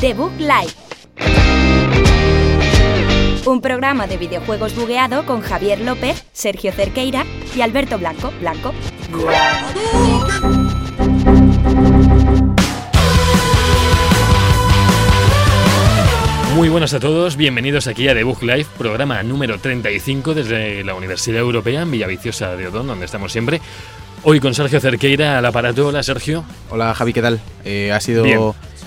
The Book Live. Un programa de videojuegos bugueado con Javier López, Sergio Cerqueira y Alberto Blanco. Blanco. Muy buenas a todos, bienvenidos aquí a The Book Live, programa número 35 desde la Universidad Europea en Villaviciosa de Odón, donde estamos siempre. Hoy con Sergio Cerqueira al aparato. Hola Sergio. Hola Javi, ¿qué tal? Eh, ha, sido, Bien.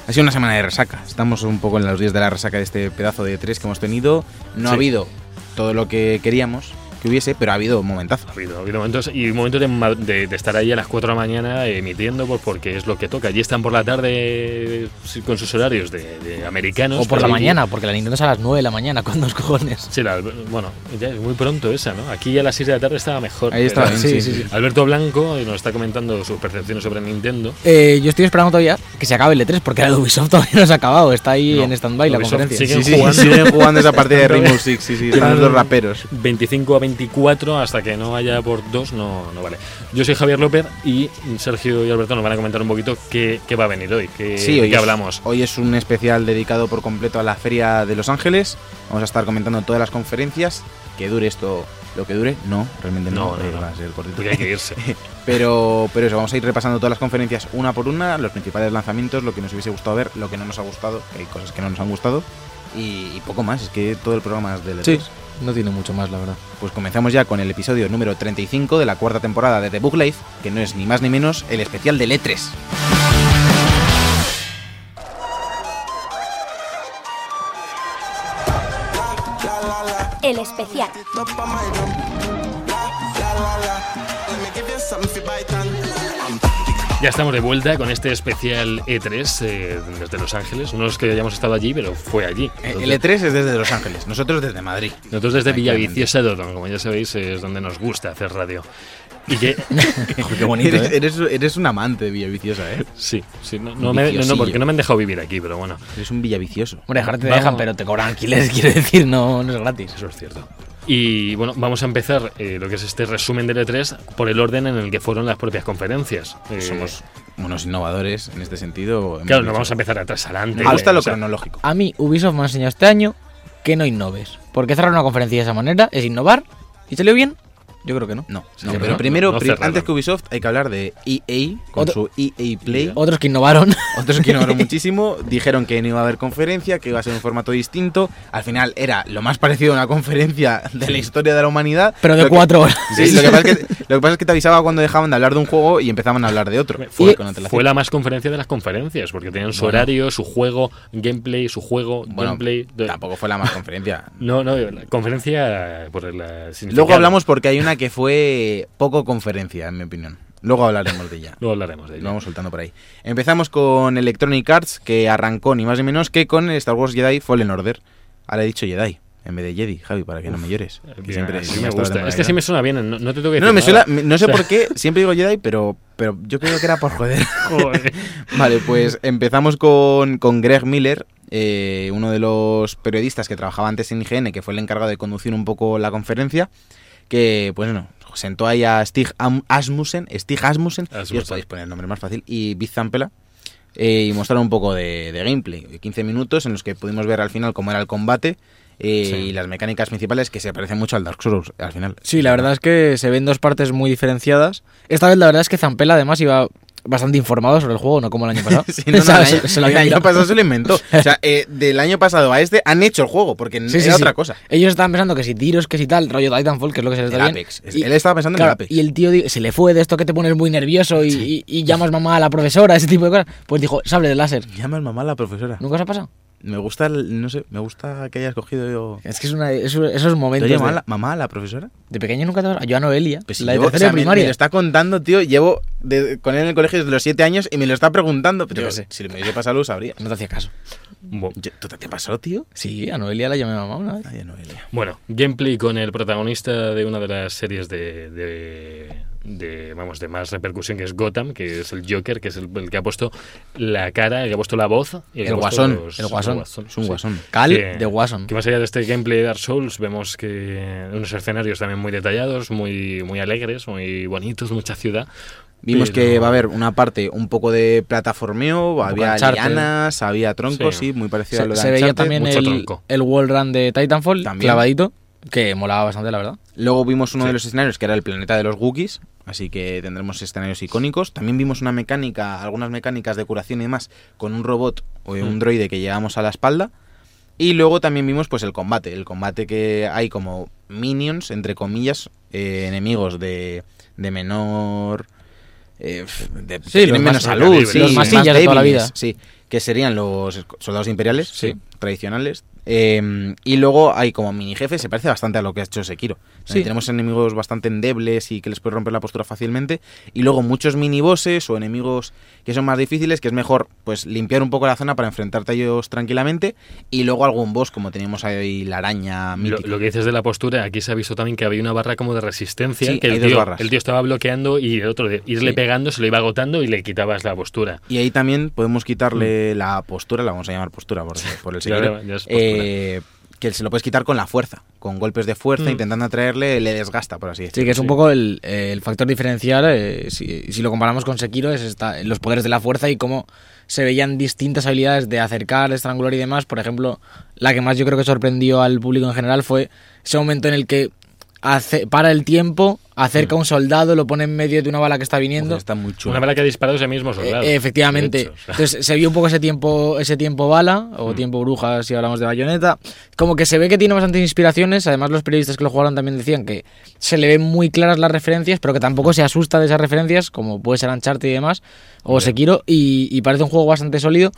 ha sido una semana de resaca. Estamos un poco en los días de la resaca de este pedazo de tres que hemos tenido. No Sí. ha habido todo lo que queríamos que hubiese, pero ha habido un momentazo. Ha habido, ha habido momentos y momentos de, ma- de- de estar ahí a las 4 de la mañana emitiendo pues, porque es lo que toca. Allí están por la tarde sí, con sus horarios de, de americanos. O por la pero- mañana, porque la Nintendo es a las 9 de la mañana, con dos cojones. Sí, la- bueno, ya es muy pronto esa, ¿no? Aquí ya a las 6 de la tarde estaba mejor. pero- Ahí estaba bien, sí, sí, sí, sí. Alberto Blanco nos está comentando sus percepciones sobre Nintendo. Eh, yo estoy esperando todavía que se acabe el E3, porque la de Ubisoft todavía no se ha acabado, está ahí No, en stand-by la Ubisoft conferencia. sigue- Sí, sí, jugando. siguen jugando esa parte de Rainbow Six, sí, sí, están los dos raperos. 25 a 24, hasta que no vaya por 2, no, no vale. Yo soy Javier López y Sergio y Alberto nos van a comentar un poquito qué, qué va a venir hoy, qué, Sí, de hoy qué es- hablamos. Hoy es un especial dedicado por completo a la Feria de Los Ángeles. Vamos a estar comentando todas las conferencias. Que dure esto lo que dure. No, realmente no, No, no, eh, no. va a ser cortito. Porque hay que irse. Pero, pero eso, vamos a ir repasando todas las conferencias una por una, los principales lanzamientos, lo que nos hubiese gustado ver, lo que no nos ha gustado, que hay cosas que no nos han gustado, y, y poco más, es que todo el programa es de Sí, no tiene mucho más, la verdad. Pues comenzamos ya con el episodio número 35 de la cuarta temporada de The Book Life, que no es ni más ni menos el especial de Letres. El especial. Ya estamos de vuelta con este especial E3 eh, desde Los Ángeles. No es que hayamos estado allí, pero fue allí. Eh, El E3 es desde Los Ángeles, nosotros desde Madrid. Nosotros desde Efectivamente. Villaviciosa de Odón, como ya sabéis, es donde nos gusta hacer radio. Y que, qué bonito, eres, ¿eh? eres, eres un amante de Villaviciosa, ¿eh? sí, sí, no, no me, no, no, porque no me han dejado vivir aquí, pero bueno, Eres un Villavicioso. Hombre, dejarte te Vamos. dejan, pero te cobran alquiler, quiero decir, no, no es gratis. eso es cierto. Y bueno, vamos a empezar eh, lo que es este resumen del E3 por el orden en el que fueron las propias conferencias. Eh, Somos unos innovadores en este sentido. hemos Claro, dicho. no vamos a empezar atrás adelante. Me gusta eh, lo o sea, cronológico. A mí, Ubisoft me ha enseñado este año que no innoves. Porque cerrar una conferencia de esa manera es innovar, y salió bien, yo creo que no. No, Sí, no, pero pero no- primero, no pri- cerraron. antes que Ubisoft, hay que hablar de EA con Otro- su EA Play. Otros que innovaron, Otros que innovaron muchísimo, dijeron que no iba a haber conferencia, que iba a ser un formato distinto. Al final era lo más parecido a una conferencia de la historia de la humanidad. pero de Lo que- cuatro horas. Sí, lo que, pasa es que, lo que pasa es que te avisaba cuando dejaban de hablar de un juego y empezaban a hablar de otro. Fue, Con antelación. fue la más conferencia de las conferencias, porque tenían su Bueno. horario, su juego, gameplay, su juego, Bueno, gameplay. de- Tampoco fue la más conferencia. No, no, la conferencia por la Luego hablamos porque hay una que fue poco conferencia, en mi opinión. Luego hablaremos de ella. Luego hablaremos de Lo ello. vamos soltando por ahí. Empezamos con Electronic Arts, que arrancó ni más ni menos que con Star Wars Jedi Fallen Order. Ahora he dicho Jedi, en vez de Jedi, Javi, para que no me llores. que Bien, siempre- así siempre me has estado gusta. de Es que así mala me suena bien, no, no te tengo que gana. decir No, nada. no, me suena- me- no sé por qué, siempre digo Jedi, pero, pero yo creo que era por joder. Joder. Vale, pues empezamos con, con Greg Miller, eh, uno de los periodistas que trabajaba antes en IGN, que fue el encargado de conducir un poco la conferencia, que, pues bueno, sentó ahí a Stig Am- Asmussen, Stig Asmussen, y os Asmussen. podéis poner el nombre más fácil, y Biz Zampella, eh, y mostraron un poco de, de gameplay. 15 minutos en los que pudimos ver al final cómo era el combate eh, Sí. y las mecánicas principales que se parecen mucho al Dark Souls al final. Sí, la verdad es que se ven dos partes muy diferenciadas. Esta vez la verdad es que Zampella además iba bastante informado sobre el juego, no como el año pasado. Sí, no, no, O sea, el se- año- se lo el había año mirado. pasado se lo inventó. O sea, eh, del año pasado a este han hecho el juego, porque Sí, sí, era sí. otra cosa. Ellos estaban pensando que si tiros, que si tal, rollo Titanfall, que es lo que se les da El bien. Apex. Él estaba pensando en claro, el Apex. Y el tío di- se le fue de esto que te pones muy nervioso y, y- y llamas mamá a la profesora, ese tipo de cosas. Pues dijo, sable de láser. Llama mamá a la profesora. ¿Nunca os ha pasado? Me gusta, el- no sé, me gusta que hayas cogido yo. Es que es una, es- esos ¿Te momentos llama de, la- mamá a la profesora? de pequeño nunca te Yo a Noelia, Pues si la de yo- o tercero sea, de me- Me, primaria. lo está contando, tío. Llevo de- con él en el colegio desde los 7 años y me lo está preguntando. Pero Yo yo qué sé. si me hubiese pasado, lo sabría. No te hacía caso. Bu- Yo- ¿Tú te, te pasó, tío? Sí, a Noelia la llamé mamá una vez. Ay, Noelia. Bueno, gameplay con el protagonista de una de las series de, de, de, vamos, de más repercusión, que es Gotham, que es el Joker, que es el, el que ha puesto la cara, el que ha puesto la voz. y El, que ha puesto guasón, los- el guasón, es un sí. guasón. Cal Que- de guasón. Que más allá de este gameplay de Dark Souls, vemos que unos escenarios también muy detallados, muy, muy alegres, muy bonitos, mucha ciudad. Vimos pero- que va a haber una parte un poco de plataformeo, había Uncharted. lianas, había troncos, Sí. sí, muy parecido a lo Se, de se veía Uncharted. también mucho el, tronco. el wall run de Titanfall También. clavadito, que molaba bastante, la verdad. Luego vimos uno Sí. de los escenarios que era el planeta de los Wookiees, así que tendremos escenarios icónicos. También vimos una mecánica, algunas mecánicas de curación y demás, con un robot o un Mm. droide que llevamos a la espalda. Y luego también vimos pues el combate, el combate que hay como minions, entre comillas, eh, enemigos de, de menor... eh, pf, de, que tienen los menos más- salud, los sí, masillas más de toda la débiles, vida. Sí, que serían los soldados imperiales, Sí. sí, tradicionales. Eh, y luego hay como mini jefes, se parece bastante a lo que ha hecho Sekiro. Donde Sí. Eh, Tenemos enemigos bastante endebles y que les puede romper la postura fácilmente. Y luego muchos mini bosses o enemigos que son más difíciles, que es mejor pues limpiar un poco la zona para enfrentarte a ellos tranquilamente. Y luego algún boss, como teníamos ahí la araña Lo, mítica. lo que dices de la postura, aquí se avisó también que había una barra como de resistencia, Sí, que hay el dos tío, barras. el tío estaba bloqueando y el otro de irle Sí. pegando se lo iba agotando y le quitabas la postura. Y ahí también podemos quitarle la postura, la vamos a llamar postura por, por el Mm. Ya, Sekiro. ya es postura. eh, que se lo puedes quitar con la fuerza, con golpes de fuerza, Mm. intentando atraerle, le desgasta, por así decirlo. Sí, que es un Sí. poco el, eh, el factor diferencial, eh, si, si lo comparamos con Sekiro, es esta- los poderes de la fuerza y cómo se veían distintas habilidades de acercar, estrangular y demás. Por ejemplo, la que más yo creo que sorprendió al público en general fue ese momento en el que hace- para el tiempo, acerca a un soldado, lo pone en medio de una bala que está viniendo. Joder, está muy chulo. Una bala que ha disparado ese mismo Pues soldado. Eh, efectivamente. de hecho, o sea. Entonces se vio un poco ese tiempo, ese tiempo bala, o Mm. tiempo bruja, si hablamos de bayoneta. Como que se ve que tiene bastantes inspiraciones. Además, los periodistas que lo jugaron también decían que se le ven muy claras las referencias, pero que tampoco se asusta de esas referencias, como puede ser Uncharted y demás, o Sekiro, y, y parece un juego bastante sólido.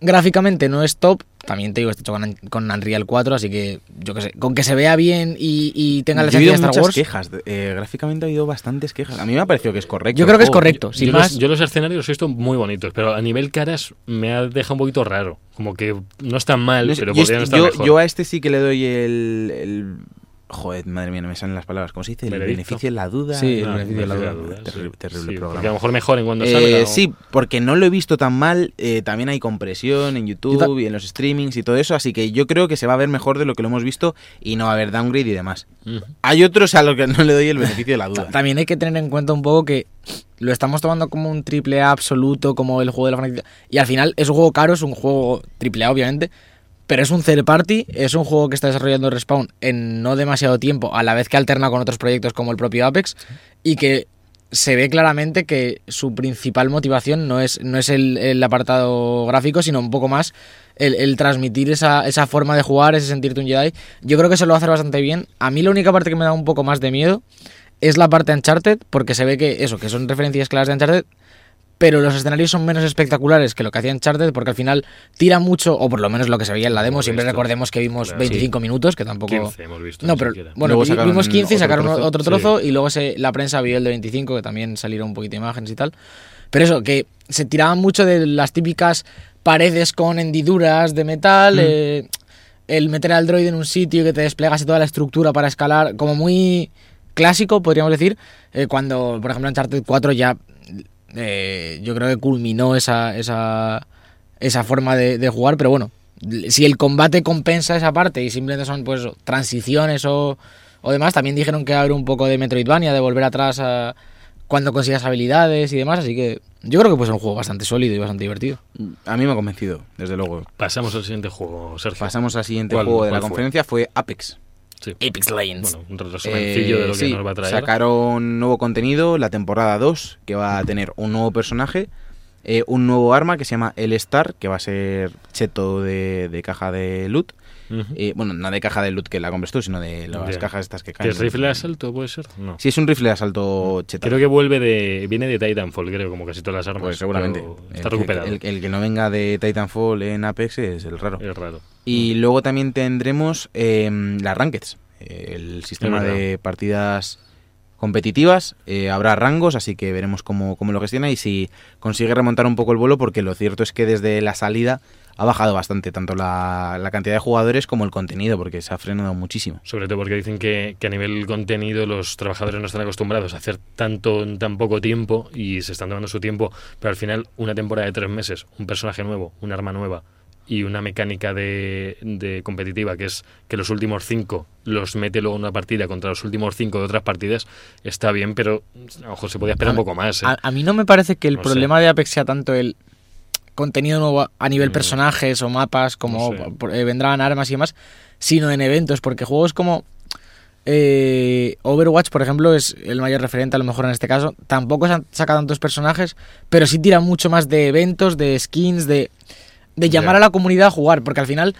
Gráficamente no es top. También te digo, está hecho con, An- con Unreal 4, así que yo qué sé, con que se vea bien y, y tenga la Yo he esencia oído de Star muchas Wars. quejas. de- eh, gráficamente ha habido bastantes quejas. A mí me ha parecido que es correcto. Oh, Yo creo que es el juego. correcto, sin yo, más. Los, yo los escenarios los he visto muy bonitos, pero a nivel caras me ha dejado un poquito raro. Como que no está mal, No sé, pero yo, podrían este- estar yo- mejor. Ah, yo a este sí que le doy el, el- Joder, madre mía, no me salen las palabras. ¿Cómo se dice? El Veredicto. beneficio de la duda. Sí, el no, beneficio de la duda. sí. Terrible, terrible Sí, programa. porque a lo mejor mejoren cuando Eh, salga. o- Sí, porque no lo he visto tan mal. eh, también hay compresión en Yo YouTube y en los streamings y todo eso. Así que yo creo que se va a ver mejor de lo que lo hemos visto y no va a haber downgrade y demás. Mm. Hay otros a los que no le doy el beneficio de la Ta- duda. También hay que tener en cuenta un poco que lo estamos tomando como un triple A absoluto, como el juego de la franquicia. Y al final es un juego caro, es un juego triple A, obviamente. Pero es un third party, es un juego que está desarrollando Respawn en no demasiado tiempo, a la vez que alterna con otros proyectos como el propio Apex, y que se ve claramente que su principal motivación no es, no es el, el apartado gráfico, sino un poco más el, el transmitir esa, esa forma de jugar, ese sentirte un Jedi. Yo creo que se lo hace bastante bien. A mí la única parte que me da un poco más de miedo es la parte de Uncharted, porque se ve que eso, que son referencias claras de Uncharted, pero los escenarios son menos espectaculares que lo que hacía Uncharted, porque al final tira mucho, o por lo menos lo que se veía en la demo, Por siempre esto. recordemos que vimos Claro. 25 minutos, que tampoco... 15 hemos visto. No, ni pero siquiera. bueno, Luego vi- sacaron vimos 15 y otro sacaron trozo. otro Sí. trozo y luego se, la prensa vio el de 25, que también salieron un poquito de imágenes y tal. Pero eso, que se tiraban mucho de las típicas paredes con hendiduras de metal, eh, el meter al droid en un sitio y que te desplegase toda la estructura para escalar, como muy clásico, podríamos decir, eh, cuando, por ejemplo, Uncharted 4 ya, eh, yo creo que culminó esa, esa, esa forma de, de jugar, pero bueno, si el combate compensa esa parte y simplemente son pues transiciones o, o demás, también dijeron que va a haber un poco de Metroidvania, de volver atrás a cuando consigas habilidades y demás, así que yo creo que pues es un juego bastante sólido y bastante divertido. A mí me ha convencido, desde luego. Pasamos al siguiente juego, Sergio. Pasamos al siguiente ¿Cuál- juego de cuál la fue? conferencia, fue Apex. Sí. Apex Legends. Bueno, pues, un resumencillo de lo Eh, que sí, nos va a traer. Sacaron nuevo contenido, la temporada 2, que va a tener un nuevo personaje, eh, un nuevo arma que se llama El Star, que va a ser cheto de, de caja de loot. Ujú. Eh, bueno, no de caja de loot que la compres tú, sino de las Ya. cajas estas que ¿Que caen. es rifle de asalto, puede ser? No. Sí, es un rifle de asalto cheto. Creo que vuelve de. Viene de Titanfall, creo, como casi todas las armas. Pues seguramente. pero El Está que- recuperado. El, el que no venga de Titanfall en Apex es el raro. Es raro. Y luego también tendremos eh, las rankeds, eh, el sistema verdad. de partidas competitivas. eh, habrá rangos, así que veremos cómo, cómo lo gestiona y si consigue remontar un poco el vuelo, porque lo cierto es que desde la salida ha bajado bastante, tanto la, la cantidad de jugadores como el contenido, porque se ha frenado muchísimo. Sobre todo porque dicen que, que a nivel contenido los trabajadores no están acostumbrados a hacer tanto en tan poco tiempo y se están tomando su tiempo, pero al final una temporada de tres meses, un personaje nuevo, un arma nueva y una mecánica de, de competitiva que es que los últimos cinco los mete luego en una partida contra los últimos cinco de otras partidas está bien pero ojo se podía esperar un poco más ¿eh? A, a mí no me parece que el No sé. problema de Apex sea tanto el contenido nuevo a nivel Mm. personajes o mapas, como No sé. por- eh, vendrán armas y demás, sino en eventos, porque juegos como eh, Overwatch, por ejemplo, es el mayor referente a lo mejor en este caso. Tampoco se han sacado tantos personajes, pero sí tira mucho más de eventos, de skins, de, de Ya. llamar a la comunidad a jugar, porque al final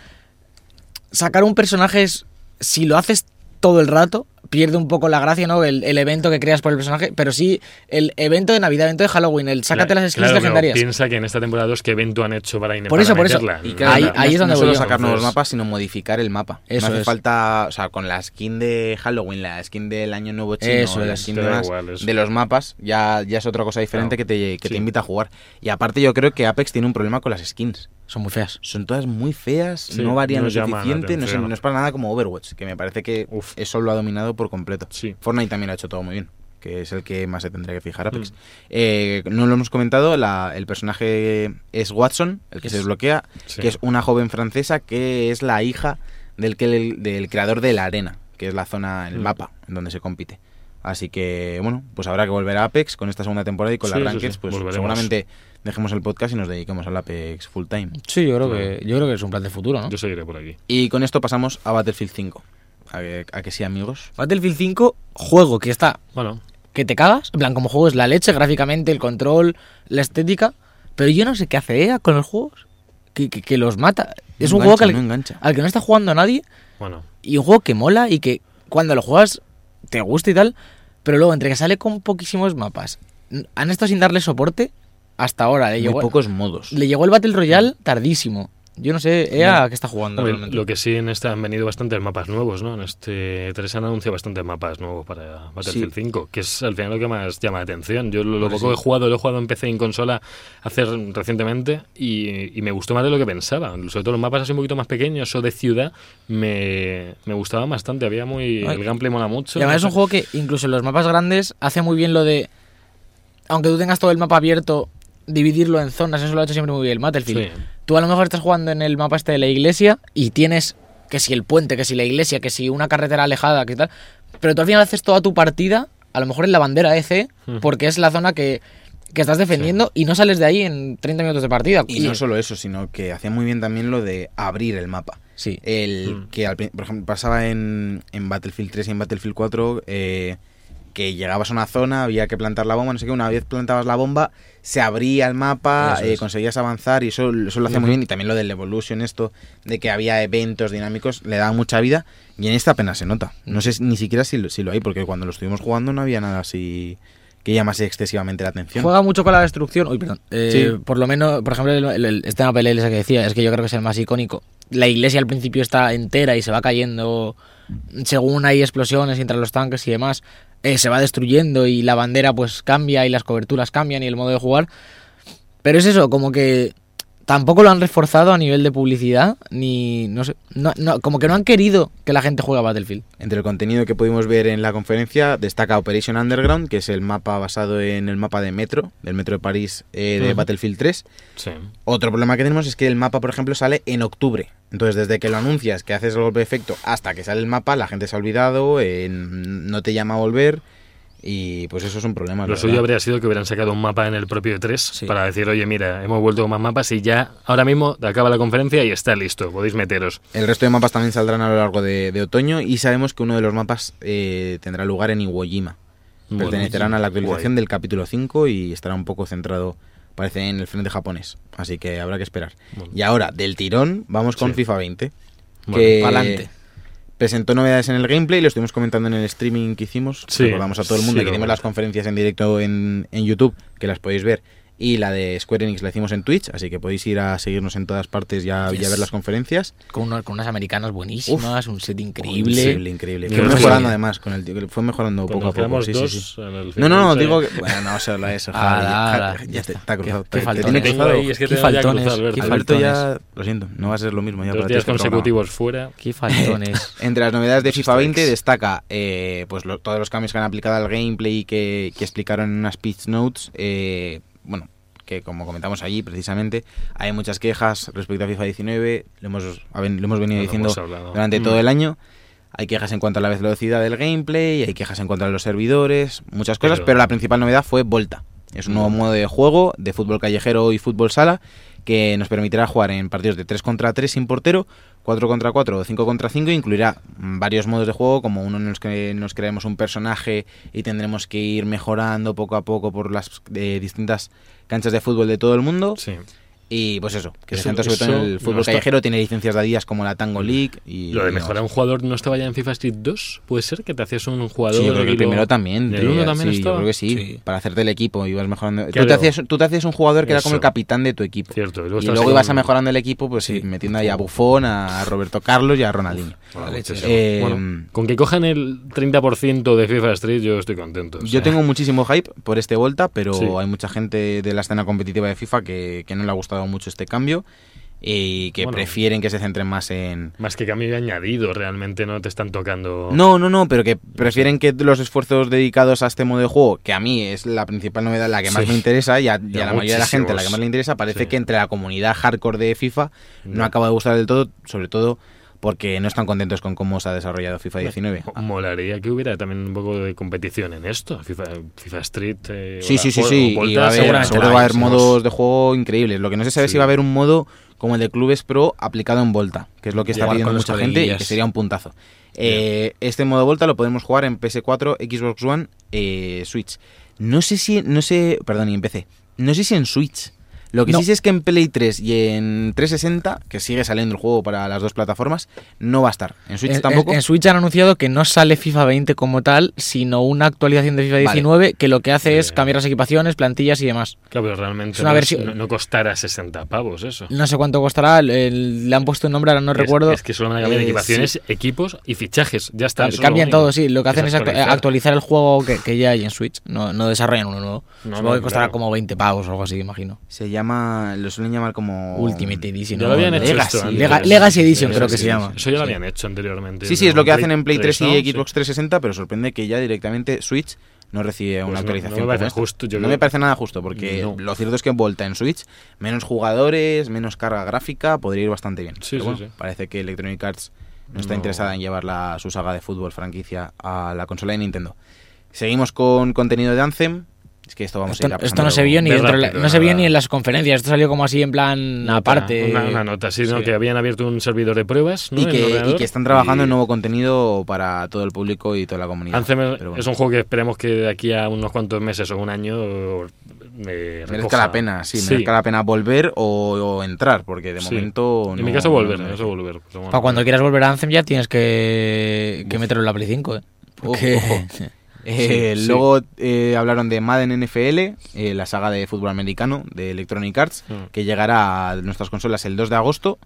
sacar un personaje es, si lo haces todo el rato, pierde un poco la gracia, ¿no? El, el evento que creas por el personaje, pero sí el evento de Navidad, evento de Halloween, el sácate Claro, las skins claro, pero legendarias. piensa que en esta temporada 2 qué evento han hecho para Por eso, por eso. meterla? Y claro, Ahí- Nada. ahí es no donde no solo voy yo. sacar nuevos Entonces- mapas, sino modificar el mapa. Eso no hace es. falta, o sea, con la skin de Halloween, la skin del año nuevo chino, Eso la es. skin Te de, da más, igual eso. de los mapas, ya, ya es otra cosa diferente Claro. que, te, que te Sí. invita a jugar. Y aparte yo creo que Apex tiene un problema con las skins. Son muy feas. Son todas muy feas, Sí, no varían no lo llaman la suficiente, no, es- atención. no es para nada como Overwatch, que me parece que Uf. eso lo ha dominado por completo. Sí. Fortnite también lo ha hecho todo muy bien, que es el que más se tendría que fijar Apex. Mm. Eh, no lo hemos comentado, la- el personaje es Watson, el que se Es- desbloquea, Sí. que es una joven francesa que es la hija del, que, del creador de la arena, que es la zona, el Mm. mapa en donde se compite. Así que, bueno, pues habrá que volver a Apex con esta segunda temporada y con Sí, las sí, rankings, sí, pues volveremos. seguramente dejemos el podcast y nos dediquemos al Apex full time. Sí, yo creo que- que yo creo que es un plan de futuro, ¿no? Yo seguiré por aquí. Y con esto pasamos a Battlefield 5. A que, a que sí, amigos. Battlefield 5, juego que está Bueno, que te cagas, en plan como juego es la leche gráficamente, el control, la estética, pero yo no sé qué hace EA con los juegos que, que- que los mata. Es No un juego que Ah, engancha, al, no engancha. al que no está jugando nadie bueno. y un juego que mola y que cuando lo juegas te gusta y tal, pero luego entre que sale con poquísimos mapas, n- han estado sin darle soporte hasta ahora. Le Muy llegó, pocos modos. le llegó el Battle Royale tardísimo. Yo no sé, EA, Bueno, ¿qué está jugando Hombre, realmente? lo que sí en esta han venido bastantes mapas nuevos, ¿no? En este 3 han anunciado bastantes mapas nuevos para Battlefield 5, que es al final lo que más llama la atención. Yo lo, lo Hombre, poco que sí. he jugado, lo he jugado en PC y en consola hace recientemente y, y me gustó más de lo que pensaba. Sobre todo los mapas así un poquito más pequeños o de ciudad me, me gustaban bastante. Había muy... Ay. El gameplay mola mucho. Y además es No un sé. juego que incluso en los mapas grandes hace muy bien lo de, aunque tú tengas todo el mapa abierto, dividirlo en zonas, eso lo ha hecho siempre muy bien el Battlefield. Sí. Tú a lo mejor estás jugando en el mapa este de la iglesia y tienes que si el puente, que si la iglesia, que si una carretera alejada, que tal, pero tú al final haces toda tu partida, a lo mejor en la bandera EC, Hmm. porque es la zona que, que estás defendiendo y no sales de ahí en 30 minutos de partida. Y no solo eso, sino que hacía muy bien también lo de abrir el mapa. Sí. El Mm. que, al prin- por ejemplo, pasaba en, en Battlefield 3 y en Battlefield 4, eh, que llegabas a una zona, había que plantar la bomba, no sé qué, una vez plantabas la bomba, se abría el mapa, Eso eh, es. conseguías avanzar y eso, eso lo hacía muy bien. Y también lo del Evolution, esto, de que había eventos dinámicos, le daba mucha vida. Y en esta apenas se nota. Hmm. No sé si- ni siquiera si lo, si lo hay, porque cuando lo estuvimos jugando no había nada así que llamase excesivamente la atención. Juega mucho con la destrucción. Uy, perdón. Eh, Sí. Por lo menos, por ejemplo, el, el- el- este mapa de la iglesia que decía, es que yo creo que es el más icónico. La iglesia al principio está entera y se va cayendo según hay explosiones entre los tanques y demás. eh, se va destruyendo y la bandera pues cambia y las coberturas cambian y el modo de jugar. Pero es eso, como que tampoco lo han reforzado a nivel de publicidad, ni no sé, no- no, como que no han querido que la gente juegue a Battlefield. Entre el contenido que pudimos ver en la conferencia destaca Operation Underground, que es el mapa basado en el mapa de Metro, del Metro de París eh, de Ujú. Battlefield 3. Sí. Otro problema que tenemos es que el mapa, por ejemplo, sale en octubre. Entonces, desde que lo anuncias, que haces el golpe de efecto, hasta que sale el mapa, la gente se ha olvidado, eh, no te llama a volver y pues eso es un problema. Lo la suyo verdad. habría sido que hubieran sacado un mapa en el propio 3 Sí. para decir, oye, mira, hemos vuelto con más mapas y ya ahora mismo acaba la conferencia y está listo, podéis meteros. El resto de mapas también saldrán a lo largo de, de otoño y sabemos que uno de los mapas eh, tendrá lugar en Iwo Jima. Bueno, Pertenecerán a la actualización guay. del capítulo 5 y estará un poco centrado, parece, en el frente japonés. Así que habrá que esperar. Bueno. Y ahora, del tirón, vamos con Sí. FIFA 20. Bueno, que pa'lante. presentó novedades en el gameplay, lo estuvimos comentando en el streaming que hicimos. Sí, Recordamos a todo el mundo sí, que lo hicimos las comento. conferencias en directo en, en YouTube, que las podéis ver Y la de Square Enix la hicimos en Twitch, así que podéis ir a seguirnos en todas partes y a, y a Yes. ver las conferencias. Con, uno- con unas americanas buenísimas, un set increíble. Increíble, increíble. Que Fue nos mejorando queda- además con el tío, fue mejorando Cuando poco a poco. quedamos Sí, sí, dos sí. al- al No, final, no, no, ¿sabes? digo que. Bueno, no, solo eso, Ah, Javi, da, ja- ya, da, ya te, está. te ha cruzado. Qué- te- qué te, faltones. tiene Tengo Qué cruzado. ahí, es que qué tengo ya faltones, cruzado, Alberto. qué fal- Alberto ya. Lo siento, no va a ser lo mismo ya Dos para ti días este programa. consecutivos fuera. Qué faltones. Entre las novedades de Los FIFA strikes. 20 destaca eh, pues lo- todos los cambios que han aplicado al gameplay y que, que explicaron en unas pitch notes. eh, bueno, que como comentamos allí precisamente, hay muchas quejas respecto a FIFA 19. Lo hemos, a ven- lo hemos venido Bueno, diciendo hemos hablado. durante Mm. todo el año. Hay quejas en cuanto a la velocidad del gameplay, hay quejas en cuanto a los servidores, muchas cosas, Pero- Mm. pero la principal novedad fue Volta. Es un nuevo modo de juego de fútbol callejero y fútbol sala que nos permitirá jugar en partidos de 3 contra 3 sin portero, 4 contra 4 o 5 contra 5. Incluirá mm, varios modos de juego, como uno en los que nos crearemos un personaje y tendremos que ir mejorando poco a poco por las eh, distintas canchas de fútbol de todo el mundo. Sí. Y pues eso, que Eso- se centra sobre todo en eso el no fútbol está- callejero, tiene licencias de días como la Tango League y... Mm. Lo de y demás. mejorar un jugador no estaba ya en FIFA Street 2. ¿Puede ser que te hacías un jugador? Sí, yo creo que y el lo- primero también. ¿El te- uno también sí, estaba? Yo creo que sí, Sí. Para hacerte el equipo ibas mejorando. Tú Claro. te, hacías, tú te hacías un jugador que era como el Eso. capitán de tu equipo. Cierto. luego y estabas luego ahí ibas a con- mejorar el equipo, pues sí, Sí. metiendo ahí a Bufón, a Roberto Carlos y a Ronaldinho. Bueno, La leche. muchísimo. pues, Bueno, Em, con que cojan el 30% de FIFA Street yo estoy contento. o Yo sea. tengo muchísimo hype por este Volta, pero eh. Sí. hay mucha gente de la escena competitiva de FIFA que, que no le ha gustado mucho este cambio y que Bueno. prefieren que se centren más en, Más que cambio y añadido, realmente no te están tocando... No, no, no, pero que prefieren que los esfuerzos dedicados a este modo de juego, que a mí es la principal novedad, la que más Sí. me interesa, y a, y Ya, a la mayoría de la gente la que muchísimos. más le interesa, parece Sí. que entre la comunidad hardcore de FIFA no, No. acaba de gustar del todo, sobre todo porque no están contentos con cómo se ha desarrollado FIFA 19. Mo- Molaría que hubiera también un poco de competición en esto. FIFA, FIFA Street. eh, Sí, o sí, la- sí, o- sí. o Volta, y va a haber- seguramente seguro la va a haber hay, modos de juego increíbles. Lo que no se sabe es Sí. si va a haber un modo como el de clubes pro aplicado en Volta, que es lo que está Jugar pidiendo con los mucha gente y coleguillas. que sería un puntazo. Eh, este modo Volta lo podemos jugar en PS4, Xbox One, eh, Switch. No sé si, no sé, perdón, y en PC. No sé si en Switch. Lo que No. sí sé es que en Play 3 y en 360, que sigue saliendo el juego para las dos plataformas, no va a estar. En Switch En- en- tampoco. En, Switch han anunciado que no sale FIFA 20 como tal, sino una actualización de FIFA Vale. 19 que lo que hace es Bien. cambiar las equipaciones, plantillas y demás. Claro, pero realmente Es una no, versión- no- no costará 60 pavos eso. No sé cuánto costará, el- el- le han puesto un nombre, ahora no Es- recuerdo. Es, que solo van a cambiar Eh, equipaciones, equipos y fichajes. Ya está. Cam- eso es lo cambian único. todo, sí. Lo que hacen es actu- actualizar. actualizar. el juego que, que ya hay en Switch. No, no desarrollan uno nuevo. No, Supongo no, que costará claro. como 20 pavos o algo así, imagino. Se llama, lo suelen llamar como... Ultimate Edition. Oh, Ya ¿no? lo habían hecho Legacy. esto antes. Lega- Legacy Edition Eso creo que sí, se llama. Eso ya lo Sí. habían hecho anteriormente. Sí, sí, es lo que hacen en Play 3 ¿no? y Sí. Xbox 360, pero sorprende que ya directamente Switch no recibe Pues una no- actualización. no me como parece esta. justo, yo No creo. me parece nada justo, porque No. lo cierto es que en Volta en Switch, menos jugadores, menos carga gráfica, podría ir bastante bien. Sí, Pero sí, bueno, sí. Parece que Electronic Arts no está No. interesada en llevar la- su saga de fútbol franquicia a la consola de Nintendo. Seguimos con contenido de Anthem. Es que esto vamos Esto, a ir esto no se vio ni Ve dentro de la- rápido, no se nada. vio ni en las conferencias. Esto salió como así en plan Nota, aparte. Una, una nota, sí, ¿no? Sí. que habían abierto un servidor de pruebas. ¿no? y en el que, y ordenador. que están trabajando Y- en nuevo contenido para todo el público y toda la comunidad. Anthem es- Pero bueno. es un juego que esperemos que de aquí a unos cuantos meses o un año eh, Merezca recoja. la pena, sí, merezca la pena volver o, o entrar, porque de Sí. momento. En no- mi caso volver, no en me- mi caso volver. pero bueno. Para cuando eh, quieras volver a Anthem ya tienes que, que meterlo en la Play 5. ¿eh? Porque- ojo. Eh, Luego eh, hablaron de Madden NFL, eh, la saga de fútbol americano de Electronic Arts, Mm. que llegará a nuestras consolas el 2 de agosto.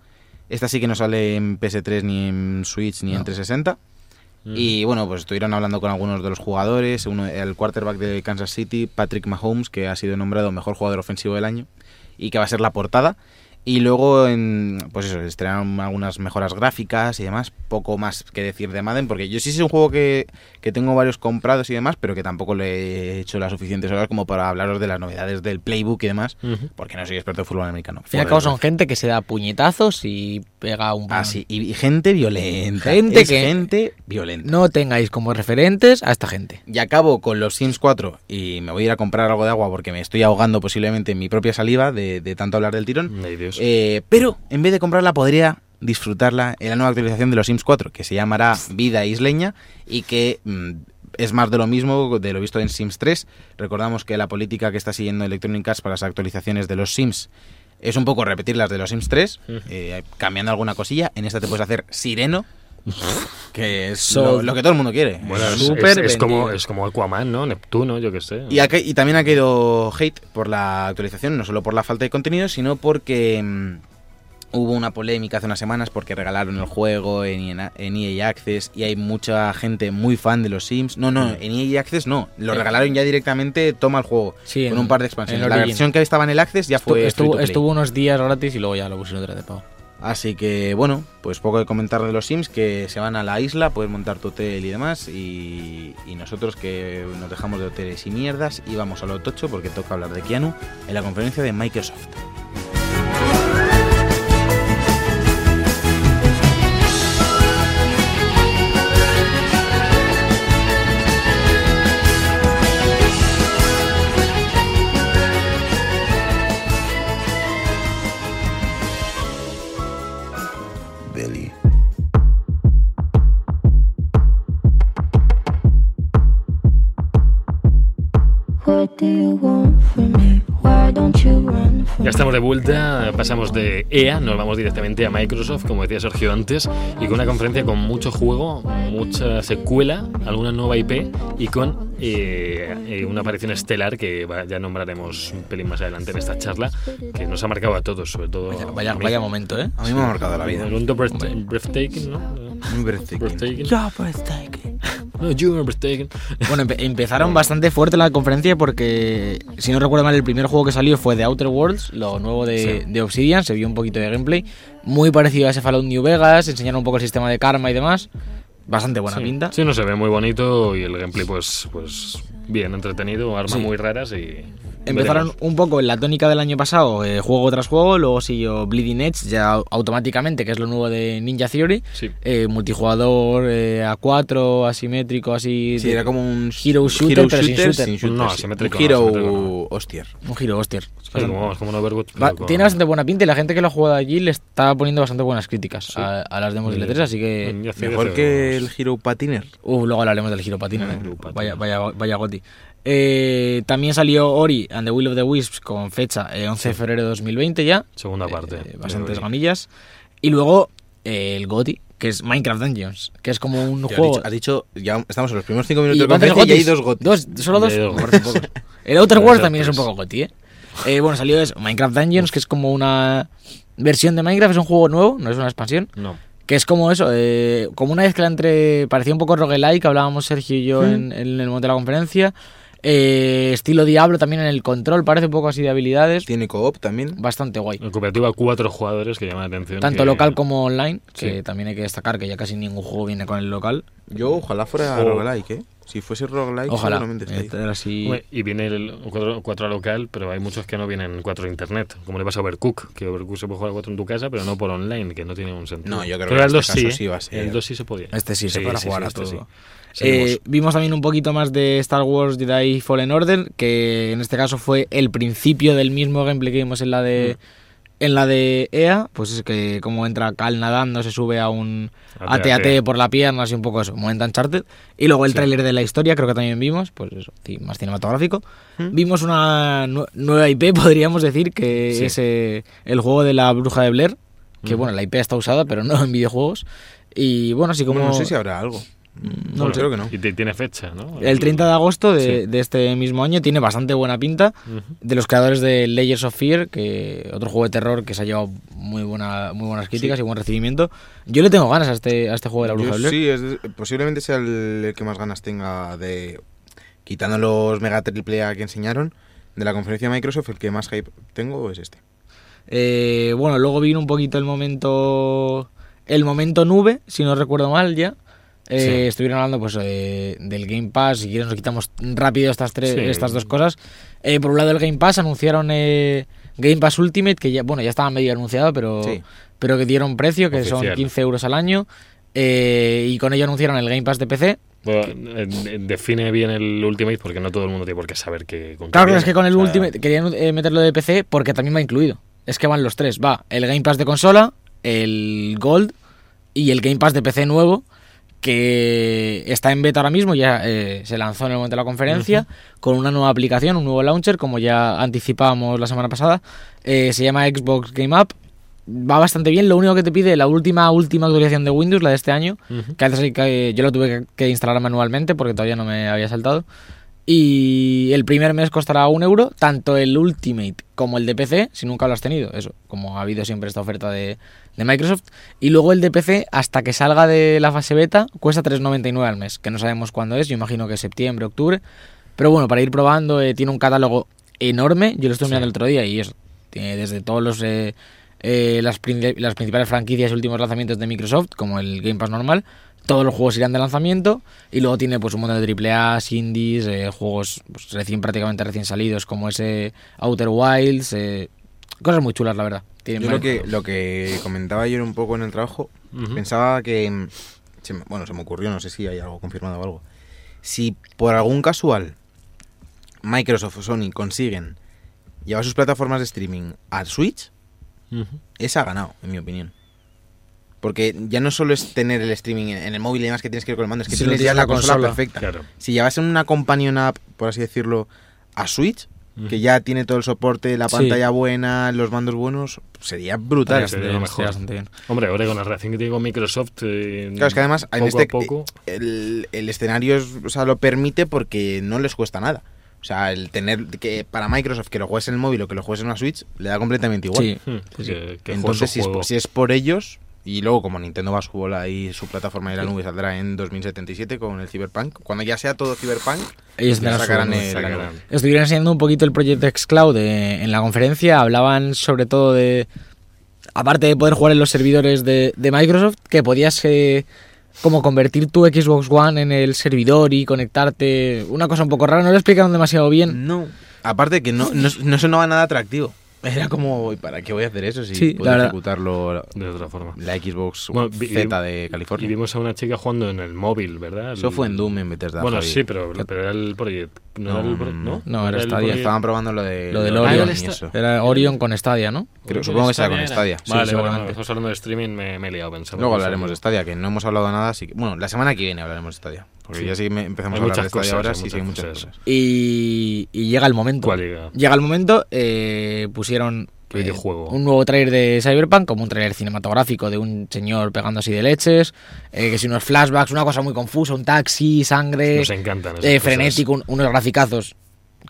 Esta sí que no sale en PS3, ni en Switch, ni en No. 360. Mm. Y bueno, pues estuvieron hablando con algunos de los jugadores. Uno, el quarterback de Kansas City, Patrick Mahomes, que ha sido nombrado mejor jugador ofensivo del año y que va a ser la portada. Y luego, en, pues eso, estrenaron algunas mejoras gráficas y demás. Poco más que decir de Madden, porque yo sí es un juego que, que tengo varios comprados y demás, pero que tampoco le he hecho las suficientes horas como para hablaros de las novedades del playbook y demás, Ujú. porque no soy experto en fútbol americano. Al fin y al cabo son gente que se da puñetazos y pega un Ah, sí, y, y gente violenta. Gente es que- gente violenta. No tengáis como referentes a esta gente. Y acabo con los Sims 4 y me voy a ir a comprar algo de agua porque me estoy ahogando posiblemente en mi propia saliva de, de tanto hablar del tirón. Ay, Dios. Eh, pero en vez de comprarla podría disfrutarla en la nueva actualización de los Sims 4 que se llamará Vida Isleña y que mm, es más de lo mismo de lo visto en Sims 3. Recordamos que la política que está siguiendo Electronic Arts para las actualizaciones de los Sims es un poco repetir las de los Sims 3, Ujú. eh, cambiando alguna cosilla. En esta te puedes hacer sireno, Que es So- lo, lo que todo el mundo quiere. Eh, Bueno, es- es, Súper es como, vendido. es como Aquaman, ¿no? Neptuno, yo qué sé. Y, ha ca- y también ha caído hate por la actualización, no solo por la falta de contenido, sino porque mm, hubo una polémica hace unas semanas porque regalaron el juego en, EA en EA Access y hay mucha gente muy fan de los Sims. No, no, en EA Access no, lo Mm. Eh. regalaron ya directamente, toma el juego, Sí, con en- un par de expansiones. en La Origin. versión que estaba en el Access ya Estu- fue free to estuvo, play. estuvo unos días gratis y luego ya lo pusieron otra vez de pago. Así que bueno, pues poco de comentar de los Sims que se van a la isla, puedes montar tu hotel y demás. Y, y nosotros que nos dejamos de hoteles y mierdas y vamos a lo tocho porque toca hablar de Keanu en la conferencia de Microsoft. Billy. What do you want from me? Why don't you run from Ya me? estamos de vuelta, pasamos de EA, nos vamos directamente a Microsoft, como decía Sergio antes, y con una conferencia con mucho juego, mucha secuela, alguna nueva IP y con eh, eh, una aparición estelar que va- ya nombraremos un pelín más adelante en esta charla, que nos ha marcado a todos, sobre Oh, todo. Vaya, a vaya, mí. vaya momento, ¿eh? A mí me ha marcado la vida. Un mundo breath- breathtaking, ¿no? Muy breathtaking. Breathtaking. No, you are breathtaking. Bueno, empe- empezaron bastante fuerte la conferencia porque, si no recuerdo mal, el primer juego que salió fue The Outer Worlds, lo nuevo de, Sí. de Obsidian, se vio un poquito de gameplay, muy parecido a ese Fallout New Vegas, enseñaron un poco el sistema de karma y demás, bastante buena sí. pinta. Sí, no se ve muy bonito y el gameplay, pues, pues bien entretenido, armas muy raras y. Empezaron veremos. un poco en la tónica del año pasado, eh, juego tras juego, luego siguió Bleeding Edge ya au- automáticamente, que es lo nuevo de Ninja Theory, Sí. eh, multijugador eh, a 4 asimétrico, así... Sí, de- era como un Hero shooter, pero sin shooter. No, sí. asimétrico, Un Hero asimétrico no. hostier. Un giro, hostias. Sí, como, como un Overwatch. Va- pero con- Tiene bastante buena pinta y la gente que lo ha jugado allí le está poniendo bastante buenas críticas a, a las demos Sí. Mm. del E3, así que... Ya hace- Mejor hace que el unos- Hero Patiner. Uh, luego hablaremos del giro patina, Ah, ¿eh? Giro Patina. Vaya, vaya, vaya goti. Eh, también salió Ori and the Will of the Wisps con fecha eh, 11 de febrero de 2020 ya. Segunda parte. Eh, Pero, bastantes oye, gamillas. Y luego eh, el goti, que es Minecraft Dungeons, que es como un Tío, Has juego... dicho, has dicho- ya estamos en los primeros cinco minutos ¿Y de cuántos conferencia y hay gotis? dos gotis. Dos, solo Ya dos. hay dos Me parecen gotis. pocos. El Outer Pero Worlds ya también es un tres. poco goti, ¿eh? Eh, Bueno, salió eso, Minecraft Dungeons, que es como una versión de Minecraft, es un juego nuevo, no es una expansión, No. que es como eso, eh, como una mezcla entre, parecía un poco roguelike, hablábamos Sergio y Mm. yo en, en el momento de la conferencia, eh, estilo Diablo también en el control, parece un poco así de habilidades, Tiene co-op también. bastante guay. En cooperativa, cuatro jugadores que llaman la atención. Tanto que- local como online, que Sí. también hay que destacar que ya casi ningún juego viene con el local. Yo ojalá fuera Jo. roguelike, ¿eh? Si fuese roguelike Ojalá. seguramente está ahí. eh, tener así- Hombre, Y viene el cuatro, cuatro a local, pero hay muchos que no vienen cuatro a internet. Como le pasa a Overcook, que Overcook se puede jugar a cuatro en tu casa, pero no por online, que no tiene ningún sentido. No, yo Pero creo que en el dos este caso sí ¿eh? va a ser. El 2 sí se podía. Este sí, se Sí, podrá sí, jugar sí, a este todo. sí. pues, Eh, Seguimos. vimos también un poquito más de Star Wars Jedi Fallen Order, que en este caso fue el principio del mismo gameplay que vimos en la de en la de EA, pues es que como entra Cal nadando, se sube a un AT-AT. AT-AT por la pierna, así un poco eso, momento Uncharted. Y luego el Sí. tráiler de la historia, creo que también vimos, pues eso, ci- más cinematográfico. Vimos una nu- nueva IP, podríamos decir, que Sí. es eh, el juego de la bruja de Blair, que bueno, la IP está usada, pero no en videojuegos. Y bueno, así como... Bueno, no sé si habrá algo. no Bueno, lo sé. creo que no. Y te- tiene fecha, ¿no? El 30 de agosto de, Sí. de este mismo año tiene bastante buena pinta. Ujú. De los creadores de Layers of Fear, que otro juego de terror que se ha llevado muy, buena, muy buenas críticas y buen recibimiento. Yo le tengo ganas a este, a este juego de la Bruja de Yo Blair. sí, es de- posiblemente sea el, el que más ganas tenga de. Quitando los mega triple A que enseñaron, de la conferencia de Microsoft, el que más hype tengo es este. Eh, bueno, luego vino un poquito el momento. El momento nube, si no recuerdo mal ya. Eh, Sí. Estuvieron hablando pues de- del Game Pass. Si quieres, nos quitamos rápido estas, tres, Sí. estas dos cosas. Eh, por un lado, el Game Pass anunciaron eh, Game Pass Ultimate, que ya, bueno, ya estaba medio anunciado, pero, Sí. pero que dieron precio, que son Oficial. 15 euros al año. Eh, y con ello anunciaron el Game Pass de PC. Bueno, eh, eh, define bien el Ultimate porque no todo el mundo tiene por qué saber que. con qué Claro, viene. es que con el O sea, Ultimate querían eh, meterlo de PC porque también va incluido. Es que van los tres. Va el Game Pass de consola, el Gold y el Game Pass de PC nuevo que está en beta ahora mismo, ya eh, se lanzó en el momento de la conferencia, con una nueva aplicación, un nuevo launcher, como ya anticipábamos la semana pasada, Eh, se llama Xbox Game App, va bastante bien. Lo único que te pide la última, última actualización de Windows, la de este año, Ujú. que hace que eh, yo lo tuve que, que instalar manualmente porque todavía no me había saltado. Y el primer mes costará un euro, tanto el Ultimate como el de PC, si nunca lo has tenido, eso, como ha habido siempre esta oferta de, de Microsoft. Y luego el de PC, hasta que salga de la fase beta, cuesta 3,99 al mes, que no sabemos cuándo es, yo imagino que septiembre, octubre. Pero bueno, para ir probando, eh, tiene un catálogo enorme. Yo lo estuve mirando el otro día y es tiene desde todos los eh, eh, las, prin- las principales franquicias y últimos lanzamientos de Microsoft, como el Game Pass normal. Todos los juegos irán de lanzamiento y luego tiene pues un montón de AAA, indies, eh, juegos pues, recién prácticamente recién salidos como ese Outer Wilds, eh, cosas muy chulas la verdad. Tiene Yo mal- lo que, lo que comentaba ayer un poco en el trabajo, Ujú. pensaba que. mm, se me- bueno, se me ocurrió, no sé si hay algo confirmado o algo. Si por algún casual Microsoft o Sony consiguen llevar sus plataformas de streaming al Switch, Ujú. esa ha ganado, en mi opinión. Porque ya no solo es tener el streaming en en el móvil y demás que tienes que ir con el mando, es que Si lo tienes tienes ya en la la consola, consola. perfecta. Claro. Si llevasen una companion app, por así decirlo, a Switch, que Ujú. ya tiene todo el soporte, la Sí. pantalla buena, los mandos buenos, sería brutal. Vale, sería Tiene lo mejor. bastante bien. Hombre, ahora con la relación que tiene con Microsoft. eh, Claro, es que además en poco este a poco. El, el escenario es- o sea, lo permite porque no les cuesta nada. O sea, el tener que para Microsoft que lo juegues en el móvil o que lo juegues en una Switch le da completamente igual. Sí. Hmm, que- que juegue su Entonces, si es, juego. si es por ellos, y luego como Nintendo va a su bola y su plataforma de la nube saldrá en 2077 con el Cyberpunk, cuando ya sea todo Cyberpunk, Ellos tendrán su- sacarán Nos el- sacarán. Estuvieron enseñando un poquito el proyecto xCloud eh, en la conferencia. Hablaban sobre todo de. Aparte de poder jugar en los servidores de, de Microsoft, que podías eh, como convertir tu Xbox One en el servidor y conectarte. Una cosa un poco rara, no lo explicaron demasiado bien. No. Aparte que no, no, no sonaba nada atractivo. Era como, "¿Y ¿para qué voy a hacer eso si Sí, la puedo verdad. ejecutarlo la, De otra forma. Xbox Bueno, vi- Z de Y California? vimos a una chica jugando en el móvil, ¿verdad? Eso El- fue en Doom en Bethesda. Bueno, Javi. mm, sí, pero, pero era el proyecto. No, era el pro- ¿no? No, era el Stadia, proyecto- Estaban probando lo de Lo del Orion Orion. y eso. Era Orion con Stadia, ¿no? Creo- supongo que será con Stadia. Sí, vale, seguramente. bueno, estamos hablando de streaming, me, me he liado pensando. Luego hablaremos de Stadia, que no hemos hablado nada, así que bueno, la semana que viene hablaremos de Stadia, porque Sí. ya sí me- empezamos Hay a hablar muchas de Stadia cosas, ahora, hay sí, muchas sí, hay muchas cosas. cosas. Y, y llega el momento. ¿Cuál era? Llega el momento, eh, pusieron ¿Qué eh, videojuego? un nuevo trailer de Cyberpunk, como un trailer cinematográfico de un señor pegando así de leches, eh, que si unos flashbacks, una cosa muy confusa, un taxi, sangre, Nos encantan. esas eh, cosas. frenético, un- unos graficazos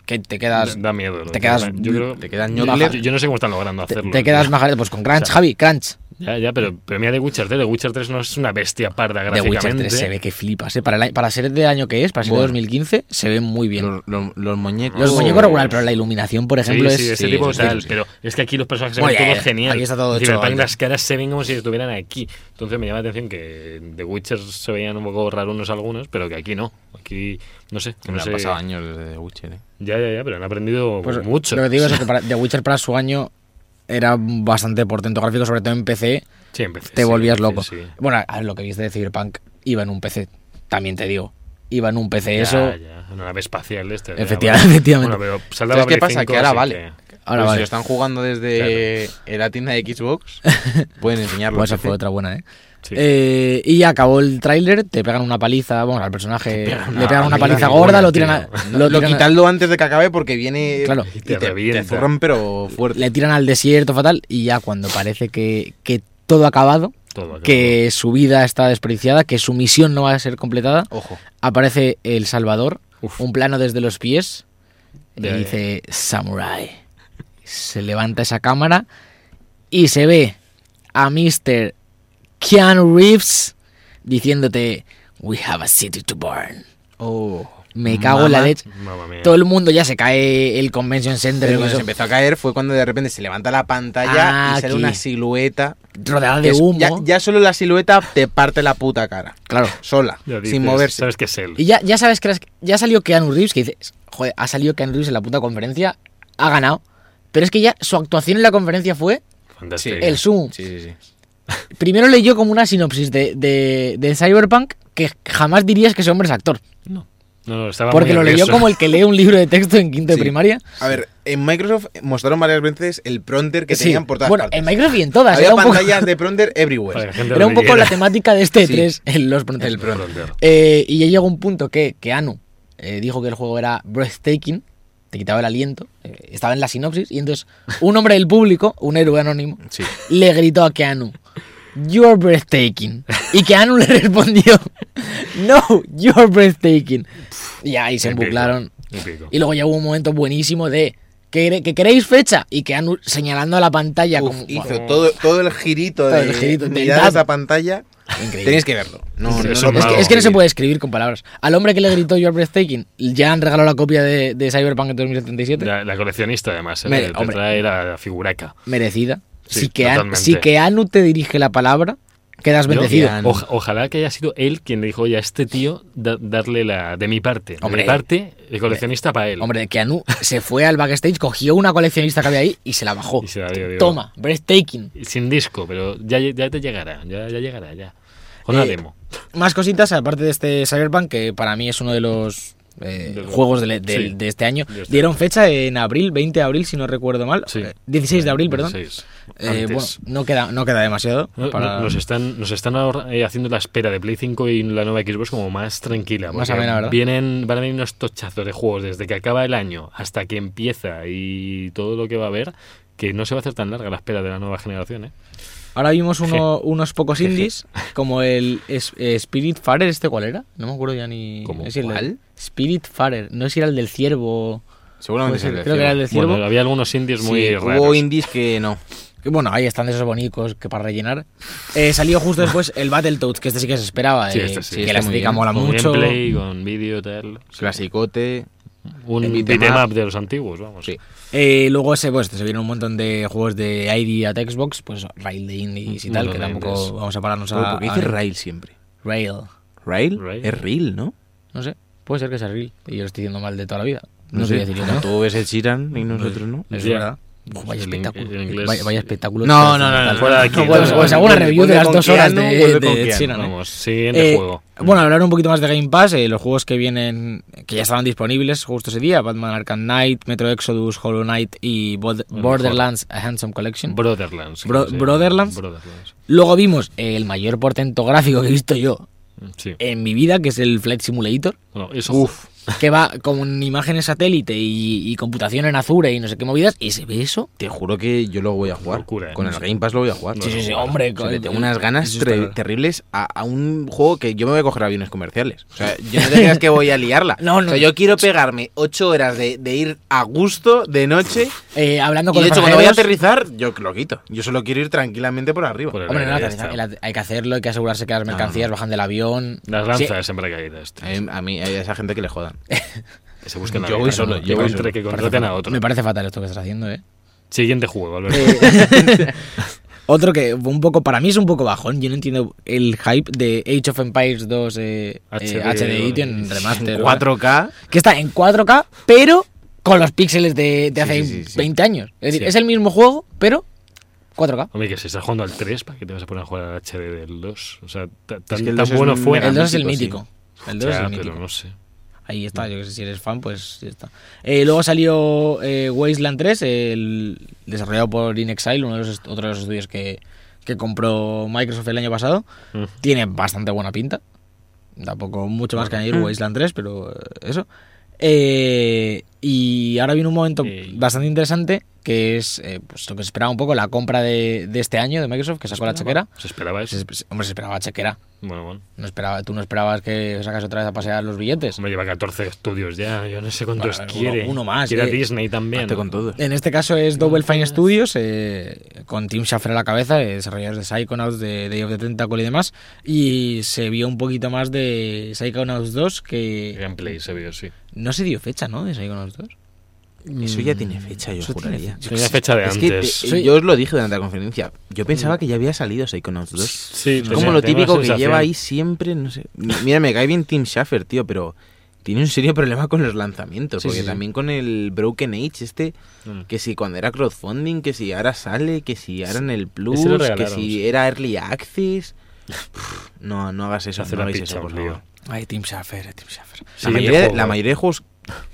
que te Da, quedas... da miedo. ¿no? te quedas- Yo, creo, te quedas yo, ñoqueler. yo no sé cómo están logrando Te, hacerlo. te quedas majare, pues con Crunch, O sea, Javi, Crunch. Ya, ya, pero, pero mira de Witcher 3. De Witcher 3 no es una bestia parda De Witcher gráficamente. 3 se ve que flipas, eh, para, el a- para ser de año que es, para ser Bueno. de 2015, se ve muy bien. Los, Los, los- los muñecos... uh, Los muñecos regular, pero la iluminación, por Sí, ejemplo, sí, es... ese sí, tipo sí, tal, sí. pero es que aquí los personajes se Bueno, ven ya, todos ya, genial. aquí está todo En hecho Cyberpunk antes. las caras se ven como si estuvieran aquí. Entonces me llama la atención que de Witcher se veían un poco rarunos algunos, pero que aquí no. Aquí, no sé. Me no han sé. pasado años desde Witcher, ¿eh? Ya, ya, ya, pero han aprendido Pues mucho. Lo que digo es que para- The Witcher para su año era bastante portento gráfico, sobre todo en PC, Sí, en PC, te sí, volvías en PC, loco. sí. Bueno, a ver, lo que viste de Cyberpunk iba en un PC, también te digo. Iba en un PC, Ya, eso. ya, una nave espacial este. ya, Efectivamente, vale. efectivamente. Bueno, pero saldrá ¿Sabes qué Play pasa? 5, Que ahora así vale. Ahora Pero Si vale. lo están jugando desde eh, la tienda de Xbox, pueden enseñarlo. Pues esa ¿sí? fue otra buena, ¿eh? Sí. Eh, y acabó el tráiler, te pegan una paliza, bueno, al personaje le pegan una paliza paliza gorda, lo tiran, ninguna, a- No, Lo, lo tiran a- quitadlo antes de que acabe porque viene... Claro. Y Y te te, revienta. te zurran, pero fuerte. le tiran al desierto fatal y ya cuando parece que, que todo ha acabado, Todo acabado. que su vida está desperdiciada, que su misión no va a ser completada, Ojo. aparece El Salvador, Uf. un plano desde los pies, Ya, le ya. dice Samurai. Se levanta esa cámara y se ve a Mr. Keanu Reeves diciéndote: We have a city to burn. Me cago en la Mamá. leche. Mamma mía. Todo el mundo ya se cae el Convention Center Pero y cuando se eso, empezó a caer fue cuando de repente se levanta la pantalla Ah, y sale aquí. una silueta. rodeada de Es- humo. Ya, ya solo la silueta te parte la puta cara. Claro. Sola, Ya dices, sin moverse. Sabes que es él. Y ya, ya sabes que las- ya salió Keanu Reeves, que dices, joder, ha salido Keanu Reeves en la puta conferencia, ha ganado. Pero es que ya su actuación en la conferencia fue Fantástico. el sumo. Sí, sí, sí. Primero leyó como una sinopsis de, de, de Cyberpunk que jamás dirías que ese hombre es actor. Ah, No, no, no, estaba Porque muy lo leyó nervioso. como el que lee un libro de texto en quinto Sí. de primaria. A ver, en Microsoft mostraron varias veces el pronter que Sí. tenían por todas Bueno, partes. en Microsoft y en todas. Había Era un, poco, pantallas de pronter Para que everywhere. la gente era un lo poco la leyera. temática de este Sí. 3 en los prontes. El pronto. Frontier. Eh, y ya llegó un punto que, que Anu eh, dijo que el juego era breathtaking, te quitaba el aliento, eh, estaba en la sinopsis, y entonces un hombre del público, un héroe anónimo, Sí. le gritó a Keanu, You're breathtaking. Y Keanu le respondió, No, you're breathtaking. Y ahí se Épico, embuclaron. épico. Y luego ya hubo un momento buenísimo de, ¿que, que queréis fecha? Y Keanu señalando a la pantalla Uf, como... hizo todo, todo el girito Todo de, el girito, de del mirar dado. esa pantalla. Increíble. Tenéis que verlo. No, Sí, no es lo un Es veis. mago. que, es que no se puede escribir con palabras. Al hombre que le gritó You're breathtaking, ya han regalado la copia de, de Cyberpunk en 2077. La, la coleccionista, además, ¿eh? Mire, te hombre. trae la, la figuraca. Merecida. Sí, si, Keanu, totalmente. si Keanu te dirige la palabra, quedas Yo- bendecido. Keanu. oja- ojalá que haya sido él quien le dijo, oye, a este tío, da- darle la de mi parte. De Hombre. mi parte, el coleccionista para él. Hombre, Keanu se fue al backstage, cogió una coleccionista que había ahí y se la bajó. Y se la dio, digo. Toma, breathtaking. Sin disco, pero ya, ya te llegará, ya, ya llegará, ya. Con una Eh, demo. Más cositas, aparte de este Cyberpunk, que para mí es uno de los eh, De los- juegos del- del- sí. de este año. De este Dieron fecha en abril, 20 de abril, si no recuerdo mal. Sí. Eh, 16 de abril, perdón. 16. Eh, bueno, Antes. no queda, no queda demasiado. No- para- no- Nos están, nos están ahora, eh, haciendo la espera de Play 5 y la nueva Xbox como más tranquila. Más porque amena, ¿verdad? Vienen, van a venir unos tochazos de juegos desde que acaba el año hasta que empieza y todo lo que va a haber, que no se va a hacer tan larga la espera de la nueva generación. ¿eh? Ahora vimos uno- unos pocos indies, como el es- eh, Spiritfarer, ¿este cuál era? No me acuerdo ya ni... ¿Cómo? es el del- ¿Cuál? Spiritfarer, no sé si era el del ciervo. Seguramente puede se ser, le creo que decía. era el del ciervo. Bueno, había algunos indies muy Sí, raros. hubo indies que no. Que bueno, ahí están esos bonicos que para rellenar. Eh, salió justo después el Battletoads, que este sí que se esperaba. Sí, eh, este sí, que este la muy estética bien. mola con mucho. gameplay, con vídeo, tal. Sí. Clasicote. Un el beat'em beat'em em up. up de los antiguos, vamos. Sí. Eh, luego ese, pues, se vieron un montón de juegos de ID a Xbox, pues Rail de Indies y Un tal, montón que de tampoco indies. vamos a pararnos a... ¿Por qué a- dice Rail siempre? Rail. ¿Rail? Rail. Es Rail, ¿no? No sé, puede ser que sea Rail. Y yo lo estoy diciendo mal de toda la vida. No, sé decir yo que no. Tú ves el Chiran y nosotros no. Es Ya. verdad. Buah, vaya El ing- el espectáculo. inglés- Vaya, vaya espectáculo. No, no, no, no, fuera de aquí. Bueno, no, pues no, hago una vuelve- review de vuelve las con dos horas Keanu, de, vuelve de con Ed Keanu, Sheeran, ¿eh? Vamos, siguiente Eh, juego. Bueno, hablar un poquito más de Game Pass, eh, los juegos que vienen, que ya estaban disponibles justo ese día, Batman Arkham Knight, Metro Exodus, Hollow Knight y Bod- mejor. Borderlands A Handsome Collection. Brotherlands. Bro- sí. Brotherlands. Brotherlands. Luego vimos eh, el mayor portento gráfico que he visto yo Sí. en mi vida, que es el Flight Simulator, Bueno, eso. que va con imágenes satélite y, y computación en Azure y no sé qué movidas, y se ve eso. Te juro que yo lo voy a jugar. Locura, ¿eh? Con el Game Pass lo voy a jugar. Sí, sí, sí, hombre, O sea, le tengo con- unas ganas eso está tre- claro. terribles a, a un juego que yo me voy a coger aviones comerciales. O sea, yo no te creas que voy a liarla. No, no. O sea, yo quiero pegarme ocho horas de, de ir a gusto de noche. Eh, hablando Y con de los hecho, cuando voy a pasajeros- aterrizar, yo lo quito. Yo solo quiero ir tranquilamente por arriba. Por el Hombre, no, aire, ya aterrizar- está. el- hay que hacerlo, hay que asegurarse que las mercancías bajan del avión. Las Sí, lanzas en paracaídas. tío. A mí- a mí, a esa gente que le jodan. Que Se buscan Yo voy solo, yo voy entre solo. que parece contraten a fatal. otro. Me parece fatal esto que estás haciendo, ¿eh? Siguiente juego, Alberto. Otro que fue un poco, para mí es un poco bajón. Yo no entiendo el hype de Age of Empires 2 eh, HD, eh, HD Edition bueno, Remaster. ¿verdad? 4K. Que está en 4K, pero con los píxeles de, de Sí, hace sí, sí, sí. 20 años. Es decir, Sí. es el mismo juego, pero 4K. Hombre, que si estás jugando al 3, ¿para qué te vas a poner a jugar al HD del 2? O sea, ta- tan, que el tan 2 es bueno un fue. mega El 2 es el mítico, mítico. El 2 es Ya, el pero mítico. no sé. Ahí está, yo que sé si eres fan, pues ya está. Eh, luego salió eh, Wasteland 3, el desarrollado por InXile, uno de los est- otro de los estudios que, que compró Microsoft el año pasado. Mm. Tiene bastante buena pinta. Tampoco mucho más que añadir Wasteland 3, pero eh, eso. Eh, y ahora viene un momento Eh. bastante interesante, que es eh, pues, lo que se esperaba un poco, la compra de, de este año de Microsoft, que sacó la chequera. ¿Se esperaba eso? Se- se- hombre, se esperaba chequera. Bueno, bueno. No esperaba, tú no esperabas que sacas otra vez a pasear los billetes. Hombre, lleva 14 estudios ya. Yo no sé cuántos Bueno, uno- quiere. uno más, Quiere a eh. Disney también. Hazte con todos. En este caso es Double Fine Studios, eh, con Tim Schafer a la cabeza, eh, desarrolladores de Psychonauts, de Day of the Tentacle y demás. Y se vio un poquito más de Psychonauts 2, que Gameplay se vio, sí. no se dio fecha, ¿no? De Psychonauts 2. Eso ya tiene fecha, yo juraría. Tenía fecha de Es que antes. te- Soy- yo os lo dije durante la conferencia. Yo pensaba que ya había salido Psychonauts 2. sí, Es tenía- como lo tenía típico la que sensación. lleva ahí siempre, no sé. M- Mira, me cae bien Tim Schafer, tío, pero tiene un serio problema con los lanzamientos. Sí, porque sí, sí. también con el Broken Age este, Mm. que si cuando era crowdfunding, que si ahora sale, que si ahora en el Plus, ese lo que regalaron, sí. si era Early Access. Pff, No, no hagas eso, Hace no la hagáis pizza, eso, por un lío. favor. Ay, Tim Schafer, Tim Schafer. La Siguiente mayoría, juego. la mayoría de juegos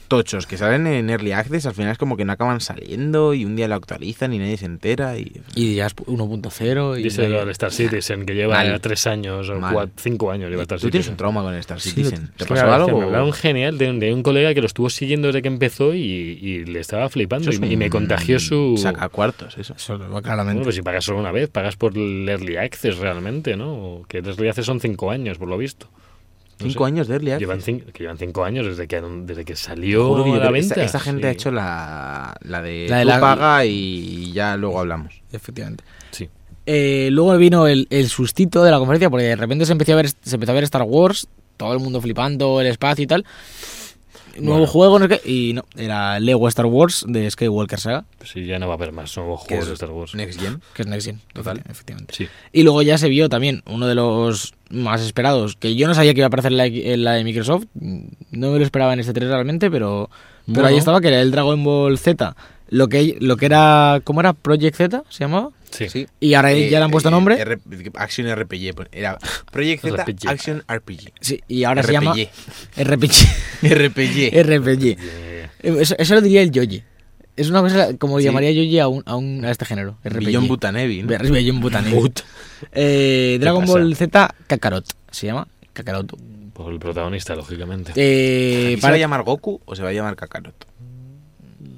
tochos que salen en Early Access, al final es como que no acaban saliendo y un día lo actualizan y nadie se entera. Y... Y ya es 1.0 y... Dice lo del Star Citizen, que lleva Mal. ya tres años o Mal. cuatro, cinco años lleva Star Tú tienes un Citizen. trauma con el Star Sí, Citizen. lo- ¿Te Es que pasó me- es que algo? Me hablaron genial de, un- de un colega que lo estuvo siguiendo desde que empezó y, y le estaba flipando Eso y, es me- y me un contagió su... Saca cuartos, eso. Eso, Bueno, claramente. pues si pagas solo una vez, pagas por el Early Access realmente, ¿no? Que el Early Access son cinco años, por lo visto. No Cinco sé. años de Early Access. Llevan cinco, que llevan cinco años desde que, anun- desde que salió Juro que yo a la creo que esa- venta. Esa, gente Sí, ha hecho la, la de La de tú la- paga y ya luego hablamos. Efectivamente. Sí. Eh, luego vino el, el sustito de la conferencia, porque de repente se empezó, a ver, se empezó a ver Star Wars, todo el mundo flipando, el espacio y tal. Nuevo juego, no sé qué, Y no, era Lego Star Wars de Skywalker Saga, Pues sí, ya no va a haber más nuevos Que juegos es de Star Wars. Next Gen. que es Next Gen. Total. efecti- Efectivamente. Sí. Y luego ya se vio también uno de los más esperados, que yo no sabía que iba a aparecer en la, en la de Microsoft. No me lo esperaba en este 3 realmente, pero, pero Bueno. ahí estaba, que era el Dragon Ball Z. Lo que, lo que era, ¿cómo era? Project Z, ¿se llamaba? Sí. Y ahora Eh, ya le han puesto eh, nombre. R- Action RPG. pon- Era Project Z RPG. Action RPG. Sí, y ahora se llama RPG. RPG. RPG. RPG. Eh, Eso, eso lo diría el Yoji. Es una cosa como Sí. llamaría Yoji a, un, a, un- a este género. RPG. Beyond Butanevi, ¿no? Ver- Beyond Butane. Eh, Dragon pasa? Ball Z Kakarot. ¿Se llama? Kakarot. por el protagonista, lógicamente. Eh, ¿Y ¿Se va para- a llamar Goku o se va a llamar Kakarot?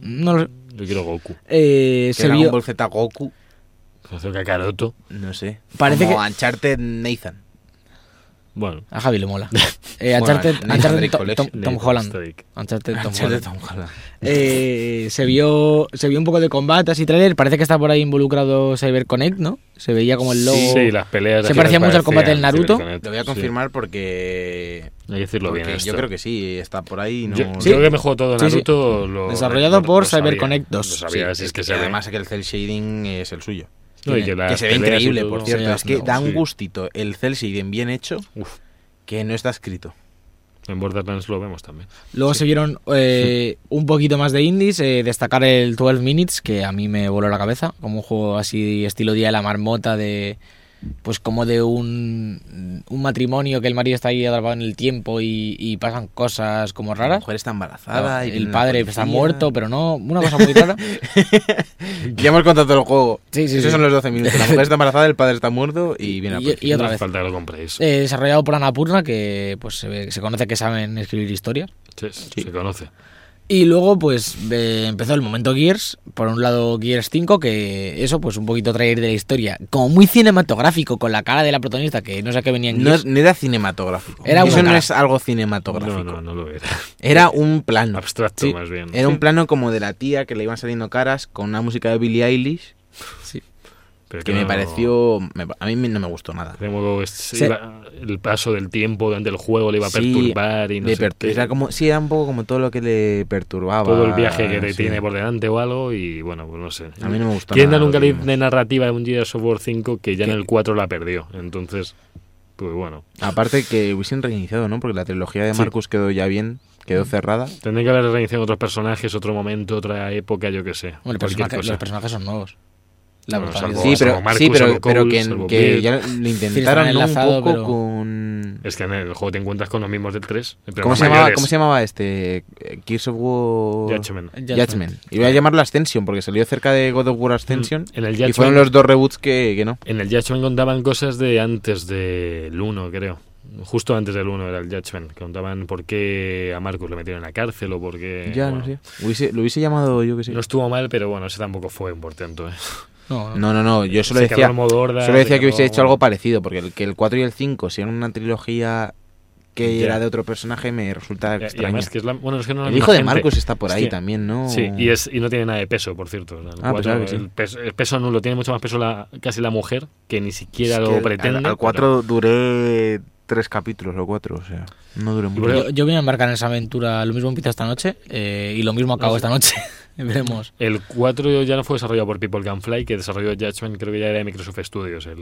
No lo sé. Yo quiero Goku. Eh, ¿Se se Dragon vio- Ball Z Goku? Hacer Kakaroto. No sé. Parece Como que- Uncharted Nathan. bueno. A Javi le mola. Eh, Bueno, Uncharted, Nathan Uncharted Drake Tom- Collection, Tom, Nathan Tom Holland. Drake. Uncharted Tom Uncharted Holland. Tom Holland. Eh, se, vio, se vio un poco de combate así trailer. Parece que está por ahí involucrado CyberConnect, ¿no? Se veía como el logo. Sí, las peleas. Se aquí parecía las mucho al combate del parecían, Naruto. Cyberconnect. Lo voy a Sí. confirmar porque... Hay que decirlo bien. porque esto. yo creo que sí, está por ahí. No, Yo, no- yo ¿Sí? creo que me juego todo Sí, sí. Naruto. lo- Desarrollado lo- por lo sabía. Cyberconnect Lo 2. sabía, Sí, si es que y se ve. además que el cel shading es el suyo. No, y que la se ve pelea es increíble, todo- por cierto. Sí, es que no, da un sí. gustito el cel shading bien hecho Uf, que no está escrito. en Borderlands lo vemos también. Luego se vieron eh, un poquito más de indies, eh, destacar el 12 Minutes, que a mí me voló la cabeza, como un juego así estilo Día de la Marmota, de pues como de un, un matrimonio que el marido está ahí atrapado en el tiempo y, y pasan cosas como La raras. mujer está Ah, embarazada. y viene la el padre policía. está muerto, pero no, una cosa muy rara. Ya hemos contado todo el juego. Sí, sí, Esos sí. son los 12 minutos. La mujer está embarazada, el padre está muerto y viene la Y- policía. y otra No hace vez. falta que lo compréis. Eh, desarrollado por Anapurna, que pues se, ve- se conoce que saben escribir historias. Sí, Se conoce. Y luego, pues, eh, empezó el momento Gears. Por un lado, Gears 5, que eso, pues, un poquito traer de la historia. Como muy cinematográfico, con la cara de la protagonista, que no sé a qué venía en No, Gears. es- no era cinematográfico. Era Eso una no cara. es algo No, cinematográfico. no, no lo era. Era un plano. Abstracto, más bien. Era un plano como de la tía que le iban saliendo caras con una música de Billie Eilish Pero que no- me pareció. me- a mí me- no me gustó nada. Creo que se Se- iba- el paso del tiempo durante el juego le iba a Sí, perturbar y no le sé pertur- qué. era como, sí, era un poco como todo lo que le perturbaba. todo el viaje que le Ah, sí. tiene por delante o algo y bueno, pues no sé. A mí no me gustó Quieren dar nada un lo que cariz vimos. de narrativa de un Gears of War 5 que ya en Que- el 4 la perdió. Entonces, pues bueno. Aparte que hubiesen reiniciado, ¿no? Porque la trilogía de Sí. Marcus quedó ya bien, quedó cerrada. Tendría que haber reiniciado otros personajes, otro momento, otra época, yo qué sé. Hombre, el cualquier personaje- cosa. los personajes son nuevos. La Bueno, protagonista. salvo- sí, salvo pero, Marcus, sí, pero, salvo Cole, pero que, salvo que Bill. ya lo intentaron ¿no? un enlazado, poco pero- con... Es que en el juego te encuentras con los mismos del 3. pero ¿Cómo más se, llamaba, mayores. ¿Cómo se llamaba este? Eh, Gears of War... Judgment. Judgment. Iba a llamarlo Ascension porque salió cerca de God of War Ascension. En el Mm. Y fueron Judgment, los dos reboots que, que no. en el Judgment contaban cosas de antes del 1, creo. Justo antes del 1 era el Judgment. Contaban por qué a Marcus le metieron en la cárcel o por qué... ya, Eh, bueno. no sé. Hubiese- lo hubiese llamado yo que sé. No estuvo mal, pero bueno, ese tampoco fue un portento. ¿eh? No, no. No, no, no. Yo solo Se decía... quedó Almodóvar, Solo decía se que hubiese quedó- hecho algo parecido, porque el, que el 4 y el 5 sean una trilogía que Ya. era de otro personaje me resulta Y- y extraño. además que es la- bueno, es que no es la el misma hijo de gente. Marcus está por Es ahí que- también, ¿no? Sí, y, es, y no tiene nada de peso, por cierto. O sea, el Ah, cuatro- pensaba que sí. el, peso, el peso nulo tiene mucho más peso la, casi la mujer, que ni Es siquiera que lo al- pretende. Al 4 duré tres capítulos o cuatro, o sea, no duré mucho. Pero- Yo, yo voy a embarcar en esa aventura. Lo mismo empieza esta noche eh, y lo mismo acabo esta noche. Veremos. pero El 4 ya no fue desarrollado por People Can Fly, que desarrolló Judgment, creo que ya era de Microsoft Studios, el,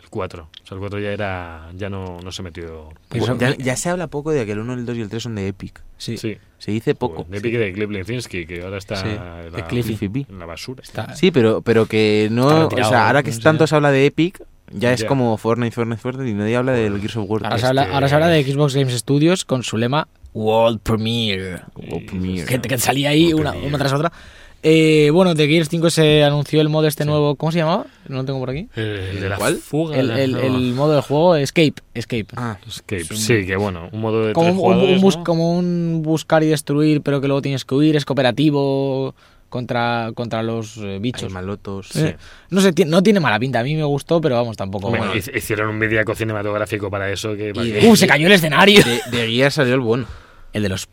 el 4. O sea, el 4 ya era ya no, no se metió. Pero Bueno, ya, eso- ya se habla poco de que el 1, el 2 y el 3 son de Epic. Sí. Sí. Se dice poco. Pues De Epic y de Cliff Lesinski, que ahora está Sí, en, de la, Cliff. Cliffy B. en la basura. Está- Sí, pero, pero que no. Está o retirado, sea, ahora no que sé. tanto se habla de Epic, Ya es Ya. como Fortnite, Fortnite, Fortnite y nadie habla del Gears of War. Ahora, Ah, se habla, este- ahora se habla de Xbox Games Studios con su lema World Premiere. Oh, mierda. Que, que salía ahí World una, Premiere. una tras otra. Eh, bueno, de Gears 5 se anunció el modo este nuevo. ¿Cómo se llamaba? No lo tengo por aquí. El, el de la ¿Cuál? fuga. El, la- el- no. el modo del juego Escape. Escape. Ah, Escape. Sí, que bueno, un modo de como, tres un, un- jugadores, un bus- ¿no? como un buscar y destruir, pero que luego tienes que huir. Es cooperativo contra, contra los eh, bichos. hay malotos. Eh, No sé, ti- no tiene mala pinta. A mí me gustó, pero vamos, tampoco. Bueno, bueno. hic- hicieron un videaco cinematográfico para eso. Que, para Y que- de- ¡Uh, se cayó el escenario! De, de Gears salió el bueno. El de los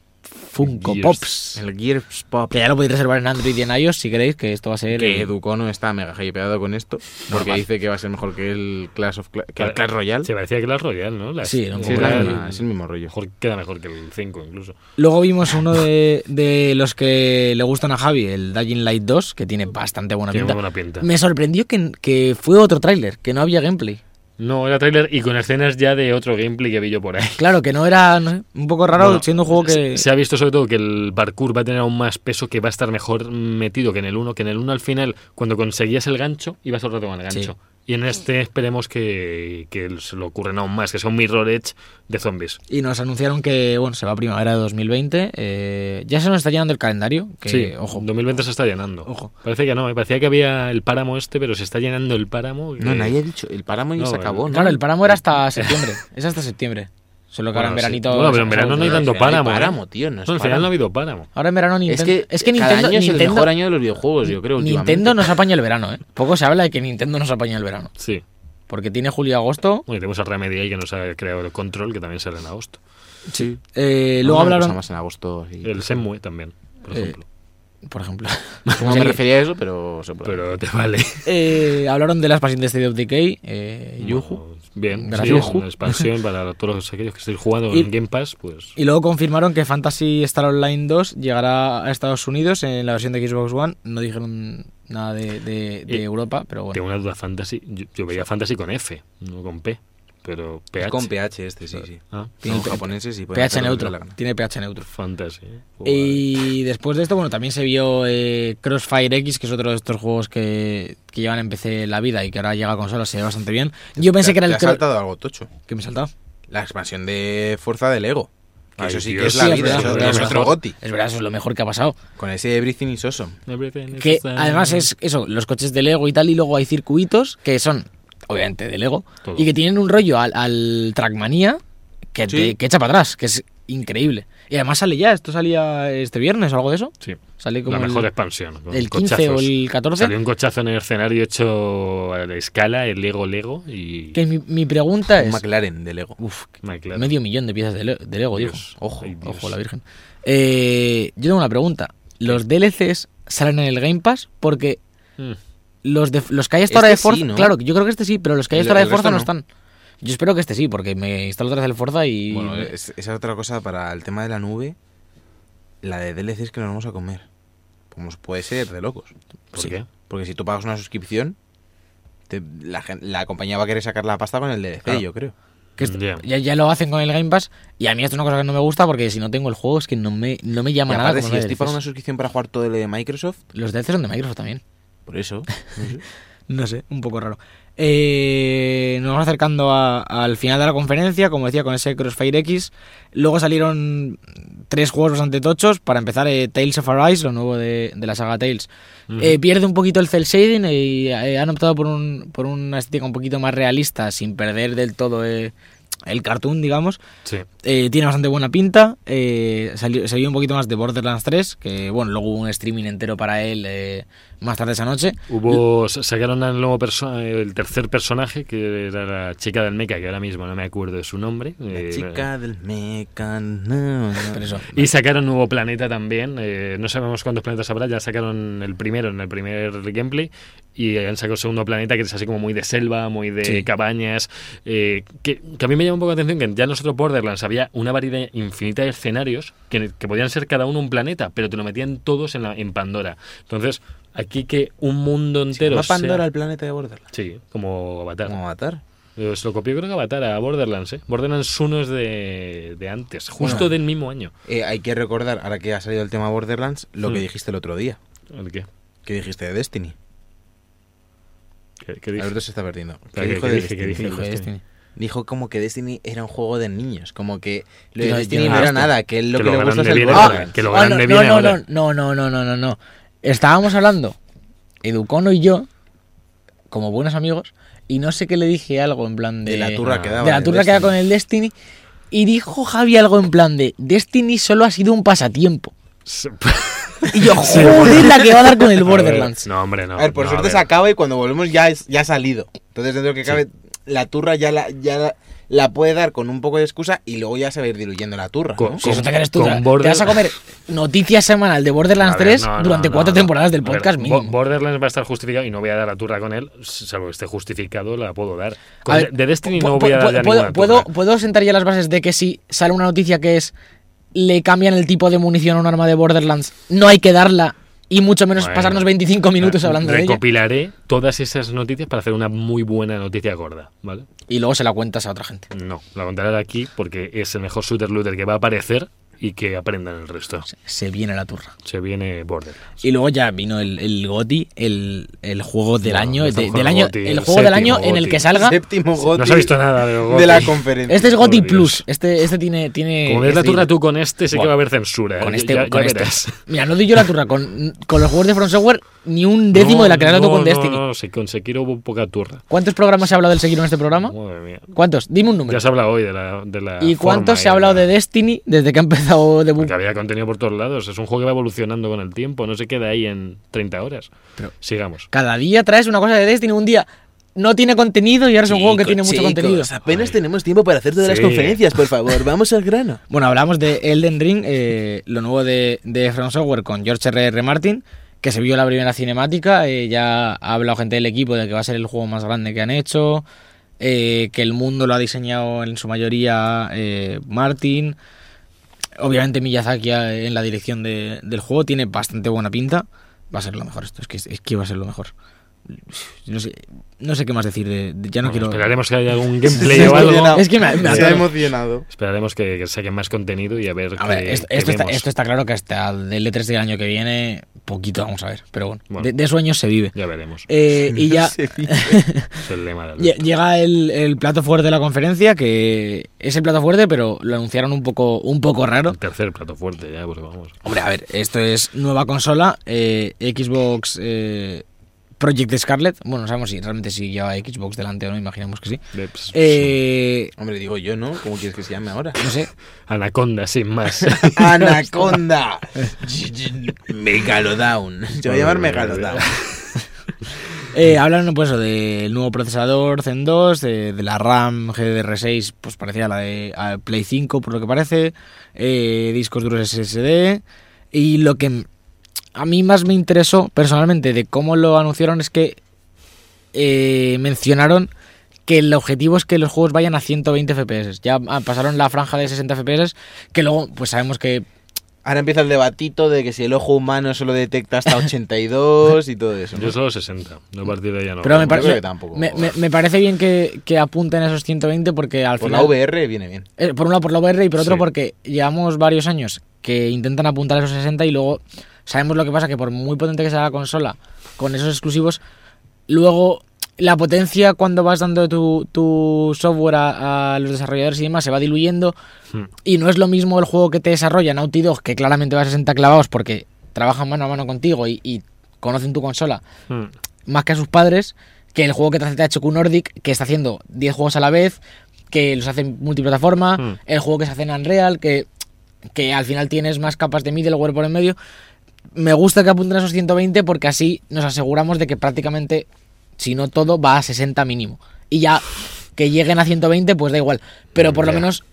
Funko Dios. Pops. El Gears Pop. Que ya lo podéis reservar en Android y en iOS si queréis, que esto va a ser. Que eh, Educono está mega hypeado con esto. Porque dice que va a ser mejor que el Clash of Cla- que Claro. el Clash Royale. Se parecía a Clash Royale, ¿no? La- Sí, era un Sí, es, poco la el- misma- es el mismo rollo. Mejor, queda mejor que el 5 incluso. Luego vimos uno de, de los que le gustan a Javi, el Dying Light 2, que tiene bastante buena Tiene pinta. muy buena pinta. Me sorprendió que, que fue otro tráiler, que no había gameplay. No, era tráiler y con escenas ya de otro gameplay que vi yo por ahí. Claro, que no era no sé, un poco raro Bueno, siendo un juego que. se- Se ha visto sobre todo que el parkour va a tener aún más peso, que va a estar mejor metido que en el 1, que en el 1 al final, cuando conseguías el gancho, ibas todo el rato con el gancho. Sí. Y en este esperemos que, que se lo ocurren aún más, que sea un mirror edge de zombies. Y nos anunciaron que bueno se va a primavera de 2020. eh, ya se nos está llenando el calendario. Que, sí, ojo. 2020 se está llenando. Ojo. Parece que no, me parecía que había el páramo este, pero se está llenando el páramo. No, que- nadie ha dicho. El páramo ya no, se acabó, ¿no? Claro, el páramo era hasta septiembre. es hasta septiembre. Solo que ahora en Bueno, sí. veranito. Bueno, pero en se- verano no hay No, tanto al final hay páramo. ¿eh? páramo, tío, no es al final páramo. no ha habido páramo. Ahora en verano Nintendo. Es que, cada Nintendo, año es el Nintendo- mejor año de los videojuegos, yo creo. Nintendo últimamente. nos apaña el verano, ¿eh? Poco se habla de que Nintendo nos apaña el verano. Sí. Porque tiene julio y agosto. Bueno, y tenemos a Remedy ahí que nos ha creado el control, que también sale en agosto. Sí. Eh, No, luego no, cosa hablaron. más en agosto. sí. El Senmue también, por Eh, ejemplo. Por ejemplo. No me refería a eso, pero se puede. Pero te vale. Eh, hablaron de las Pass de State of Decay. Eh, Yuhu. Bueno, Bien, Gracias. sí, es Yuhu. una expansión para todos aquellos que estéis jugando Y- en Game Pass, pues Y luego confirmaron que Fantasy Star Online 2 llegará a Estados Unidos en la versión de Xbox One. No dijeron nada de, de- de Eh, Y- Europa, pero tengo bueno. una duda fantasy. Yo, yo veía fantasy con F, no con P, pero PH. Es con PH este, sí, sí. Ah, Tiene Son P- japoneses y pueden PH hacer lo que les dé neutro. la gana. Tiene PH neutro. fantasy. eh. Y después de esto, bueno, también se vio eh, Crossfire X, que es otro de estos juegos que, que llevan en PC la vida y que ahora llega a consolas, se ve bastante bien. Yo pensé Te- que era te el ha cro- saltado algo tocho. que me he saltado. La expansión de fuerza del ego. Que Ay, eso sí Dios, que es sí, la es vida. verdad, eso es es verdad. otro goti. Es verdad, eso es lo mejor que ha pasado. Con ese Everything is Awesome. Everything is Que fine. además es eso, los coches de Lego y tal, y luego hay circuitos que son, obviamente, de Lego, Todo. y que tienen un rollo al, al Trackmania que, Sí. te- que echa para atrás, que es increíble. Y además sale ya, esto salía este viernes o algo de eso. Sí, Sale como la mejor el, expansión. con el 15 o cochazos. el 14. Salió un cochazo en el escenario hecho a la escala, el Lego Lego y. Que mi, mi pregunta Un es... McLaren del ego. Uf, Ay, claro. medio millón de piezas de, le- de Lego, digo. Dios, Ojo, ay, Dios. ojo, la Virgen. Eh, yo tengo una pregunta. ¿Los DLCs salen en el Game Pass? Porque Mm. los, de, los que hay hasta ahora de Este sí, Forza... ¿no? Claro, yo creo que este sí, pero los que hay El- hasta ahora el de Forza no. resto están. Yo espero que este sí, porque me instalo otra vez el Forza y... Bueno, eh, es- esa es otra cosa para el tema de la nube. La de DLCs que nos vamos a comer. Como puede ser de locos. ¿Por Sí. qué? Porque si tú pagas una suscripción, te- la, gen- la compañía va a querer sacar la pasta con el DLC, Claro. yo creo. que esto- ya. ya, ya lo hacen con el Game Pass y a mí esto es una cosa que no me gusta porque si no tengo el juego es que no me, no me llama y nada. aparte, como si los estoy pagando una DLCs. suscripción para jugar todo el de Microsoft, Los DLCs son de Microsoft también. por eso. no sé. No sé, un poco raro. Eh, nos vamos acercando a- al final de la conferencia, como decía, con ese Crossfire X. Luego salieron tres juegos bastante tochos. Para empezar, eh, Tales of Arise, lo nuevo de, de la saga Tales. Eh, pierde un poquito el cel shading y eh, han optado por, un, por una estética un poquito más realista, sin perder del todo eh, el cartoon, digamos. Sí. Eh, tiene bastante buena pinta. Eh, salió, se vio un poquito más de Borderlands 3, que bueno, luego hubo un streaming entero para él eh, más tarde esa noche. Hubo, sa- sacaron al nuevo perso- el tercer personaje, que era la chica del mecha, que ahora mismo no me acuerdo de su nombre. eh, La chica del mecano. Pero eso, Y sacaron nuevo planeta también. eh, no sabemos cuántos planetas habrá. Ya sacaron el primero en el primer gameplay. Y han sacado el segundo planeta que es así como muy de selva, muy de Sí. cabañas. eh, que, que a mí me llama un poco la atención que ya en los otros Borderlands había una variedad infinita de escenarios que, que podían ser cada uno un planeta, pero te lo metían todos en, la, en Pandora. Entonces, aquí que un mundo entero. ¿Va sea- Pandora al Ah. planeta de Borderlands? Sí, como Avatar. ¿Cómo matar? Eh, Se lo copió creo que Avatar a Borderlands, ¿eh? Borderlands 1 es de, de antes, justo Bueno. del mismo año. Eh, hay que recordar, ahora que ha salido el tema Borderlands, lo Mm. que dijiste el otro día. ¿El qué? Que dijiste de Destiny. ¿Qué, qué dije? Alberto se está perdiendo. Claro, ¿Qué que- dijo que de dije, que Destiny? dije. Hijo de Destiny. Dijo como que Destiny era un juego de niños, como que lo Yo- de yo Destiny no no he era visto. nada, que él lo Que que, lo le gusta es grande el viene Valorant. ahora, que lo Ah, no, grande viene no, ahora. no, no, no, no, no, no. Estábamos hablando, Educono y yo, como buenos amigos, y no sé qué le dije algo en plan de. De la turra Ah. que de daba. la del turra que da Destiny. con el Destiny. Y dijo Javi algo en plan de Destiny solo ha sido un pasatiempo. Y yo, joder, la que va a dar con el Borderlands. No, hombre, no. A ver, por no, suerte ver. se acaba y cuando volvemos ya, es- ya ha salido. Entonces, dentro de lo que cabe, la turra ya la, ya la, la puede dar con un poco de excusa y luego ya se va a ir diluyendo la turra. Co- ¿no? Si eso te crees tú, Con te- te Border- vas a comer noticias semanal de Borderlands A ver, 3 no, no, durante no, cuatro no. temporadas del A ver, podcast Bo- mínimo. Borderlands va a estar justificado y no voy a dar la turra con él, salvo que esté justificado, la puedo dar. Con A de- ver, de Destiny pu- no pu- voy a pu- dar ya puedo, ninguna puedo, turra. puedo sentar ya las bases de que si sale una noticia que es le cambian el tipo de munición a un arma de Borderlands, no hay que darla y mucho menos Bueno. eh, pasarnos 25 minutos hablando de ella. Recopilaré todas esas noticias para hacer una muy buena noticia gorda, ¿vale? Y luego se la cuentas a otra gente. No, la contaré aquí porque es el mejor shooter looter que va a aparecer y que aprendan el resto. Se- Se viene la turra. Se viene Borderlands. Y luego ya vino el, el GOTI, el, el juego del Bueno, año, empezó de- con del el año GOTY, el el juego del séptimo año en el GOTY. que salga. Séptimo goti No se ha visto nada de, de la Gothic. conferencia. Este es Por GOTI Dios. Plus. Este, este tiene, tiene. Como ves la este turra tiene- tú con este, sí que Buah. va a haber censura. ¿eh? Con este, ya, ya con este. verás. Mira, no doy yo la turra. Con, con los juegos de From Software, ni un décimo No, de la que le he dado no, con este no, Destiny. No, sí, con Sekiro hubo poca turra. ¿Cuántos programas se ha hablado del Sekiro en este programa? Madre mía. ¿Cuántos? Dime un número. Ya se ha hablado hoy de la. De la ¿Y cuántos forma se ha hablado la- de Destiny desde que ha empezado de Porque había contenido por todos lados. Es un juego que va evolucionando con el tiempo. No se queda ahí en 30 horas. Sigamos. Cada día traes una cosa de Destiny, un día no tiene contenido y ahora es un juego que tiene mucho contenido. Apenas Ay. tenemos tiempo para hacer todas Sí. las conferencias, por favor. Vamos al grano. Bueno, hablamos de Elden Ring, eh, lo nuevo de, de From Software con George R.R. Martin, que se vio la primera cinemática. eh, ya ha hablado gente del equipo de que va a ser el juego más grande que han hecho, eh, que el mundo lo ha diseñado en su mayoría eh, Martin. Obviamente Miyazaki eh, en la dirección de- del juego tiene bastante buena pinta. Va a ser lo mejor esto, es que, es que va a ser lo mejor. No sé, no sé qué más decir, de- de- ya no Bueno, quiero... Esperaremos que haya algún Sí, gameplay sí, o sí, algo. no. Es que me- me Se ha atoro. emocionado. Esperaremos que, que saquen más contenido y a ver. A ver, qué- esto, qué esto está, vemos. esto está claro que hasta el E3 del año que viene, poquito vamos a ver. Pero bueno, Bueno. De, de sueños se vive. Ya veremos. Eh, y ya Es el lema de lle- Alberto. llega el, el plato fuerte de la conferencia, que es el plato fuerte, pero lo anunciaron un poco, un poco raro. El tercer plato fuerte, ya, pues vamos. Hombre, a ver, esto es nueva consola, eh, Xbox eh, Project Scarlet. Bueno, no sabemos si realmente si lleva Xbox delante o no, imaginamos que sí. De- pues, Eh, Hombre, digo yo, ¿no? ¿Cómo quieres que se llame ahora? no sé, Anaconda, sin más. Anaconda. Megalodown. Se va a llamar Megalodown. Eh, hablan pues, eso, del nuevo procesador Zen 2, de, de la RAM GDR6, pues parecía la de a Play 5, por lo que parece, eh, discos duros SSD. Y lo que m- a mí más me interesó personalmente de cómo lo anunciaron es que eh, mencionaron que el objetivo es que los juegos vayan a 120 FPS. Ya ah, pasaron la franja de 60 FPS, que luego pues sabemos que Ahora empieza el debatito de que si el ojo humano solo detecta hasta 82 y todo eso. ¿no? Yo solo 60. No a partir de ya no. Mm. Pero me, yo pare- creo que me- tampoco. me- me- me parece bien que, que apunten a esos 120 porque al Por final... Pues la VR viene bien. Eh, Por un lado por la VR y por otro Sí. porque llevamos varios años que intentan apuntar a esos 60 y luego sabemos lo que pasa, que por muy potente que sea la consola, con esos exclusivos, luego la potencia cuando vas dando tu, tu software a, a los desarrolladores y demás se va diluyendo Hmm. y no es lo mismo el juego que te desarrolla Naughty Dog, que claramente va a 60 clavados porque trabajan mano a mano contigo y, y conocen tu consola Hmm. más que a sus padres, que el juego que te hace THQ Nordic, que está haciendo 10 juegos a la vez, que los hace en multiplataforma, Mm. el juego que se hace en Unreal, que, que al final tienes más capas de middleware por en medio. Me gusta que apunten a esos 120 porque así nos aseguramos de que prácticamente, si no todo, va a 60 mínimo. Y ya que lleguen a 120, pues da igual. Pero por lo Ya. menos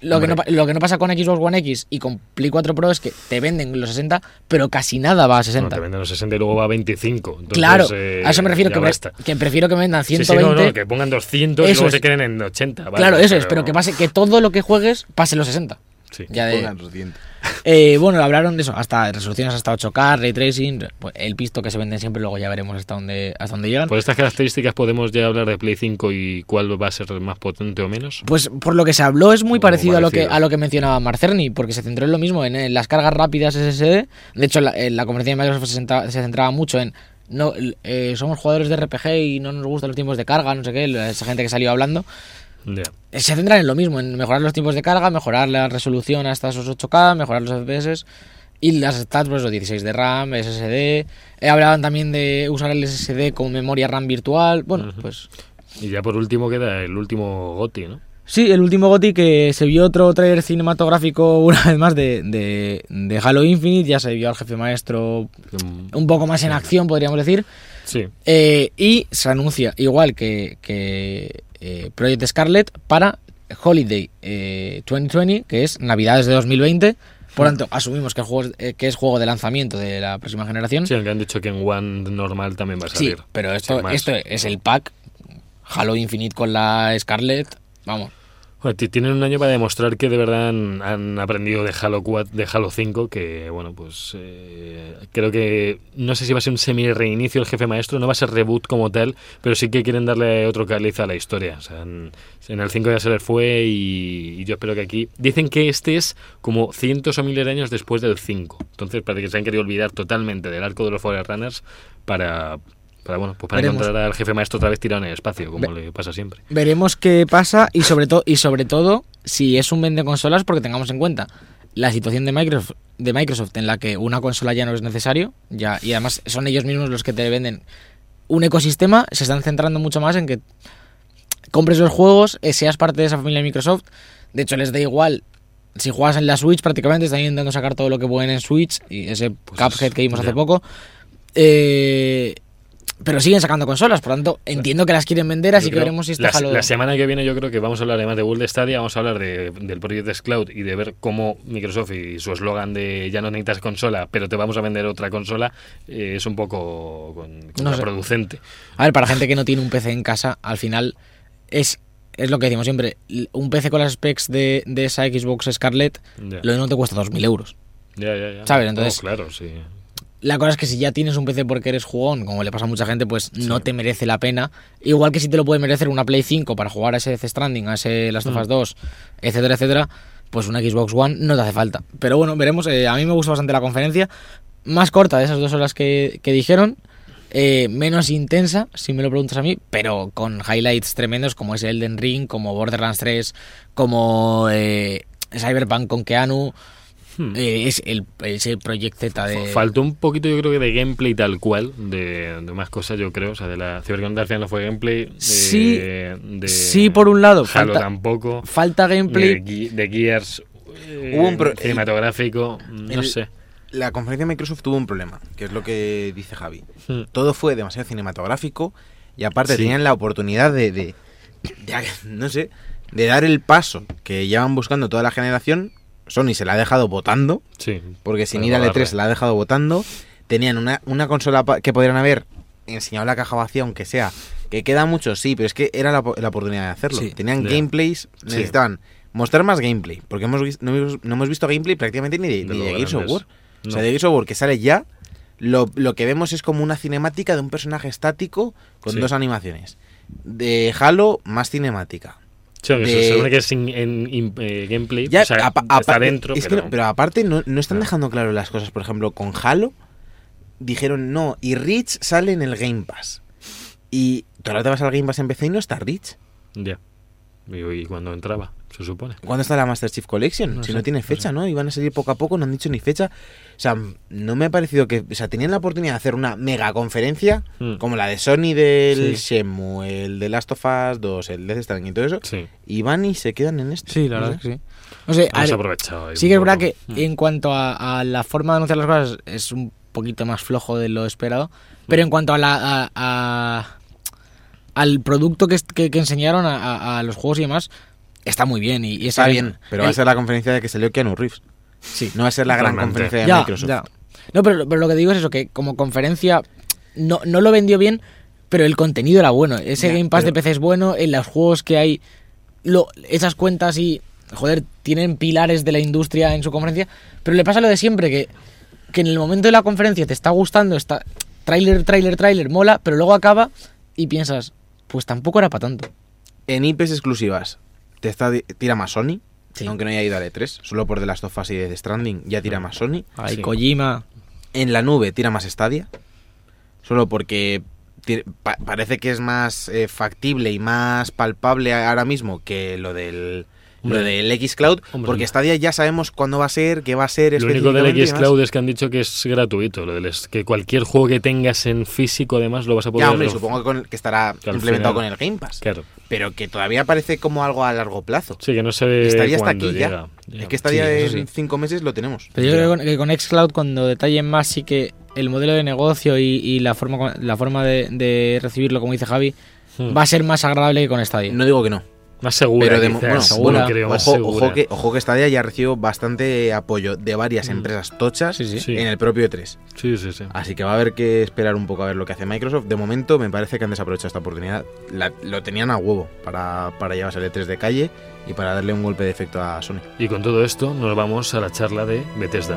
lo que, Hombre. no, pa- lo que no pasa con Xbox One X y con Play 4 Pro es que te venden los 60, pero casi nada va a 60. Bueno, te venden los 60 y luego va a 25. Entonces, Claro, eh, a eso me refiero, ya que, pre- basta. que prefiero que me vendan Sí, 120. sí, no, no, que pongan 200 y Eso luego es. se queden en 80. vale, claro, eso es, pero que pase que todo lo que juegues pase los 60. Sí. Ya de, Pongan los dientes. eh, bueno, hablaron de eso, hasta resoluciones hasta 8K, ray tracing, pues, el pisto que se venden siempre, luego ya veremos hasta dónde hasta dónde llegan. Por estas características podemos ya hablar de Play 5 y cuál va a ser más potente o menos. Pues por lo que se habló es muy Como parecido, A, lo que, parecido. a lo que mencionaba Marcerni, porque se centró en lo mismo, en, eh, las cargas rápidas SSD. De hecho, la, eh, la conferencia de Microsoft se, senta- se centraba mucho en no, eh, somos jugadores de RPG y no nos gustan los tiempos de carga, no sé qué, esa gente que salió hablando, Ya. eh, se centran en lo mismo, en mejorar los tiempos de carga, mejorar la resolución hasta esos 8K, mejorar los FPS y las stats, pues los 16 de RAM, SSD. Eh, hablaban también de usar el SSD como memoria RAM virtual. Bueno, pues Y ya por último queda el último Goti, ¿no? Sí, el último GOTI que se vio otro trailer cinematográfico una vez más de, de, de Halo Infinite, ya se vio al jefe maestro Mm, un poco más en acción, podríamos decir, Sí. Eh, y se anuncia igual que, que, eh, Project Scarlet para Holiday eh, 2020, que es Navidades de 2020, por Mm. tanto asumimos que, el juego es, eh, que es juego de lanzamiento de la próxima generación. Sí, aunque han dicho que en One normal también va a Sí, salir. pero sin esto, más. esto es el pack Halo Infinite con la Scarlet, vamos. Joder, ti- tienen un año para demostrar que de verdad han, han aprendido de Halo 4, de Halo 5, que bueno, pues eh, creo que no sé si va a ser un semi reinicio el jefe maestro, no va a ser reboot como tal, pero sí que quieren darle otro caliz a la historia. O sea, en, en el 5 ya se les fue y, y yo espero que aquí dicen que este es como cientos o miles de años después del 5. Entonces, parece que se han querido olvidar totalmente del arco de los Forerunners para para bueno, pues para Veremos. encontrar al jefe maestro otra vez tirado en el espacio, como le pasa siempre. Veremos qué pasa y sobre, todo y sobre todo si es un vende consolas porque tengamos en cuenta la situación de Microsoft, de Microsoft en la que una consola ya no es necesario ya, y además son ellos mismos los que te venden un ecosistema, se están centrando mucho más en que compres los juegos, eh, seas parte de esa familia de Microsoft, de hecho les da igual. Si juegas en la Switch, prácticamente están intentando sacar todo lo que pueden en Switch y ese Cuphead que vimos Pues ya. hace poco. Eh, pero siguen sacando consolas, por lo tanto, entiendo que las quieren vender, así Yo que creo- veremos si este la, Halo- la semana que viene yo creo que vamos a hablar además de World Stadia, vamos a hablar de- del Project Cloud y de ver cómo Microsoft y su eslogan de ya no necesitas consola, pero te vamos a vender otra consola, eh, es un poco con- contraproducente. A ver, para gente que no tiene un PC en casa, al final es, es lo que decimos siempre. l- Un PC con las specs de, de esa Xbox Scarlett, Ya. lo mismo te cuesta 2.000 euros. Ya, ya, ya. ¿Sabes? Entonces- eh, No, claro, sí. La cosa es que si ya tienes un PC porque eres jugón, como le pasa a mucha gente, pues no te merece la pena. Igual que si te lo puede merecer una Play 5 para jugar a ese Death Stranding, a ese Last of Us 2, etcétera, etcétera, pues una Xbox One no te hace falta. Pero bueno, veremos. eh, a mí me gustó bastante la conferencia. Más corta de esas dos horas que, que dijeron. eh, menos intensa, si me lo preguntas a mí, pero con highlights tremendos como es Elden Ring, como Borderlands 3, como eh, Cyberpunk con Keanu. Hmm. eh, es el, ese Project Z de... Faltó un poquito, yo creo que de gameplay tal cual, de, de más cosas, yo creo. O sea, de la Cyberpunk al final no fue gameplay. de- Sí, de- sí, por un lado, Halo falta- tampoco. Falta De, gameplay. Ge- de Gears. eh, Hubo un pro- cinematográfico, no el- sé. La conferencia de Microsoft tuvo un problema, que es lo que dice Javi. Hmm. Todo fue demasiado cinematográfico y aparte Sí. tenían la oportunidad de, de- de- no sé, de dar el paso que llevan buscando toda la generación. Sony se la ha dejado votando, Sí. porque sin Para ir al rodarle. E3 se la ha dejado votando. Tenían una, una consola pa- que podrían haber enseñado la caja vacía, aunque sea. Que queda mucho, sí, pero es que era la, po- la oportunidad de hacerlo. Sí. Tenían Ya. gameplays, necesitaban mostrar más gameplay, porque hemos, vis- no, hemos, no hemos visto gameplay prácticamente ni de, ni los de Gears of grandes. War. O sea, No. de Gears of War que sale ya, lo, lo que vemos es como una cinemática de un personaje estático con Sí. dos animaciones. De Halo, más cinemática. Sí, aunque de- se supone que es in- en, in- eh, gameplay, o sea, apa- está aparte- dentro, es que pero, no- pero aparte no, no están Ah. dejando claro las cosas. Por ejemplo, con Halo dijeron no, y Rich sale en el Game Pass. Y tú ahora te vas al Game Pass en PC y no está Rich. ya. Y, y cuando entraba, se supone. ¿Cuándo está la Master Chief Collection? No si sé, no tiene no fecha, ¿no? Iban a salir poco a poco, no han dicho ni fecha. O sea, no me ha parecido que. O sea, tenían la oportunidad de hacer una mega conferencia Mm. como la de Sony del Sí. Shenmue, el de Last of Us 2, el Death Stranding y todo eso. Sí, Y van y se quedan en esto. Sí, la verdad es que sí. No sé, a hemos ver, aprovechado. ahí sí un que es verdad que poco. en cuanto a, a la forma de anunciar las cosas es un poquito más flojo de lo esperado, pero en cuanto a la... a- a- al producto que, es- que, que enseñaron a, a- a los juegos y demás, está muy bien. Eh, Y, y Está esa- bien, pero va el- a ser la conferencia de que salió Keanu Reeves. Sí. No va a ser la gran Totalmente. conferencia de Ya, Microsoft. ya. No, pero, pero lo que digo es eso, que como conferencia no, no lo vendió bien, pero el contenido era bueno. Ese Ya, Game Pass de pero- PC es bueno, en los juegos que hay, lo, esas cuentas y, joder, tienen pilares de la industria en su conferencia, pero le pasa lo de siempre, que, que en el momento de la conferencia te está gustando, está trailer, trailer, trailer, mola, pero luego acaba y piensas, pues tampoco era para tanto. En IPs exclusivas, te está di- tira más Sony, Sí. aunque no haya ido a E3. Solo por The Last of Us y Ah. Death Stranding ya tira más Sony. Ay, Sí. Kojima. En la nube tira más Stadia. O solo porque ti- pa- parece que es más eh, factible y más palpable a- ahora mismo que lo del Hombre. lo del X Cloud, Hombre. porque Stadia ya sabemos cuándo va a ser, qué va a ser Mm. Lo único del específicamente y X demás. Cloud es que han dicho que es gratuito, lo del es- que cualquier juego que tengas en físico además lo vas a poder Ya, hombre, ref- supongo que, con- que estará Que al implementado final- con el Game Pass, Claro. pero que todavía parece como algo a largo plazo. Sí, que no se ve Estaría hasta cuándo aquí llega. ya. Ya, Es que estaría sí, eso en sí. cinco meses lo tenemos. Pero yo Ya. creo que con- que con Xcloud, cuando detallen más, sí que el modelo de negocio y, y la forma, con- la forma de, de recibirlo, como dice Javi, Hmm. va a ser más agradable que con Stadia. No digo que no. Mm. Más segura, pero de quizás, mo- bueno, no segura. creo, más ojo, segura. ojo que, ojo que Stadia ya recibió bastante apoyo de varias Mm. empresas tochas Sí, sí. Sí. en el propio E3. Sí, sí, sí. Así que va a haber que esperar un poco a ver lo que hace Microsoft. De momento me parece que han desaprovechado esta oportunidad. La- lo tenían a huevo para, para llevarse el E3 de calle y para darle un golpe de efecto a Sony. Y con todo esto nos vamos a la charla de Bethesda.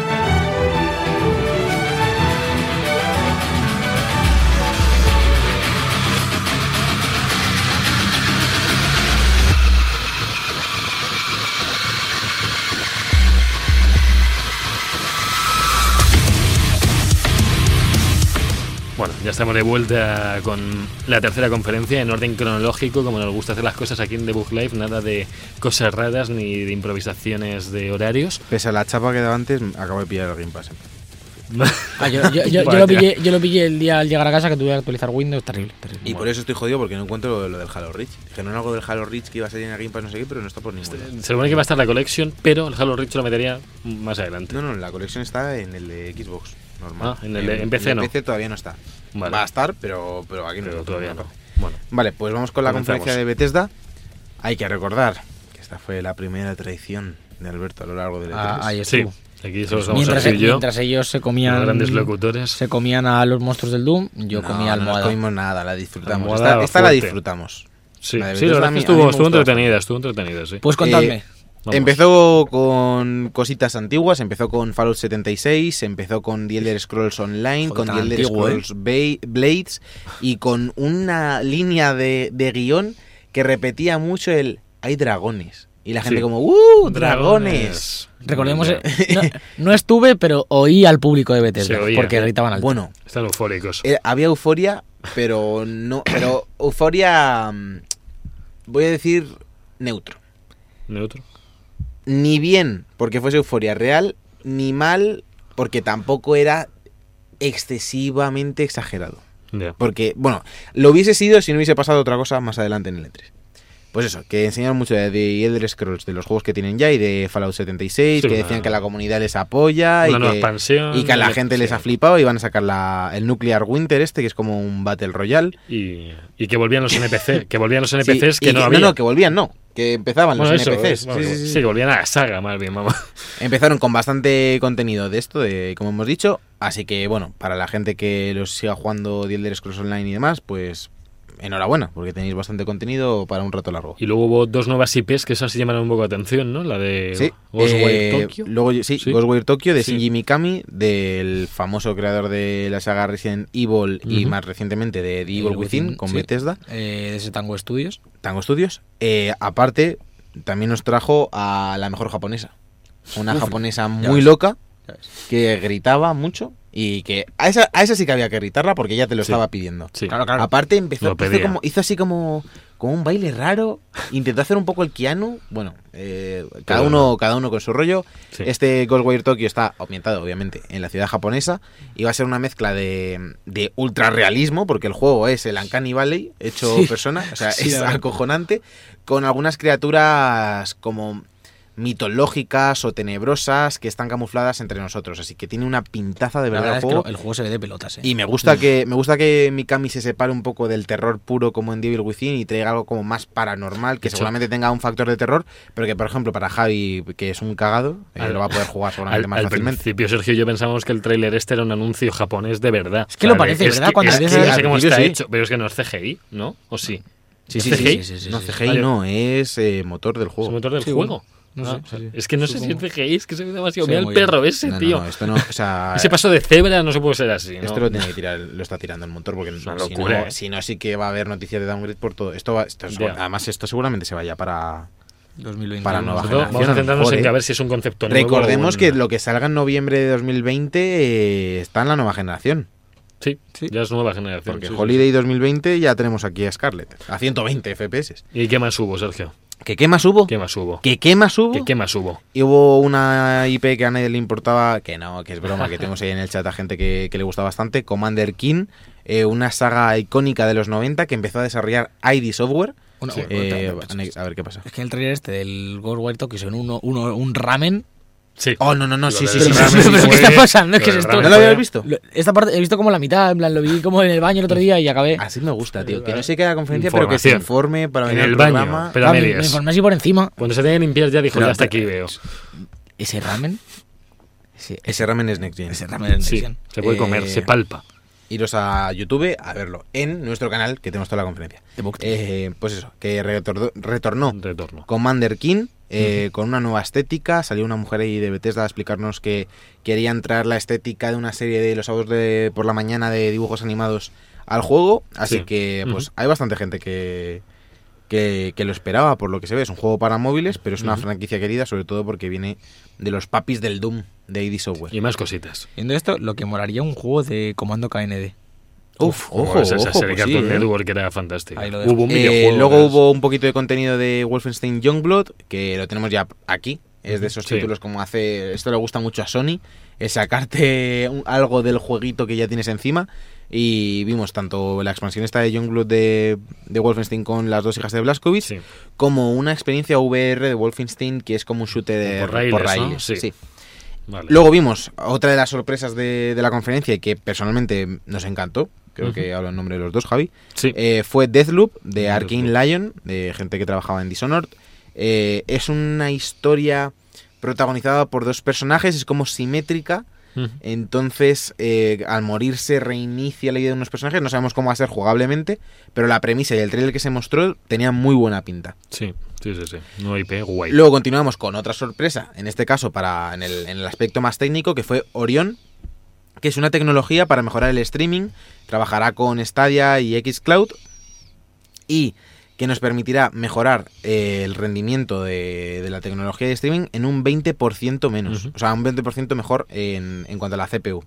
Bueno, ya estamos de vuelta con la tercera conferencia en orden cronológico, como nos gusta hacer las cosas aquí en The Book Live, nada de cosas raras ni de improvisaciones de horarios. Pese a la chapa que daba antes, acabo de pillar el Game Pass. Ah, yo, yo- yo- yo Vaya. lo pillé, yo lo pillé el día al llegar a casa que tuve que actualizar Windows, terrible. terrible. Y por eso estoy jodido porque no encuentro lo, lo del Halo Reach. Dije, no algo del Halo Reach que iba a salir en el Game Pass, no sé qué, pero no está por ningún lado. Se supone que va a estar la colección, pero el Halo Reach lo metería más adelante. No, no, la colección está en el de Xbox, normal. Ah, en el de- en PC no. PC todavía no está. Vale. Va a estar, pero, pero aquí no. Pero lo todavía tengo. no. Bueno, Vale, pues vamos con la Comenzamos. conferencia de Bethesda. Hay que recordar que esta fue la primera traición de E Alberto a lo largo del E3. Ah, ahí sí, Pues estuvo. aquí solo somos mientras, e- Sergio y yo, mientras ellos se los comían grandes locutores. se comían a los monstruos del Doom, yo No, comía No nos almohada. comimos nada, la disfrutamos. Almohada esta esta la fuerte. disfrutamos. Sí, la de sí, la Bethesda verdad es que a mí- a mí estuvo, me estuvo gustó entretenida, estuvo entretenida, sí. pues contadme. Eh, Vamos. Empezó con cositas antiguas, empezó con Fallout 76, empezó con The Elder Scrolls Online, Joder, con tan The Elder antiguo, ¿eh? Scrolls Ba- Blades y con una línea de, de guión que repetía mucho el hay dragones. Y la gente Sí. como, ¡uh! ¡Dragones! Recordemos, eh, no, no estuve, pero oí al público de Bethesda, Se oía. porque gritaban alto. Bueno, Están eufóricos. eh, había euforia, pero no. Pero euforia. mm, Voy a decir neutro. Neutro. ni bien porque fuese euforia real, ni mal porque tampoco era excesivamente exagerado. Ya. Porque, bueno, lo hubiese sido si no hubiese pasado otra cosa más adelante en el E3. Pues eso, que enseñaron mucho de The Elder Scrolls, de los juegos que tienen ya y de Fallout 76, Sí, que una- decían que la comunidad les apoya Una y, nueva que, expansión, y que a la le- gente les sí. ha flipado y van a sacar la- el Nuclear Winter este, que es como un Battle Royale. Y, y que volvían los NPC, que volvían los Sí, NPCs y que no había. No, que volvían, no. Que empezaban Bueno, los eso, NPCs. es, bueno, Sí, sí, sí, sí. que volvían a la saga, más bien, mamá. Empezaron con bastante contenido de esto, de como hemos dicho, así que bueno, para la gente que los siga jugando The Elder Scrolls Online y demás, pues enhorabuena, porque tenéis bastante contenido para un rato largo. Y luego hubo dos nuevas IPs que esas sí llamaron un poco la atención, ¿no? La de Sí, Ghostwire eh, Tokyo. Luego, sí, Sí. Ghostwire Tokyo de Sí. Shinji Mikami, del famoso creador de la saga Resident Evil y Ujú. más recientemente de The Evil Evil Within, Within, con sí. Bethesda, Eh, de ese Tango Studios. Tango Studios. Eh, aparte, también nos trajo a la mejor japonesa. Una japonesa muy ves. loca. Ya ves. que gritaba mucho y que a esa, a esa sí que había que gritarla porque ya te lo Sí. estaba pidiendo. Sí. Claro, claro. Aparte empezó, Lo hizo, pedía. como, hizo así como, como un baile raro, intentó hacer un poco el Keanu, bueno, eh, cada, Pero uno, cada uno con su rollo. Sí. Este Ghostwire Tokyo está ambientado obviamente en la ciudad japonesa y va a ser una mezcla de, de ultrarrealismo porque el juego es el Uncanny Valley hecho Sí. persona, o sea, Sí, es la verdad. acojonante, con algunas criaturas como mitológicas o tenebrosas que están camufladas entre nosotros. Así que tiene una pintaza de La verdad el verdad es que juego. lo- el juego se ve de pelotas, eh. Y me gusta que me gusta que Mikami se separe un poco del terror puro como en Devil Within y traiga algo como más paranormal, que hecho- seguramente tenga un factor de terror, pero que por ejemplo para Javi, que es un cagado, eh, Al- lo va a poder jugar seguramente Al, más al fácilmente. principio, Sergio y yo pensábamos que el tráiler este era un anuncio japonés de verdad. Es que lo parece, Es ¿verdad? que- Cuando es que empiezas- no sé cómo al está principio sí. hecho, pero es que no es CGI, ¿no? ¿O sí? Sí, ¿Es CGI? No, CGI Vale. no, es eh, motor del Es el juego. motor del Sí, juego. No Ah, sé. sí, sí. Es que no sé si Supongo. es CGI, es que se ve demasiado. Se ve Mira el muy bien. perro ese, No, no, tío. no, esto no, o sea, Ese paso de cebra no se puede ser así. ¿no? Esto lo tiene que tirar, lo está tirando el motor porque una si locura, no- ¿eh? si no sí que va a haber noticias de downgrade por todo. Esto va- esto es- Ya. además esto seguramente se vaya para 2021. Para nueva Sobre todo, generación, vamos a a lo centrarnos mejor, en que a ¿eh? ver si es un concepto nuevo. o Recordemos un- que lo que salga en noviembre de 2020 eh, está en la nueva generación, Sí, Sí. ya es nueva generación. porque Sí, sí, Holiday 2020 ya tenemos aquí a Scarlett a 120 FPS. sí. ¿Y qué más hubo, Sergio? ¿Que qué más Oh. hubo? ¿Qué más hubo? ¿Que qué más hubo? ¿Qué, qué más hubo? Y hubo una IP que a nadie le importaba, que no, que es broma, que tenemos ahí en el chat a gente que, que le gusta bastante, Commander King, eh, una saga icónica de los 90 que empezó a desarrollar ID Software. Una- Eh, otra- otra- ane- a ver qué pasa. Es que el trailer este del Ghostwire Tokyo son uno, uno, un ramen. Sí. Oh, no, no, no, Lo sí, del sí, sí. ramen sí, sí, pero sí. ¿qué fue- está pasando? ¿Qué lo es del esto? ramen ¿No lo habías fue- visto? Lo- Esta parte he visto como la mitad, en plan, lo vi como en el baño el otro día y acabé. Ah, Así me gusta, tío. Que no se quede la conferencia, pero que se Información. informe para En venir el al baño, programa. pero a Ah, me, me medias. informé así por encima. Cuando se tenía que limpiar ya dijo, Pero- ya hasta aquí veo. ¿Ese ramen? Ese, Ese ramen es Next Gen. ese ramen. en Sí, Nexian. se puede comer, Eh, se palpa. Iros a YouTube a verlo en nuestro canal, que tenemos toda la conferencia. De Book Tales. Eh, pues eso, que retordo- retornó Un retorno. Commander King eh, con una nueva estética. Salió una mujer ahí de Bethesda a explicarnos que quería entrar la estética de una serie de los sábados de, por la mañana de dibujos animados al juego. Así Sí. que pues Ujú. hay bastante gente que, que, que lo esperaba por lo que se ve. Es un juego para móviles, pero es una Ujú. franquicia querida, sobre todo porque viene de los papis del Doom de ID Software. Y más cositas. Viendo esto, lo que moraría un juego de comando KND. Uf, ojo, Esa- esa ojo, serie pues sí, Cartoon ¿eh? Network era fantástica. Ahí lo dejo. Hubo un Eh, videojuego. luego ¿verdad? hubo un poquito de contenido de Wolfenstein Youngblood, que lo tenemos ya aquí. Es de esos Sí. títulos como hace. Esto le gusta mucho a Sony, es sacarte un- algo del jueguito que ya tienes encima. Y vimos tanto la expansión esta de Youngblood de, de Wolfenstein con las dos hijas de Blazkowicz, Sí. como una experiencia VR de Wolfenstein que es como un shooter Por raíles, ¿no? raíles, Sí. sí. Vale. Luego vimos otra de las sorpresas de, de la conferencia y que personalmente nos encantó. Creo que hablo en nombre de los dos, Javi. Sí. Eh, fue Deathloop de Deathloop. Arkane Lion, de gente que trabajaba en Dishonored. Eh, es una historia protagonizada por dos personajes, es como simétrica. Ujú. Entonces, eh, al morirse, reinicia la vida de unos personajes. No sabemos cómo va a ser jugablemente, pero la premisa y el trailer que se mostró tenía muy buena pinta. Sí, sí, sí, sí. No IP, guay. Luego continuamos con otra sorpresa, en este caso para en el, en el aspecto más técnico, que fue Orion, que es una tecnología para mejorar el streaming, trabajará con Stadia y Xcloud y que nos permitirá mejorar eh, el rendimiento de, de la tecnología de streaming en un 20% menos, Ujú. o sea, un 20% mejor en, en cuanto a la CPU.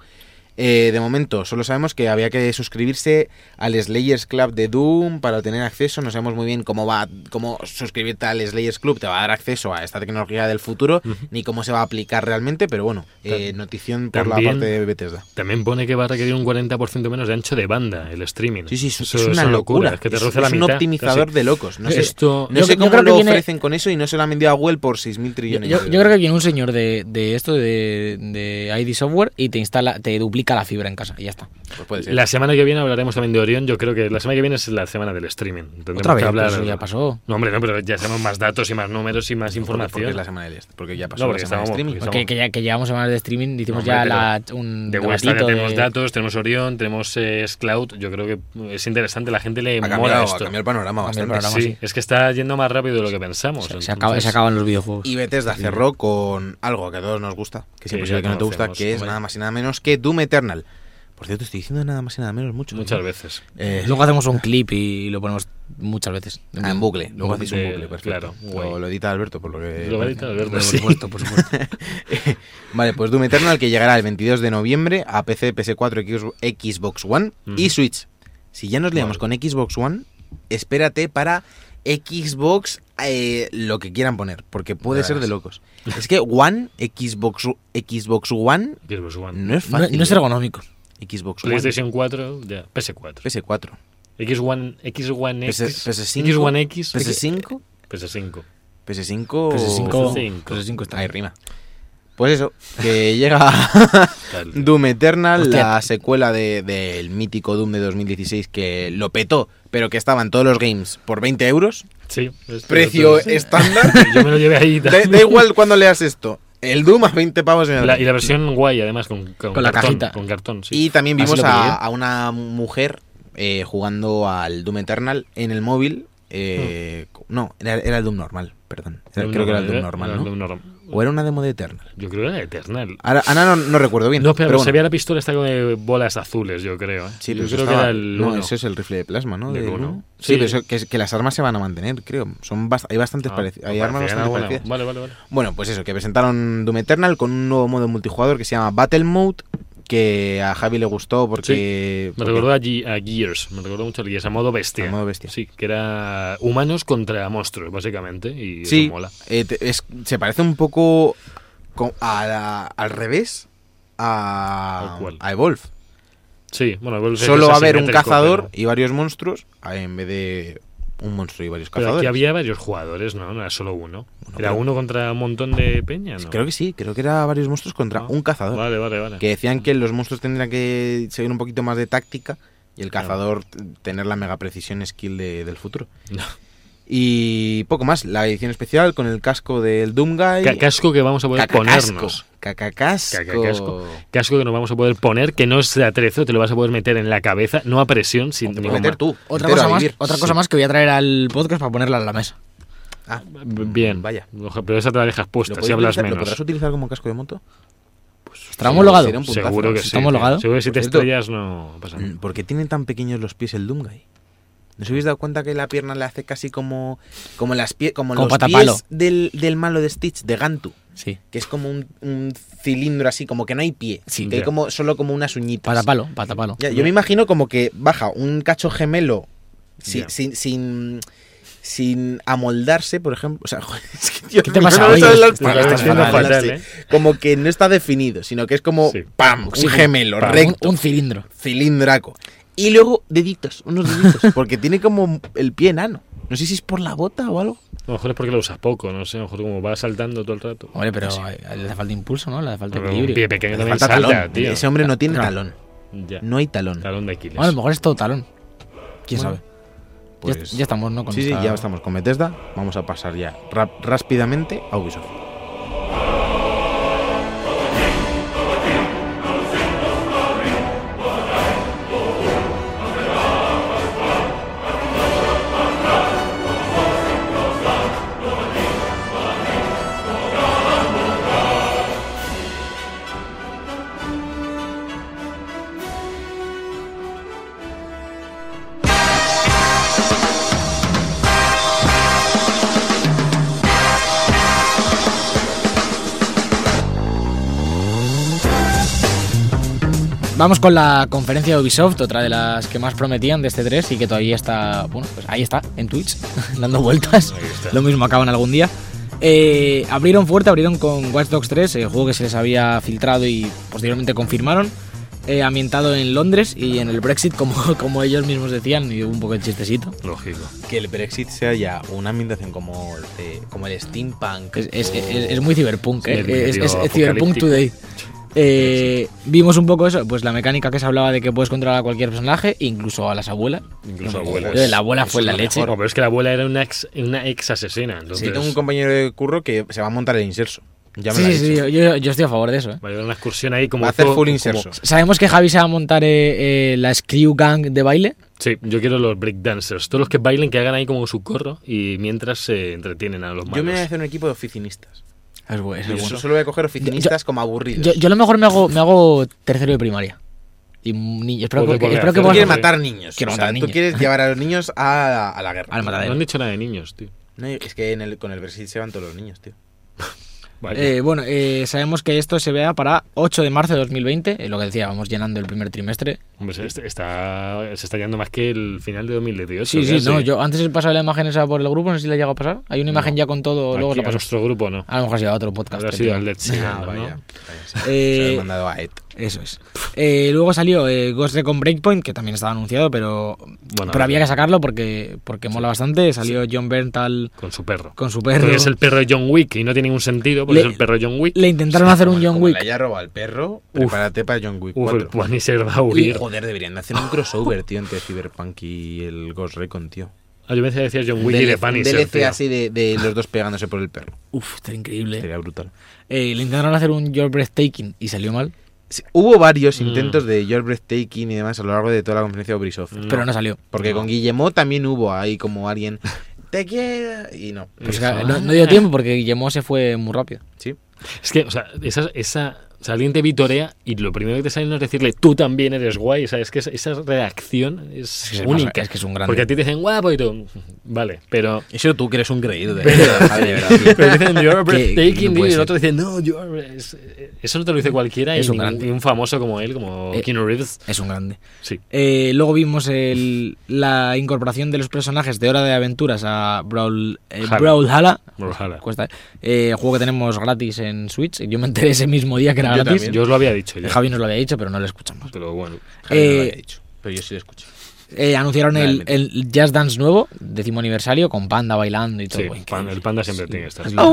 Eh, de momento, solo sabemos que había que suscribirse al Slayers Club de Doom para tener acceso. No sabemos muy bien cómo va, cómo suscribirte al Slayers Club te va a dar acceso a esta tecnología del futuro, Ujú. ni cómo se va a aplicar realmente, pero bueno, eh, Ta- notición por la también- parte de Bethesda. También pone que va a requerir un 40% menos de ancho de banda el streaming. Sí, sí, es, Eso es una locura. Es que te Es- reduce la es un mitad, optimizador casi. de locos. No sé, Esto. no Yo- sé yo cómo creo que lo viene- ofrecen con eso y no se lo han vendido a Google por 6.000 Yo, trillones. yo- de yo creo euros. que viene un señor de, de esto, de, de ID Software, y te instala, te duplica la fibra en casa y ya está. Pues puede ser. La semana que viene hablaremos también de Orión. Yo creo que la semana que viene es la semana del streaming. Tendremos Otra vez, que hablar. pero eso ya pasó. No, hombre, no, pero ya sabemos más datos y más números y más Porque- información. Porque es la semana del este, porque ya pasó No, la porque semana de estábamos- streaming. porque Porque que ya que llevamos semanas de streaming, hicimos Hombre, ya pero la, un De Google Stadia debatito tenemos de- datos, tenemos Orión, tenemos eh, Scloud. Yo creo que es interesante, la gente le Ha mola cambiado, ha esto. cambiado el panorama Cambió el bastante. panorama, Sí, sí. es que está yendo más rápido de lo que pensamos. Se, se acaba- se entonces- acaban los videojuegos. Pues Y Bethesda cerró con algo que a todos nos gusta, que siempre Sí, se ve ya que no te gusta, conocemos, que es hombre. nada más y nada menos que Doom Eternal. Por cierto, estoy diciendo nada más y nada menos mucho. Muchas ¿no? veces. Eh, Luego hacemos un clip y lo ponemos muchas veces. ah, en bucle. Luego De- hacéis un bucle, perfecto. claro, guay. O lo edita Alberto, por lo que. Lo parece. edita Alberto, Por sí. supuesto, por supuesto. Vale, pues Doom Eternal que llegará el 22 de noviembre a PC, PS4, Xbox- Xbox One y Ujú. Switch. Si ya nos liamos con Xbox One, espérate para Xbox eh, lo que quieran poner, porque puede ser de locos. Es que One, Xbox, Xbox One, Xbox One. no es No, fácil. no es ¿eh? ergonómico. Xbox One, PlayStation 4, ya, PS4. PS4, X1, X1 X, PS, PS5, X1 X, PS5, PS5. PS5, PS5, cinco. PS5 está Ahí rima. Pues eso, que llega Tal. Doom Eternal, Hostia. la secuela de- del mítico Doom de 2016 que lo petó, pero que estaba en todos los games por 20 euros. Sí, esto- Precio esto es- estándar. Yo me lo llevé ahí. Da, da igual cuando leas esto. El Doom a 20 pavos en el La- y la versión guay, además, con, con, Con la cartón, cajita. Con cartón, sí. Y también Así vimos lo pillé. a, a una mujer eh, jugando al Doom Eternal en el móvil eh, No, era, era el Doom normal, perdón. Era- Doom creo que era el Doom ¿eh? normal, Era el ¿no? Doom normal. O era una demo de Eternal. Yo creo que era Eternal. Ahora, Ana no, no recuerdo Ah, bien. No, pero, pero bueno. se veía la pistola esta de bolas azules, yo creo. ¿eh? Sí, yo pero eso creo que estaba- era el No, uno. eso es el rifle de plasma, ¿no? Del Del uno. uno. Sí. Sí, pero eso- que, que las armas se van a mantener, creo. Son bast- hay bastantes Ah, pareci- me hay armas parecía bastante buena. parecidas. Vale, vale, vale. Bueno, pues eso, que presentaron Doom Eternal con un nuevo modo multijugador que se llama Battle Mode, que a Javi le gustó porque... Me porque- recordó a, Ge- a Gears, me recordó mucho a Gears, a modo bestia. A modo bestia. Sí, que era humanos contra monstruos, básicamente, y Sí, eso mola. eh, te- es- se parece un poco co- a la- al revés a, ¿Al cual? a Evolve. Sí, bueno, pues, vuelve ser Solo va a haber un asimétrico, cazador Pero, y varios monstruos ah, en vez de un monstruo y varios pero aquí cazadores. había varios jugadores, ¿no? No era solo uno. Bueno, ¿Era pero- uno contra un montón de peña? ¿no? Creo que sí, creo que era varios monstruos contra Ah, un cazador. Vale, vale, vale. Que decían que los monstruos tendrían que seguir un poquito más de táctica y el Claro. cazador t- tener la mega precisión skill de- del futuro. No. Y poco más, la edición especial con el casco del Doomguy. Ca- Casco que vamos a poder ponernos. Cacacasco. Cacacasco. Casco que nos vamos a poder poner, que no es de atrezo, te lo vas a poder meter en la cabeza, no a presión, sin Te ningún puedes meter ma- tú. Otra entero cosa, a más, vivir. otra cosa más que voy a traer al podcast para ponerla en la mesa. Ah, B- Bien, Vaya. Ojo, Pero esa Pues te la dejas ¿Lo puesta, podéis si hablas utilizar- ¿Lo menos. Pues podrás utilizar como casco de moto? ¿Estará homologado? sería un puntazo, Seguro que ¿no? sí. ¿Está homologado? tío. Seguro que si Por te cierto. estrellas no pasa nada. Mm, ¿Por qué tiene tan pequeños los pies el Doomguy? ¿No os habéis dado cuenta que la pierna le hace casi como como las pie- como, Como los patapalo. pies del, del malo de Stitch, de Gantu? Sí. Que es como un, un cilindro así, como que no hay pie. Sí, que hay ya. como, solo como unas uñitas. Patapalo, patapalo. Ya, yo me imagino como que baja un cacho gemelo sin, Ya. sin, sin, sin amoldarse, por ejemplo. O sea, joder, es que, Dios ¿Qué te mío, pasa no me hoy? sale la- Estás- no me estás sale la fatal, palabra, ¿eh? sí. Como que no está definido, sino que es como Sí. ¡pam! Un Sí, como- gemelo, Un- recto Un, cilindro. cilindraco. Y luego deditos, unos deditos, porque tiene como el pie enano. No sé si es por la bota o algo. A lo mejor es porque lo usas poco, no sé, a lo mejor como va saltando todo el rato. Hombre, pero eh, le hace falta impulso, ¿no? Le hace falta Pero equilibrio. un pie pequeño Le también falta salta, talón. tío. Ese hombre no tiene No. talón. Ya. No pues, hay talón. Talón de Aquiles. Bueno, a lo mejor es todo talón. ¿Quién Bueno, sabe? ya- Pues- Ya, estamos, ¿no? Con sí, sí, esta- ya estamos con Bethesda. Vamos a pasar ya rap- rápidamente a Ubisoft. Vamos con la conferencia de Ubisoft, otra de las que más prometían de este 3 y que todavía está, bueno, pues ahí está, en Twitch, dando vueltas. Ahí está. Lo mismo acaban algún día. Eh, abrieron fuerte, abrieron con Watch Dogs 3, el juego que se les había filtrado y posteriormente confirmaron, eh, ambientado en Londres y en el Brexit, como, como ellos mismos decían, y hubo un poco de chistecito. Lógico. Que el Brexit sea ya una ambientación como, eh, como el steampunk. Es, es- o- es- es muy ciberpunk, Sí, ¿eh? es medio es, es- es apocalíptico. Cyberpunk Today. Eh, vimos un poco eso, pues la mecánica que se hablaba de que puedes controlar a cualquier personaje, incluso a las abuelas. Incluso No, abuelas. lo de la abuela fue la leche. Bueno, pero es que la abuela era una ex, una ex asesina. Entonces, Sí, tengo un compañero de curro que se va a montar el inserso. Ya me sí, lo ha sí, sí, dicho. yo, yo- yo estoy a favor de eso. ¿eh? va a llevar una excursión ahí como. Va a hacer todo- full como- inserso. Sabemos que Javi se va a montar eh, eh, la Screw Gang de baile. Sí, yo quiero los breakdancers. Todos los que bailen, que hagan ahí como su corro y mientras se entretienen a los malos. Yo me voy a hacer un equipo de oficinistas. Es bueno, Yo solo voy a coger oficinistas como aburridos. Yo, yo a lo mejor me hago, me hago tercero de primaria. Y un niño, espero, Joder, que, joder, espero que Tú Bueno, quieres vos- joder. matar niños. Quiero o sea, matar Tú niños. quieres llevar a los niños a, a la guerra. Al matadero. No han dicho nada de niños, tío. No, es que en el- con el Brasil se van todos los niños, tío. Vale. Eh, bueno, eh, sabemos que esto se vea para 8 de marzo de 2020, eh, lo que decía, vamos llenando el primer trimestre. Hombre, se, se está, se está yando más que el final de 2018. Sí, sí, casi. no, yo antes he pasado la imagen esa por el grupo, no sé si la llega a pasar. Hay una imagen ya con todo, Aquí, luego la a paso. Ah, nuestro grupo no. A lo mejor ha sido a otro podcast. Habrá que sido tengo. al Let's Ah, vaya. ¿no? vaya, se- Eh, se lo he mandado a Ed. Eso es. Eh, luego salió eh, Ghost Recon Breakpoint, que también estaba anunciado, pero, pero había que sacarlo porque, porque mola bastante. Salió John Berntal Con su perro. con su Porque perro. es el perro de John Wick y no tiene ningún sentido porque Le- es el perro de John Wick. Le intentaron hacer un Como- John como Wick. Le haya robado al perro. Prepárate para John Wick Uf, el 4. Punisher va a Y, huir. joder, deberían de hacer un crossover, tío, entre Cyberpunk y el Ghost Recon, tío. Ah, yo me decía John Wick y de DLC, Punisher. DLC tío. así de, de los dos pegándose por el perro. Uf, está increíble. Sería brutal. Eh, le intentaron hacer un Your Breathtaking y salió mal. Sí, Hubo varios Mm. intentos de Your Breathtaking y demás a lo largo de toda la conferencia de Ubisoft. Mm. Pero no salió. Porque No. con Guillemot también hubo ahí como alguien. Te quiero. Y no. Pues Eso. claro, no, no dio tiempo porque Guillemot se fue muy rápido. Sí. Es que, o sea, esa, esa, o sea, alguien te vitorea y lo primero que te sale no es decirle tú también eres guay. O sea, es que esa, esa reacción es que se única. pasa, es que es un grande. Porque a ti te dicen guapo y tú, vale, pero. Eso tú que eres un creído. pero dicen you're Que- que breathtaking no puede dude", y el ser. otro dice no, you're. es- eso no te lo dice cualquiera Es y, un ningún- grande. y un famoso como él, como Eh, Keanu Reeves. Es un grande. Sí. Eh, luego vimos el- la incorporación de los personajes de Hora de Aventuras a Brawl, eh, Hala. Brawlhalla. Brawlhalla. Cuesta, eh, juego que tenemos gratis en Switch. Yo me enteré ese mismo día que era Yo gratis. también. Yo os lo había dicho ya. Javi nos lo había dicho, pero no lo escuchamos. Pero bueno. Javi no lo Eh, había dicho, Pero yo sí lo escuché. Eh, anunciaron el, Realmente. el Jazz Dance nuevo, décimo aniversario, con Panda bailando y todo. Sí, Uy, qué- pan- el panda siempre tiene que estar. Ah,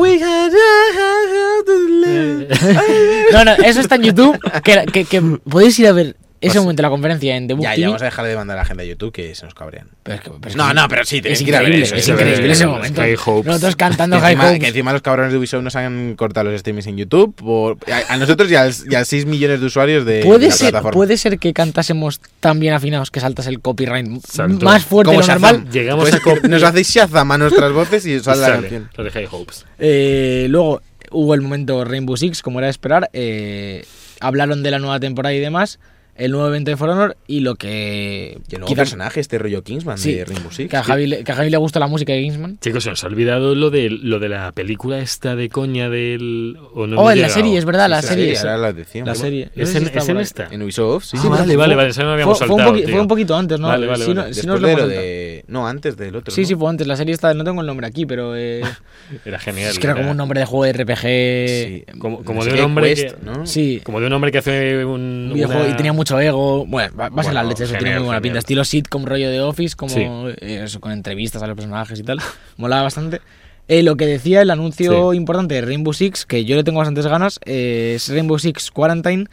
No, no, eso está en YouTube. Que, que- que podéis ir a ver ese momento de la conferencia en The Book Ya, TV. ya vamos a dejar de mandar a la gente a YouTube que se nos cabrean. Pero es que- pero es No, que- no, pero sí, tenéis es que ir a ver increíble, eso, es hay que ver increíble ese los momento. High Hopes. Nosotros cantando que, High encima, que Hopes. encima los cabrones de Ubisoft nos han cortado los streamings en YouTube. por- a, a nosotros y, al- y a 6 millones de usuarios de, de Puede la ser, plataforma. puede ser que cantásemos tan bien afinados que saltas el copyright m- Salto. más fuerte de Como lo Shazam. normal. Llegamos Pues a cop- Nos hacéis Shazam a nuestras voces y sale la Sale, canción. lo de High Hopes. Eh, luego hubo el momento Rainbow Six, como era de esperar. eh, hablaron de la nueva temporada y demás, el nuevo evento de For Honor y lo que. Y el nuevo quizás- personaje, este rollo Kingsman Sí, de Rainbow Six. que, a Javi, le- que a Javi le gusta la música de Kingsman. Chicos, se nos ha olvidado lo de, lo de la película esta de coña del... O no oh, me he en la llegado. serie, es verdad, la Sí, serie. sí, sí. ahora la decimos. La serie. No ¿Es sé si en, está es por en ahí. esta? En Ubisoft, sí. Ah, sí, vale, pero vale, fue- vale, eso no lo Fue, habíamos fue un saltado, poqui- tío. fue un poquito antes, ¿no? Vale, vale, Si no- vale. si no Después os lo de hemos lo saltado. de- No, antes del otro. Sí, ¿no? sí, fue antes. La serie está, no tengo el nombre aquí, pero. eh, Era genial. es que era como un nombre de juego de RPG. Sí. como- No como sé de un qué, hombre Quest, que- ¿no? Sí, Como de un hombre que hace un... un videojuego una- y tenía mucho ego. Bueno, va, va a ser la Bueno, leche, eso tiene genial, muy buena genial. pinta. Estilo sitcom, rollo de Office, como Sí. eh, eso, con entrevistas a los personajes y tal. Molaba bastante. Eh, lo que decía el anuncio Sí. importante de Rainbow Six, que yo le tengo bastantes ganas, eh, es Rainbow Six Quarantine,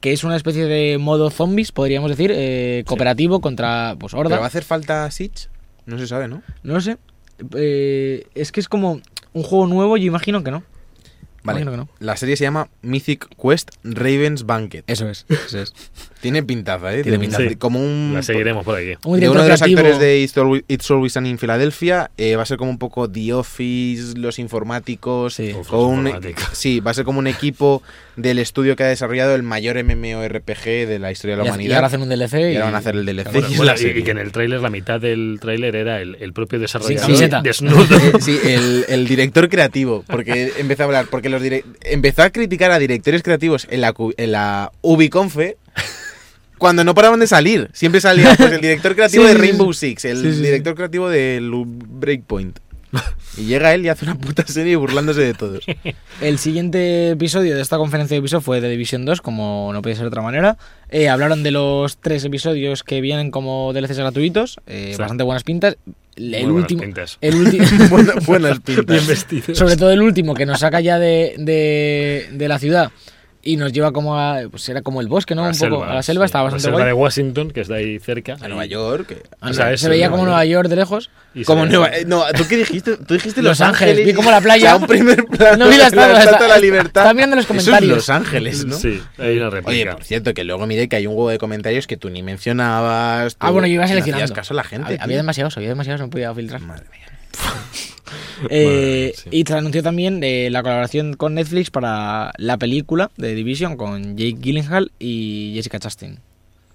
que es una especie de modo zombies, podríamos decir, eh, cooperativo contra pues ¿Pero va a horda. hacer falta Siege? No se sabe, ¿no? No lo sé. Eh, es que es como un juego nuevo, yo imagino que no. Imagino que no. La serie se llama Mythic Quest Raven's Banquet. Eso es. Eso es. Tiene pintaza, ¿eh? Tiene De- pintaza. de- Como un... La seguiremos por aquí. de Un director uno de los creativo. actores de It's Always, It's Always Sunny en Filadelfia. eh, va a ser como un poco The Office, los informáticos. Sí. Uf, con los un- informáticos. sí, va a ser como un equipo del estudio que ha desarrollado el mayor MMORPG de la historia de la Y- humanidad. Y ahora hacen un DLC. Y y- ahora van a hacer el DLC. Bueno, y es bueno, la y, serie. y que en el tráiler, la mitad del tráiler era el, el propio desarrollador camiseta. desnudo. Eh, sí, el, el director creativo, porque empezó a hablar, porque los direc- empezó a criticar a directores creativos en la, cu- en la Ubiconfe cuando no paraban de salir. Siempre salía pues, el director creativo Sí, de sí, sí. Rainbow Six, el Sí, sí, sí. director creativo del Breakpoint. Y llega él y hace una puta serie burlándose de todos. El siguiente episodio de esta conferencia de Ubisoft fue de Division 2, como no podía ser de otra manera. Eh, hablaron de los tres episodios que vienen como DLCs gratuitos, eh, Sí. bastante buenas pintas. Muy El buenas último, pintas. el último, Bueno, buenas pintas. vestidos. sobre todo el último que nos saca ya de, de- de la ciudad y nos lleva como a, pues era como el bosque, ¿no? A Un poco a la selva, sí. estaba bastante La selva guay. de Washington, que está ahí cerca. A Nueva York. Ah, o no, sea, es se veía como Nueva Nueva York de lejos. Y se Como ve- Nueva eh, No, ¿tú qué dijiste? Tú dijiste Los Ángeles, vi como la playa. O sea, un primer plano. No vi la estatua, la está- de la está- libertad. estaba mirando los Eso es comentarios. Los Ángeles, ¿no? Sí, hay una Oye, réplica. por cierto, que luego miré que hay un huevo de comentarios que tú ni mencionabas. Ah, tú bueno, yo iba no seleccionando. hacías caso a la gente. Había, tío. había demasiados, había demasiados, no podía filtrar. Madre mía. Madre Eh, mía, sí. Y se anunció también eh, la colaboración con Netflix para la película de Division con Jake Gyllenhaal y Jessica Chastain.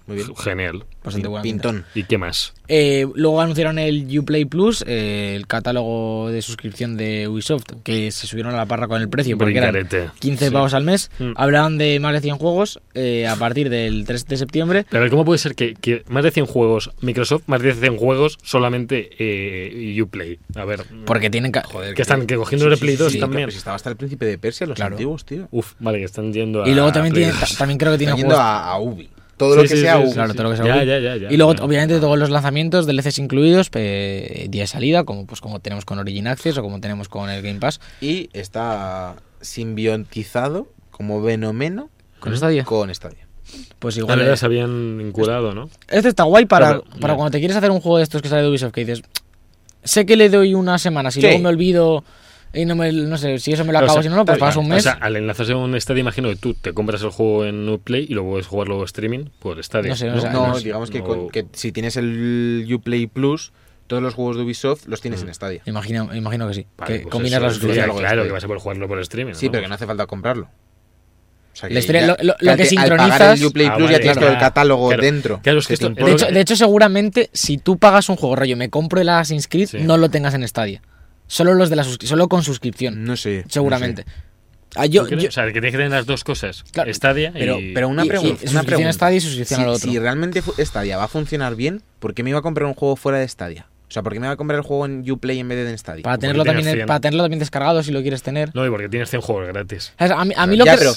Muy bien. Genial. Bastante buena pinta. Pintón. ¿Y qué más? Eh, luego anunciaron el Uplay Plus, eh, el catálogo de suscripción de Ubisoft, que se subieron a la parra con el precio porque eran Brincarete. 15 Sí. pavos al mes. Mm. Hablaban de más de 100 juegos eh, a partir del 3 de septiembre. Pero A ver, ¿cómo puede ser que, que más de 100 juegos Microsoft, más de 100 juegos solamente eh, Uplay? A ver, Porque tienen... ca- Joder. que están que cogiendo el Play 2 también. Pues estaba hasta el príncipe de Persia, los Claro. antiguos, tío. Uf, vale, que están yendo a. Y luego también, Play tienen, 2. ta- también creo que tienen Están juegos yendo a, a Ubi. Todo Sí, lo que sí, sea sí, Ubi. sí, Claro, sí. todo lo que sea Ya, Wii. ya, ya, ya, y luego, ya. obviamente, todos los lanzamientos, DLCs incluidos, eh, día de salida, como, pues, como tenemos con Origin Access o como tenemos con el Game Pass. Y está simbiontizado como Venomeno ¿Con Stadia? con Stadia. Pues La igual. verdad, eh, se habían incurado, ¿no? este está guay para, Claro, para claro. cuando te quieres hacer un juego de estos que sale de Ubisoft, que dices, sé que le doy unas semanas y Sí. luego me olvido y no, me, no sé, si eso me lo O acabo, sea, si no, no, pues claro, paso un O mes. sea, al enlazarse a un estadio, imagino que tú te compras el juego en Uplay y lo puedes jugar luego streaming por estadio. No sé, No, o sea, no, no digamos que, no- con- que si tienes el Uplay Plus, todos los juegos de Ubisoft los Mm. tienes en Stadia. imagino, imagino que sí. Vale, que pues combinas eso las es ya, suscripción, algo de Claro, que streaming. vas a poder jugarlo por streaming. Sí, pero que no hace falta comprarlo. O sea, La historia- ya- lo- lo- lo al que te- al pagar sincronizas- el Uplay Ah, Plus vale, ya tienes claro. todo el catálogo Claro. dentro. Claro, es que esto te Por De lo importa. hecho, que- de hecho, seguramente, si tú pagas un juego, rollo, me compro el Assassin's Creed, Sí. no lo tengas en Stadia. Solo los de la suscri- solo con suscripción, No sé. no sé. seguramente. Ah, yo, ¿Tú crees? yo- o sea, que tienes que tener las dos cosas. Claro, Estadia Pero, y... pero una y- y pregunta. una suscripción pregunta. a Stadia y suscripción si, al otro. Si realmente fu- Stadia va a funcionar bien, ¿por qué me iba a comprar un juego fuera de Stadia? O sea, ¿por qué me iba a comprar el juego en Uplay en vez de en Stadia? para, porque tenerlo tienes también, en- 100. para tenerlo también descargado si lo quieres tener. No, y porque tienes 100 juegos gratis. ¿Sabes? A mí, a mí lo Ya, que pero,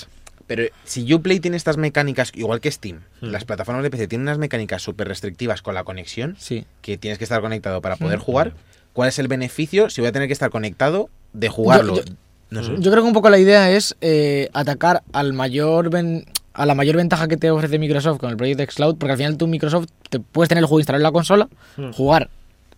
pero si Uplay tiene estas mecánicas, igual que Steam, Hmm. las plataformas de PC tienen unas mecánicas súper restrictivas con la conexión, Sí. que tienes que estar conectado para poder jugar, ¿cuál es el beneficio si voy a tener que estar conectado de jugarlo? Yo- yo- no sé. Yo creo que un poco la idea es eh, atacar al mayor ven- a la mayor ventaja que te ofrece Microsoft con el proyecto Xcloud, porque al final tú Microsoft te puedes tener el juego instalado en la consola, jugar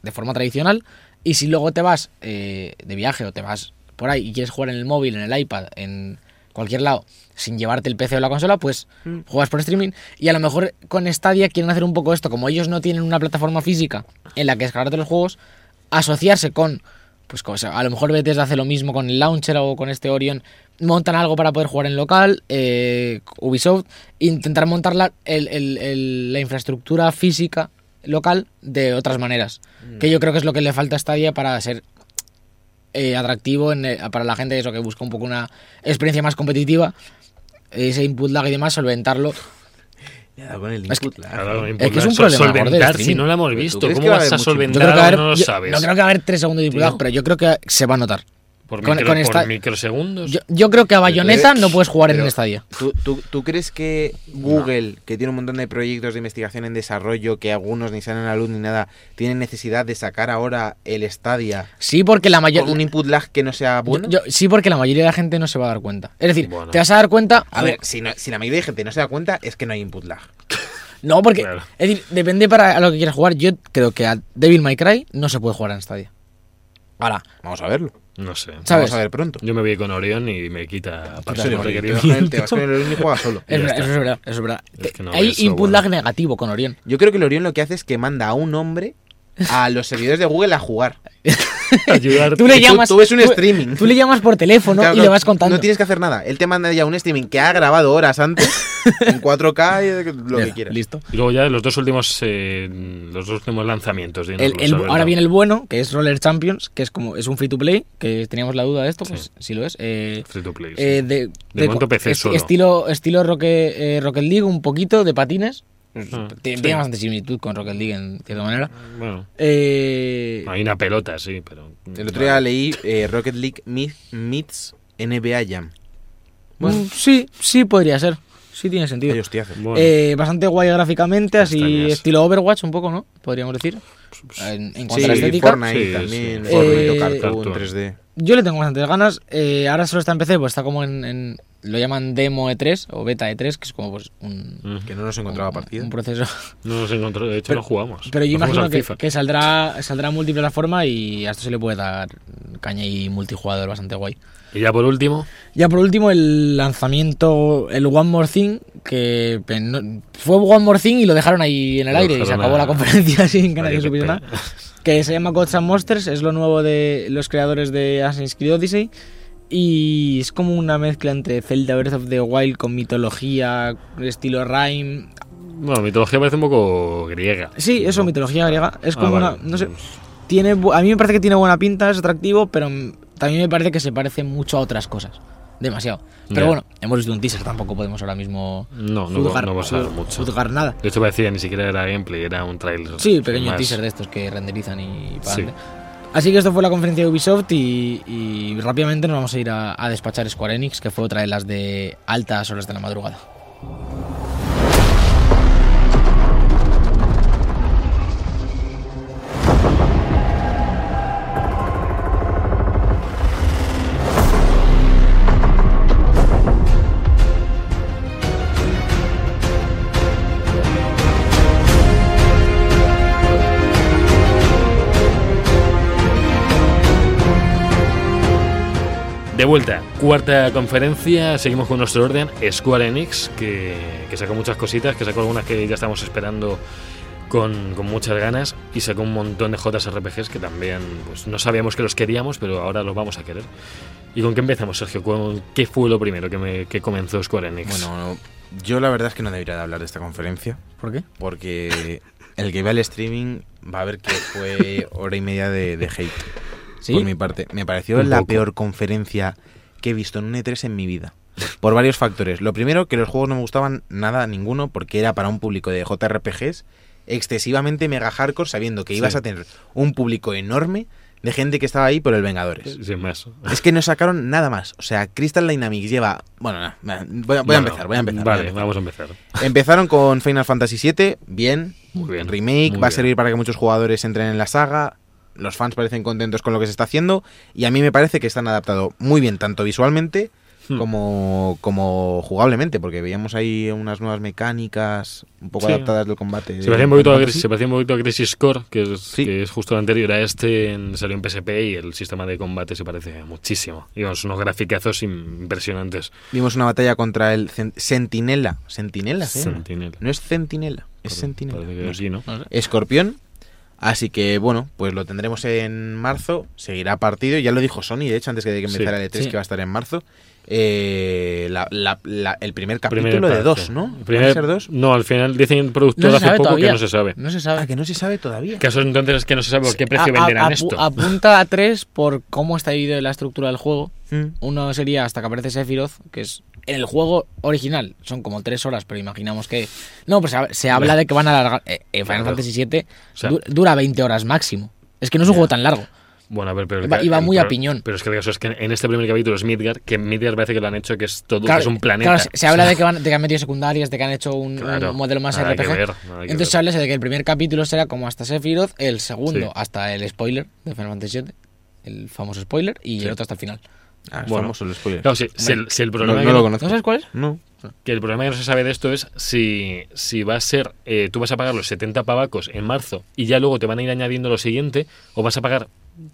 de forma tradicional, y si luego te vas eh, de viaje o te vas por ahí y quieres jugar en el móvil, en el iPad, en cualquier lado, sin llevarte el PC o la consola, pues juegas por streaming. Y a lo mejor con Stadia quieren hacer un poco esto, como ellos no tienen una plataforma física en la que descargarte los juegos, asociarse con, pues como sea, a lo mejor Bethesda hace lo mismo con el Launcher o con este Orion, montan algo para poder jugar en local, eh, Ubisoft, intentar montar la, el- el- el- la infraestructura física local de otras maneras, Mm. que yo creo que es lo que le falta a Stadia para ser eh, atractivo en, eh, para la gente, eso que busca un poco una experiencia más competitiva, ese input lag y demás, solventarlo. Es que- Claro, no que es importa. un problema gordo del Solventar, si streaming. no lo hemos ¿Tú visto, crees ¿cómo que va a vas a haber mucho- Yo solventar creo que va a haber- no lo yo- sabes? no creo que va a haber tres segundos de input lag, Tío. pero yo creo que se va a notar. Por, con- micro- con por esta- microsegundos. Yo, yo creo que a Bayonetta no puedes jugar en Pero- el estadio. ¿Tú, tú, tú crees que Google, que tiene un montón de proyectos de investigación en desarrollo, que algunos ni salen a la luz ni nada, tienen necesidad de sacar ahora el Stadia Sí, porque la con mayoría. un input lag que no sea bueno? sí, porque la mayoría de la gente no se va a dar cuenta. Es decir, Bueno. te vas a dar cuenta. a ver, si, no- si la mayoría de gente no se da cuenta, es que no hay input lag. No, porque. Claro. Es decir, depende para a lo que quieras jugar. Yo creo que a Devil May Cry no se puede jugar en estadio. Ahora, Vamos a verlo. No sé. ¿sabes? Vamos a ver pronto. Yo me voy con Orión y me quita Por parte eso del digo, te vas con el- requerimiento. te vas con el Orion y juegas solo. Es Ya verdad, está. eso es verdad, eso es verdad. Es que no, Hay eso, input bueno. lag negativo con Orión. Yo creo que el Orión lo que hace es que manda a un hombre a los servidores de Google a jugar. Ayudarte. Tú le Tú- llamas. tú ves un streaming. Tú le llamas por teléfono Claro, y le claro, vas contando. No tienes que hacer nada. Él te manda ya un streaming que ha grabado horas antes, en 4K, y lo Ya, que quieras. Listo. Y luego ya los dos últimos, eh, los dos últimos lanzamientos. El- dinoslos, el- a ver, ahora ¿no? viene el bueno, que es Roller Champions, que es como es un free to play, que teníamos la duda de esto, pues Sí. sí lo es. Eh, Free to play. sí. eh, de, momento PC esti- solo. Estilo, estilo Roque- eh, Rocket League, un poquito de patines. Ah, Tiene, sí. tiene bastante similitud con Rocket League en cierta manera. Bueno, Eh, hay una pelota, sí, pero. El otro día leí eh, Rocket League Myth- Meets NBA Jam. mm, sí, sí podría ser. Sí tiene sentido. Ay, hostiazo. Bueno, Eh, bastante guay gráficamente, así Castañas. estilo Overwatch un poco, ¿no? Podríamos decir. En, en cuanto Sí, a la estética. Fortnite Sí, también. sí. Fortnite Eh, Cartoon Cartoon. 3D. Yo le tengo bastantes ganas. eh, ahora solo está en PC, pues está como en, en- Lo llaman Demo E3 o Beta E3, que es como pues un. mm. Que no nos encontraba un- partida. Un proceso. No nos encontró, de hecho no jugamos. Pero yo pues, Nos fuimos imagino al que, FIFA. que saldrá saldrá multiplataforma y a esto se le puede dar caña y multijugador bastante guay. Y ya por último, Ya por último, el lanzamiento, el One More Thing, que pe- no- fue One More Thing y lo dejaron ahí en el Lo aire y se dejaron acabó a- la conferencia sin que Vaya nadie que pena. supiera nada. Que se llama Gods and Monsters, es lo nuevo de los creadores de Assassin's Creed Odyssey. Y es como una mezcla entre Zelda Breath of the Wild con mitología, estilo Rhyme. Bueno, mitología parece un poco griega. Sí, eso, ¿no? mitología griega. Es Ah, como vale. una. No sé. Tiene, bu- a mí me parece que tiene buena pinta, es atractivo, pero mm, también me parece que se parece mucho a otras cosas. Demasiado. Pero Ya. bueno, hemos visto un teaser, tampoco podemos ahora mismo No, no, juzgar, no vamos a dar mucho. juzgar nada. De hecho parecía ni siquiera era gameplay, era un trailer. Sí, pequeño más. teaser de estos que renderizan y para Sí. adelante. Así que esto fue la conferencia de Ubisoft y, y rápidamente nos vamos a ir a, a despachar Square Enix, que fue otra de las de altas horas de la madrugada. De vuelta, cuarta conferencia, seguimos con nuestro orden, Square Enix, que, que sacó muchas cositas, que sacó algunas que ya estamos esperando con, con muchas ganas y sacó un montón de JRPGs que también pues, no sabíamos que los queríamos, pero ahora los vamos a querer. ¿Y con qué empezamos, Sergio? ¿Con- ¿Qué fue lo primero que, me- que comenzó Square Enix? Bueno, yo la verdad es que no debería de hablar de esta conferencia, ¿Por qué? porque el que vea el streaming va a ver que fue hora y media de, de hate. Sí. Por mi parte, me pareció Un la poco. peor conferencia que he visto en un E3 en mi vida. Por varios factores. Lo primero, que los juegos no me gustaban nada, ninguno, porque era para un público de JRPGs excesivamente mega hardcore, sabiendo que Sí. ibas a tener un público enorme de gente que estaba ahí por el Vengadores. Sin más. Es que no sacaron nada más. O sea, Crystal Dynamics lleva. Bueno, no, no, voy, a- voy a Bueno, empezar, voy a empezar. voy a Vale, empezar. vamos a empezar. Empezaron con Final Fantasy VII, bien. Muy bien, Remake, muy va a bien. servir para que muchos jugadores entren en la saga. Los fans parecen contentos con lo que se está haciendo. Y a mí me parece que están adaptado muy bien, tanto visualmente Hmm. como, como jugablemente, porque veíamos ahí unas nuevas mecánicas un poco Sí. adaptadas del Eh, combate. Se de parecía, un poquito a, Final Gris- Fantasy. se parecía un poquito a Crisis Core, que es, Sí. que es justo el anterior a este, en- salió en PSP y el sistema de combate se parece muchísimo. Y vamos, unos graficazos im- impresionantes. Vimos una batalla contra el cen- Sentinela. ¿Sentinela? se llama? Sentinela. No es Centinela, es Parece- Sentinela. parece que No sé. aquí, ¿no? Escorpión. Así que bueno, pues lo tendremos en marzo. Seguirá partido. Ya lo dijo Sony, de hecho, antes de que Sí, empezara el E3, sí. que va a estar en marzo. Eh, la- la- la- el primer capítulo Primer de dos, parte. ¿no? ¿Van a Primer- ser dos? No, al final dicen el productor No se hace sabe poco todavía. que no se sabe. No se Ah, sabe. que no se sabe todavía. Caso entonces que no se sabe por qué precio A- a- venderán apu- esto. Apunta a tres por cómo está dividido la estructura del juego. Mm. Uno sería hasta que aparece Sephiroth, que es en el juego original. Son como tres horas, pero imaginamos que. No, pues se, se habla de que van a alargar. eh, eh, Final Claro. Fantasy VII O sea- du- dura 20 horas máximo. Es que no es un juego tan largo. Bueno, a ver, pero. el Iba- ca- iba el muy pro- a piñón. Pero es que el caso es que en este primer capítulo es Midgar, que Midgar parece que lo han hecho, que es todo, que Claro, es un planeta. claro, se, se habla de, que van, de que han metido secundarias, de que han hecho un, Claro, un modelo más nada que RPG. ver, nada que Entonces ver. se habla de que el primer capítulo será como hasta Sephiroth, el segundo Sí. hasta el spoiler de Final Fantasy VII, el famoso spoiler, y Sí. el otro hasta el final. Ah, es Bueno. famoso el spoiler. Claro, si, si el, si el problema no que lo no- conozco. ¿No sabes cuál es? No. Que el problema que no se sabe de esto es si, si va a ser, eh, tú vas a pagar los 70 pavacos en marzo y ya luego te van a ir añadiendo lo siguiente, o vas a pagar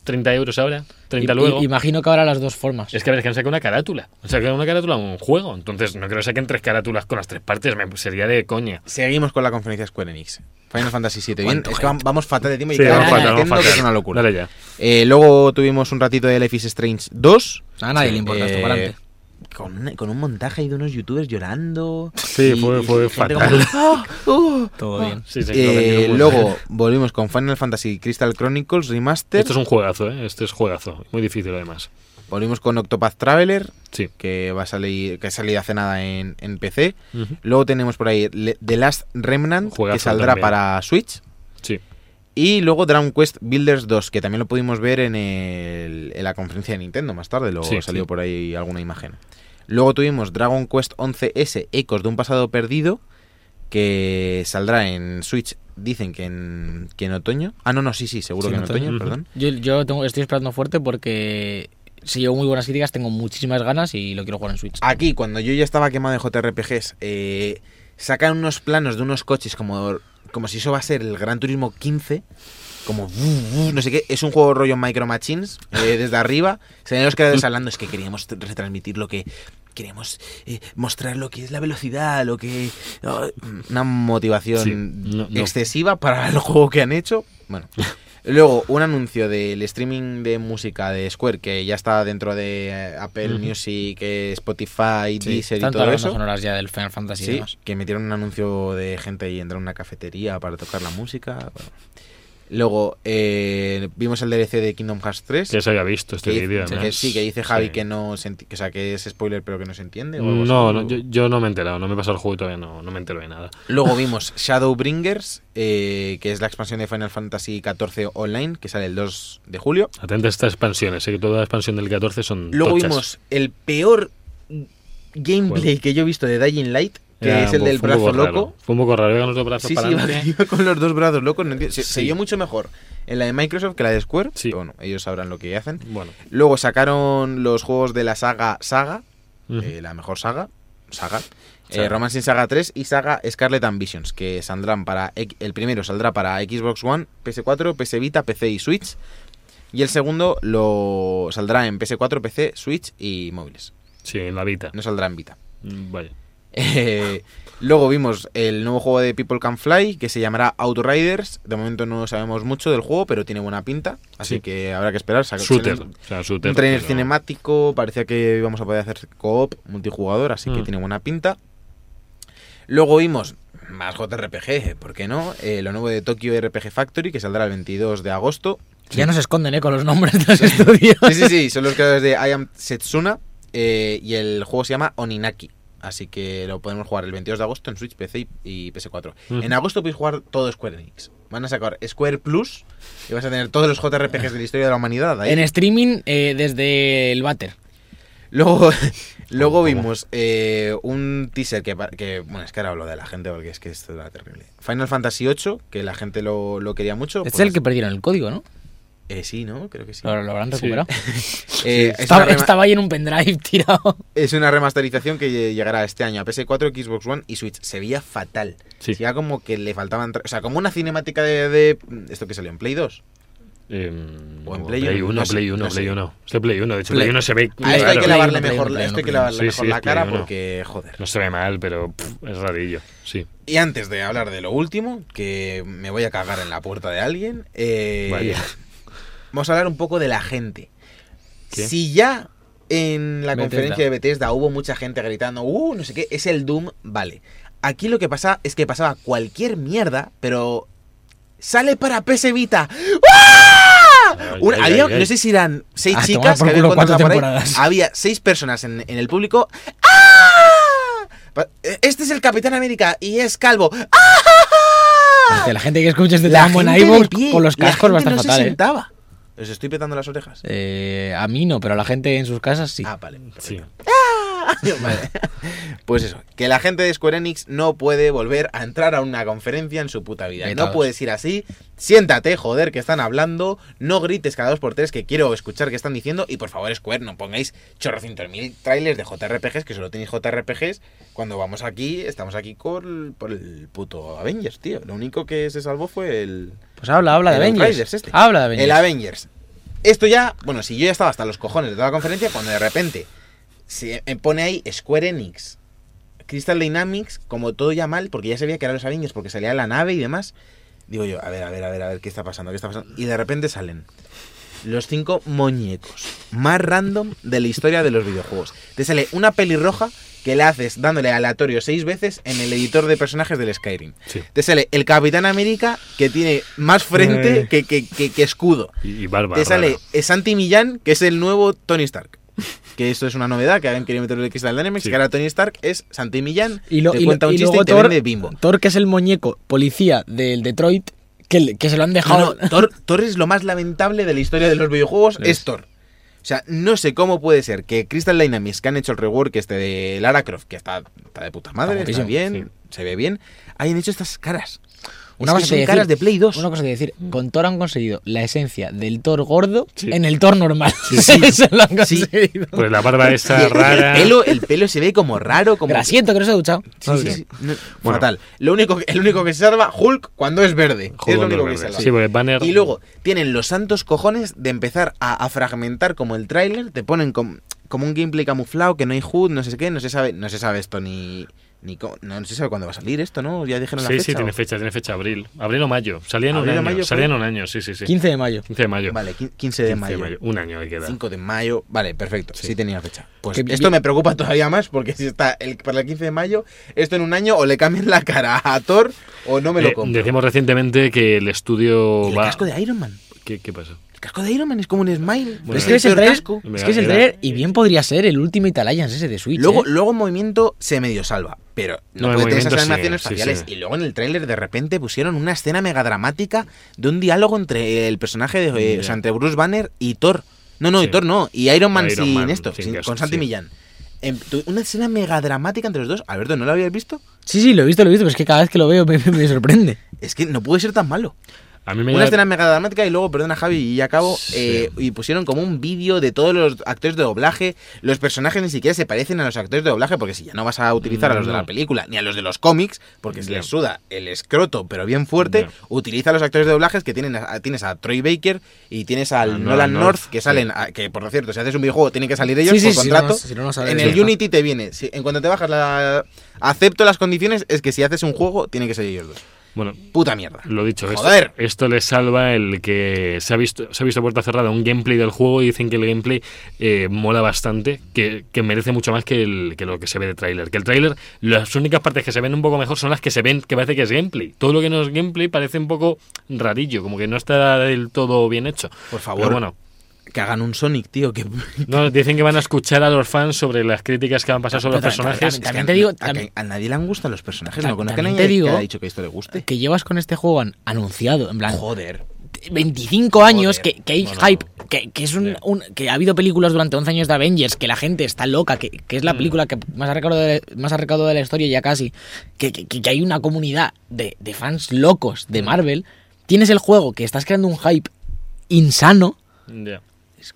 30 euros ahora, 30 I- luego. i- imagino que habrá las dos formas. es que a veces que han sacado una carátula. Han sacado una carátula a un juego. Entonces, no creo que saquen tres carátulas con las tres partes. me- sería de coña. Seguimos con la conferencia Square Enix. Final Fantasy VII. Bien, ¿Cuánto es que vam- vamos fatal de tiempo y Sí, cada vamos vez fatal, vamos Nintendo, que fatal. es una locura. Dale ya. Eh, luego tuvimos un ratito de Life is Strange 2. A nadie le importa esto, Eh, para adelante. Con, una- con un montaje ahí de unos youtubers llorando. Sí, y- fue- y fue gente fatal. como, "Ah, uh". Todo bien. Sí, sí, no Eh, vendieron muy bien. luego volvimos con Final Fantasy Crystal Chronicles Remaster. Esto es un juegazo, ¿eh? Este es juegazo. Muy difícil, además. Volvimos con Octopath Traveler, Sí. que va a salir, que ha salido hace nada en, en PC. Ujú. Luego tenemos por ahí Le- The Last Remnant, Juegazo que saldrá también. para Switch. Sí. Y luego Dragon Quest Builders 2, que también lo pudimos ver en, el- en la conferencia de Nintendo más tarde, luego Sí, salió sí. por ahí alguna imagen. Luego tuvimos Dragon Quest 11S, Ecos de un pasado perdido, que saldrá en Switch, dicen que en, que en otoño. Ah, no, no, sí, sí, seguro Sí, que en en otoño, otoño. perdón. Yo, yo tengo- estoy esperando fuerte porque si llevo muy buenas críticas, tengo muchísimas ganas y lo quiero jugar en Switch. Aquí, cuando yo ya estaba quemado de JRPGs, eh, sacan unos planos de unos coches como, como si eso va a ser el Gran Turismo 15. Como, vu, vu, no sé qué, es un juego rollo Micro Machines, eh, desde arriba. Se ven los creadores hablando, es que queríamos t- retransmitir lo que. Queríamos eh, mostrar lo que es la velocidad, lo que. oh, una motivación Sí, no, no. excesiva para el juego que han hecho. Bueno. Luego, un anuncio del streaming de música de Square, que ya está dentro de eh, Apple Ujú. Music, eh, Spotify, Deezer y Tanto todo las eso. sonoras ya del Final Fantasy y Sí, demás. que metieron un anuncio de gente ahí entra a una cafetería para tocar la música. bueno. Luego, eh, vimos el DLC de Kingdom Hearts 3. Ya se había visto este que dice- vídeo. que además. sí, que dice Javi Sí. que no se enti- que, o sea, que es spoiler pero que no se entiende. o algo No, así. no, yo, yo no me he enterado, no me he pasado el juego y todavía no, no me entero de nada. Luego vimos Shadowbringers, eh, que es la expansión de Final Fantasy XIV Online, que sale el 2 de julio. Atenta a estas expansiones, sé que toda la expansión del 14 son. Luego tochas. vimos el peor gameplay Juego. que yo he visto de Dying Light, que Era es el un- del Ah, fue un poco brazo raro, loco. Fue un poco raro, iba con los dos brazos Sí, para sí, iba, adelante. iba con los dos brazos locos. no entiendo. Se, se Sí. vio mucho mejor en la de Microsoft que la de Square. Sí. pero bueno, ellos sabrán lo que hacen. Bueno, Luego sacaron los juegos de la saga Saga, Ujú. eh, la mejor saga, Saga, eh, Saga. Romance in Saga 3 y Saga Scarlet Ambitions, que saldrán para X- el primero saldrá para Xbox One, PS4, PS Vita, PC y Switch. Y el segundo lo saldrá en PS4, PC, Switch y móviles. Sí, en la Vita. No saldrá en Vita. Mm, Vale. Eh, luego vimos el nuevo juego de People Can Fly que se llamará Outriders. De momento no sabemos mucho del juego, pero tiene buena pinta. Así Sí. que habrá que esperar. Saca- Shooter. Un O sea, shooter. trailer pero- cinemático. Parecía que íbamos a poder hacer co-op multijugador, así que Mm. tiene buena pinta. Luego vimos más JRPG, ¿por qué no? Eh, lo nuevo de Tokyo RPG Factory que saldrá el 22 de agosto. Ya no se esconden, ¿eh? Con los nombres de los estudios. Sí, sí, sí, son los creadores de I Am Setsuna eh, y el juego se llama Oninaki. Así que lo podemos jugar el 22 de agosto en Switch, PC y, y PS4. Ujú. En agosto podéis jugar todo Square Enix. Van a sacar Square Plus y vas a tener todos los JRPGs de la historia de la humanidad. ahí. En streaming eh, desde el váter. Luego, luego vimos eh, un teaser que, pa- que- Bueno, es que ahora hablo de la gente porque es que esto era terrible. Final Fantasy VIII, que la gente lo, lo quería mucho. Este Es pues- el que perdieron el código, ¿no? eh, sí, ¿no? Creo que sí. Lo, lo Sí. habrán recuperado. Eh, es Estaba, una rema- estaba ahí en un pendrive tirado. Es una remasterización que lle- llegará este año a PS4, Xbox One y Switch. Se veía fatal. Sí. Se veía como que le faltaban. tra- O sea, como una cinemática de, de- Esto que salió en Play 2. Em, O en Play uno, 1, no sé, Play no 1, sé. Play 1. Este Play 1, de hecho, Play- Play 1 se ve. A esto hay que claro, lavarle Play uno, mejor, Play uno, a esto hay Play que uno. lavarle Sí, mejor sí, la es Play cara uno. porque, joder. No se ve mal, pero pff, es rarillo. Sí. Y antes de hablar de lo último, que me voy a cagar en la puerta de alguien, eh, Vaya. vamos a hablar un poco de la gente. ¿Qué? Si ya en la Bethesda. conferencia de Bethesda hubo mucha gente gritando, uh, no sé qué, es el Doom, vale. Aquí lo que pasa es que pasaba cualquier mierda, pero sale para PS Vita. ¡Ah! Ay, Una- ay, había- ay, ay. no sé si eran seis A tomar chicas que por habían culo, cuatro contratado por ahí. temporadas. Había seis personas en, en el público. ¡Ah! Pa- eh, Este es el Capitán América y es calvo. ¡Ah! De la gente que escucha este La tema en gente de iVoox pie, con los la cascos va a gente estar no fatal, se ¿eh? sentaba. Os estoy petando las orejas. Eh, A mí no, pero a la gente en sus casas sí. Ah, vale. Sí. Vale. Pues eso, que la gente de Square Enix no puede volver a entrar a una conferencia en su puta vida. Vetados. No puedes ir así. Siéntate, joder, que están hablando. No grites cada dos por tres que quiero escuchar que están diciendo. Y por favor, Square, no pongáis chorrocientos mil trailers de JRPGs, que solo tenéis JRPGs. Cuando vamos aquí, estamos aquí con, por el puto Avengers, tío. Lo único que se salvó fue el, Pues habla, habla de el Avengers. Outriders este. Habla de Avengers. El Avengers. Esto ya, bueno, si yo ya estaba hasta los cojones de toda la conferencia, cuando de repente se eh, pone ahí Square Enix, Crystal Dynamics, como todo ya mal, porque ya sabía que eran los Avengers, porque salía la nave y demás. Digo yo, a ver, a ver, a ver, a ver, ¿qué está pasando? ¿Qué está pasando? Y de repente salen los cinco muñecos más random de la historia de los videojuegos. Te sale una pelirroja que la haces dándole aleatorio seis veces en el editor de personajes del Skyrim. Sí. Te sale el Capitán América que tiene más frente Eh. que, que- que- que escudo. Y, y barba. Te sale rara. Santi Millán, que es el nuevo Tony Stark. Que esto es una novedad que habían querido meterle Crystal Dynamics, Sí. que ahora Tony Stark es Santi Millán, Y, lo, te y, lo- cuenta un y chiste luego y te Thor, vende bimbo. Thor, que es el muñeco policía del Detroit, que, le- que se lo han No, dejado. no, Thor, Thor es lo más lamentable de la historia de los videojuegos, Lo es es. Thor. O sea, no sé cómo puede ser que Crystal Dynamics, que han hecho el rework este de Lara Croft, que está, está de puta madre, Está está, guapísimo, bien, se ve bien, hayan hecho estas caras. Una Es que cosa son te voy a caras de decir, Play 2. Una cosa que decir, con Thor han conseguido la esencia del Thor gordo Sí. en el Thor normal. Sí, sí. Eso lo han Sí. conseguido. Pues la barba Y esa el- rara. El pelo, el pelo se ve como raro, como. Lo siento que no se ha duchado. Sí, sí, sí. No, Bueno. Fatal. Lo único, que- el único que se salva, Hulk, cuando es verde. es lo Jugando único al que se verde. salva. Sí, porque el banner. Y luego tienen los santos cojones de empezar a, a fragmentar como el tráiler, te ponen com- como un gameplay camuflado, que no hay HUD, no sé qué, no se sabe, no se sabe esto ni, ni co- no, se sabe cuándo va a salir esto, ¿no? Ya dijeron la Sí, fecha. sí, ¿o? tiene fecha, tiene fecha, abril. Abril o mayo. Salía en un ¿Abril o año. mayo salía en fue? un año, sí, sí, sí. 15 de mayo. 15 de mayo. Vale, quin- 15 de, 15 mayo, Un año hay que dar. 5 de mayo, vale, perfecto, sí, Sí. tenía fecha. Pues Que- esto me preocupa todavía más porque si está el, para el 15 de mayo, esto en un año o le cambian la cara a Thor o no me Eh, lo compro. decíamos recientemente que el estudio Y el va. casco de Iron Man. ¿Qué, ¿Qué pasó? El casco de Iron Man es como un smile. Bueno, es que es el peor trailer, casco. es que es el Era- trailer y bien podría ser el Ultimate Alliance ese de Switch. Luego, ¿eh? luego en movimiento se medio salva, pero No, no, en puede tener esas movimiento sí, animaciones sí, faciales. sí. Y luego en el tráiler de repente pusieron una escena mega dramática de un diálogo entre el personaje de eh, Ya. o sea, entre Bruce Banner y Thor. No, no, Sí. y Thor no, y Iron Man Iron sin Man esto, sin sin- casco, con Santi sí. Millán. En- tu- una escena mega dramática entre los dos. Alberto, ¿no lo habías visto? Sí, sí, lo he visto, lo he visto, pero es que cada vez que lo veo me, me- me sorprende. Es que no puede ser tan malo. A mí me Una da- escena mega dramática y luego, perdona Javi, y ya acabo, Sí. eh, y pusieron como un vídeo de todos los actores de doblaje. Los personajes ni siquiera se parecen a los actores de doblaje, porque si ya no vas a utilizar a los de No. la película ni a los de los cómics, porque se Ya. les suda el escroto, pero bien fuerte, Ya. utiliza a los actores de doblajes que tienen a- tienes a Troy Baker y tienes al A Nolan, Nolan North, North, que salen, a- que por cierto, si haces un videojuego tienen que salir ellos Sí, sí, por sí, contrato. no, si no, no sale en eso, el ¿verdad? Unity te viene, si- en cuanto te bajas la... Acepto las condiciones, es que si haces un juego, tiene que ser ellos dos. Bueno, Puta mierda. Lo dicho, esto, Joder. esto le salva el que se ha visto se ha visto a puerta cerrada un gameplay del juego y dicen que el gameplay eh, mola bastante, que, que merece mucho más que, el- que lo que se ve de tráiler. Que el tráiler, las únicas partes que se ven un poco mejor son las que se ven que parece que es gameplay. Todo lo que no es gameplay parece un poco rarillo, como que no está del todo bien hecho. Por favor, Pero bueno, que hagan un Sonic, tío, que... no, dicen que van a escuchar a los fans sobre las críticas que han pasado sobre los Pero también- personajes. También te digo- a, también- a nadie le han gustado los personajes, Ta- no conozco a también nadie te que digo- haya dicho que esto le guste. Que llevas con este juego an- anunciado, en plan, Joder. 25 años Joder. que, que hay Bueno, hype, que, que es un, ya. un- que ha habido películas durante 11 años de Avengers, que la gente está loca, que, que Mm. es la película que más ha recaudado de, más ha recaudado de la historia ya casi, que, que- que hay una comunidad de, de fans locos Mm. de Marvel. Tienes el juego que estás creando un hype insano. Ya.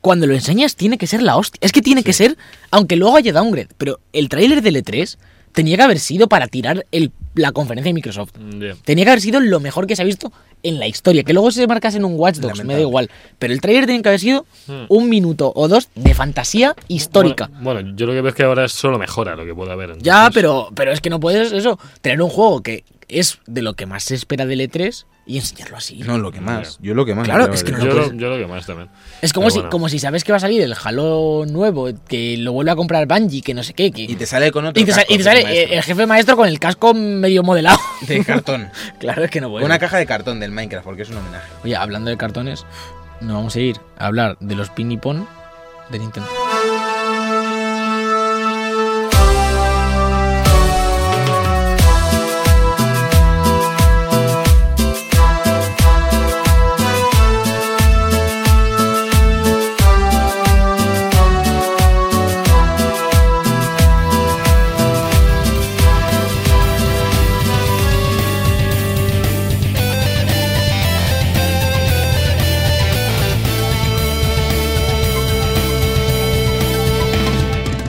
Cuando lo enseñas tiene que ser la hostia. Es que tiene que ser, aunque luego haya downgrade, pero el tráiler del E3 tenía que haber sido para tirar el- la conferencia de Microsoft. Ya. Tenía que haber sido lo mejor que se ha visto en la historia. Que luego se marcase en un Watch Dogs, me da Lamentable. igual. Pero el trailer tenía que haber sido Hmm. un minuto o dos de fantasía histórica. Bueno, pues bueno, yo lo que veo es que ahora solo mejora lo que pueda haber. ya, entonces- pero, pero es que no puedes eso. Tener un juego que es de lo que más se espera del E3 y enseñarlo así. No, lo que más. Yo lo que más. Claro, creo es que no yo, lo lo, puedes- yo lo que más también. es como pero si, bueno. como si sabes que va a salir el Halo nuevo, que lo vuelve a comprar Bungie, que no sé qué. que- Y te sale con otro. y te sa- casco, y te sale eh, otro maestro. el jefe maestro con el casco medio modelado. De cartón. claro, es que no Con puedes. Una caja de cartón del Minecraft, porque es un homenaje. Oye, hablando de cartones, nos vamos a ir a hablar de los pin y pon de Nintendo.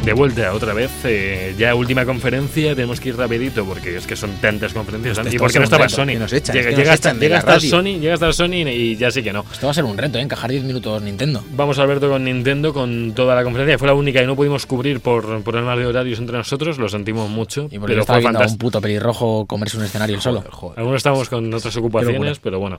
De vuelta, otra vez, eh, ya última conferencia, tenemos que ir rapidito porque es que son tantas conferencias. Pues ¿Y esto por qué no es un estaba reto, Sony? que nos echan, llega es que llega nos hasta, echan de llega la hasta radio. Sony, llega hasta Sony y- y ya sí que no. Esto va a ser un reto, ¿eh? encajar 10 minutos Nintendo. Vamos Alberto con Nintendo, con toda la conferencia. Fue la única que no pudimos cubrir por problemas de horarios entre nosotros, lo sentimos mucho, Y porque yo pero estaba fue viendo a un fantástico. puto pelirrojo comerse un escenario él solo. Algunos estábamos con otras ocupaciones, pero bueno.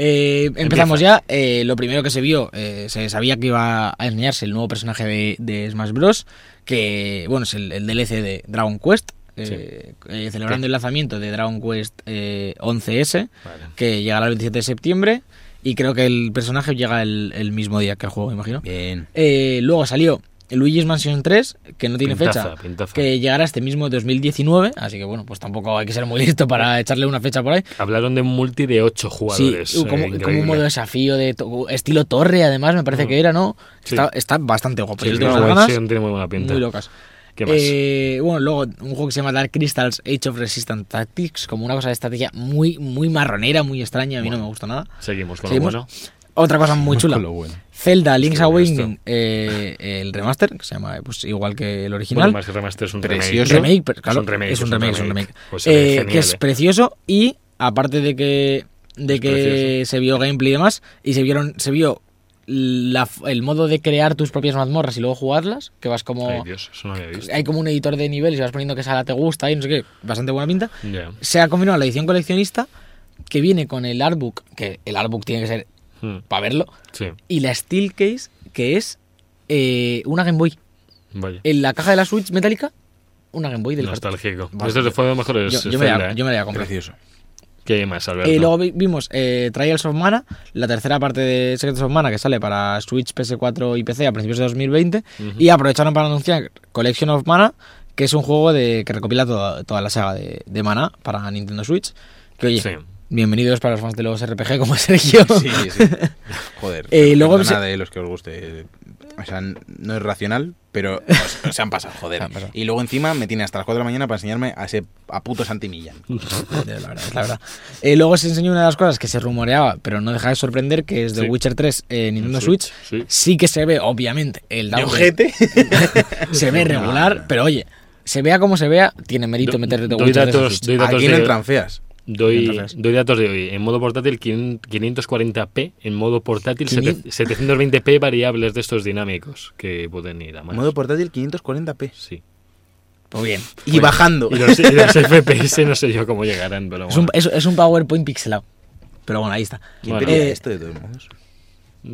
Eh, empezamos ya. eh, lo primero que se vio, eh, se sabía que iba a enseñarse el nuevo personaje de, de Smash Bros. Que, bueno, es el, el DLC de Dragon Quest. eh, eh, celebrando el lanzamiento de Dragon Quest eh, 11S. Vale. Que llegará el 27 de septiembre. Y creo que el personaje llega el, el mismo día que el juego, me imagino. Bien. Eh, luego salió Luigi's Mansion 3, que no tiene Pintaza, fecha, pintaza. que llegará este mismo 2019, así que bueno, pues tampoco hay que ser muy listo para echarle una fecha por ahí. Hablaron de un multi de 8 Sí, jugadores. uh, eh, como, increíble. Mm. como un modo desafío de to- estilo torre, además, me parece que era, ¿no? Sí. Está, está bastante guapo. Sí, yo tiene tengo unas buena- ganas sí, tiene muy buena pinta. muy locas. ¿Qué más? Eh, bueno, luego un juego que se llama Dark Crystals Age of Resistance Tactics, como una cosa de estrategia muy, muy marronera, muy extraña, a mí no me gusta nada. Seguimos con seguimos. lo bueno. Otra cosa muy chula. Zelda Link's Qué bueno esto. Awakening, eh, el remaster, que se llama eh, pues, igual que el original. Bueno, más que remaster es un Precioso. remake. remake, pero claro, es un remake. es un remake, es un remake. Pues se ve Eh, genial, que es eh. precioso y aparte de que de Es que precioso. se vio gameplay y demás y se vieron se vio la f- el modo de crear tus propias mazmorras y luego jugarlas, que vas como Ay, Dios, eso no lo había visto. hay como un editor de niveles y vas poniendo que sala te gusta y no sé qué, bastante buena pinta. Ya. Se ha confirmado la edición coleccionista que viene con el artbook, que el artbook tiene que ser Mm, para verlo, Sí, y la Steel Case, que es eh, una Game Boy. vaya. En la caja de la Switch metálica, una Game Boy Eh, del cartón. Nostálgico. Vale. Este fue de los mejores. Yo, yo me Zelda, la, ¿eh? yo me la voy a comprar. Precioso. ¿Qué más, Alberto? Eh, luego vi- vimos eh, Trials of Mana, la tercera parte de Secrets of Mana que sale para Switch, PS4 y PC a principios de 2020. Y aprovecharon para anunciar Collection of Mana, que es un juego de, que recopila toda, toda la saga de, de Mana para Nintendo Switch. Que oye, Sí. bienvenidos para los fans de los RPG como Sergio. Sí, sí. Joder. Eh, luego perdona se- de los que os guste. O sea, n- no es racional, pero o- se han pasado, joder. Se han pasado. Y luego encima me tiene hasta las 4 de la mañana para enseñarme a ese a puto Santi Millán. Joder, la verdad, es la verdad. Eh, luego se enseñó una de las cosas que se rumoreaba, pero no deja de sorprender, que es The Sí. Witcher 3 en Nintendo Switch, sí. Switch. Sí que se ve, obviamente, el ¿De downgrade. ojete? Se ve regular, pero oye, se vea como se vea, tiene mérito Do- meter The doy Witcher 3 en datos- Switch. doy datos Aquí no de- entran feas. Doy, Entonces- doy datos de hoy. En modo portátil, 500- 540p. En modo portátil, Quinien- 7- 720p variables de estos dinámicos que pueden ir a más. Modo portátil 540p. Sí. Pues bien. Y bajando. Y los, y los FPS no sé yo cómo llegarán, pero Es un, bueno. es- es un PowerPoint pixelado. Pero bueno, ahí está. Bueno. Pedía Eh, esto de todos modos.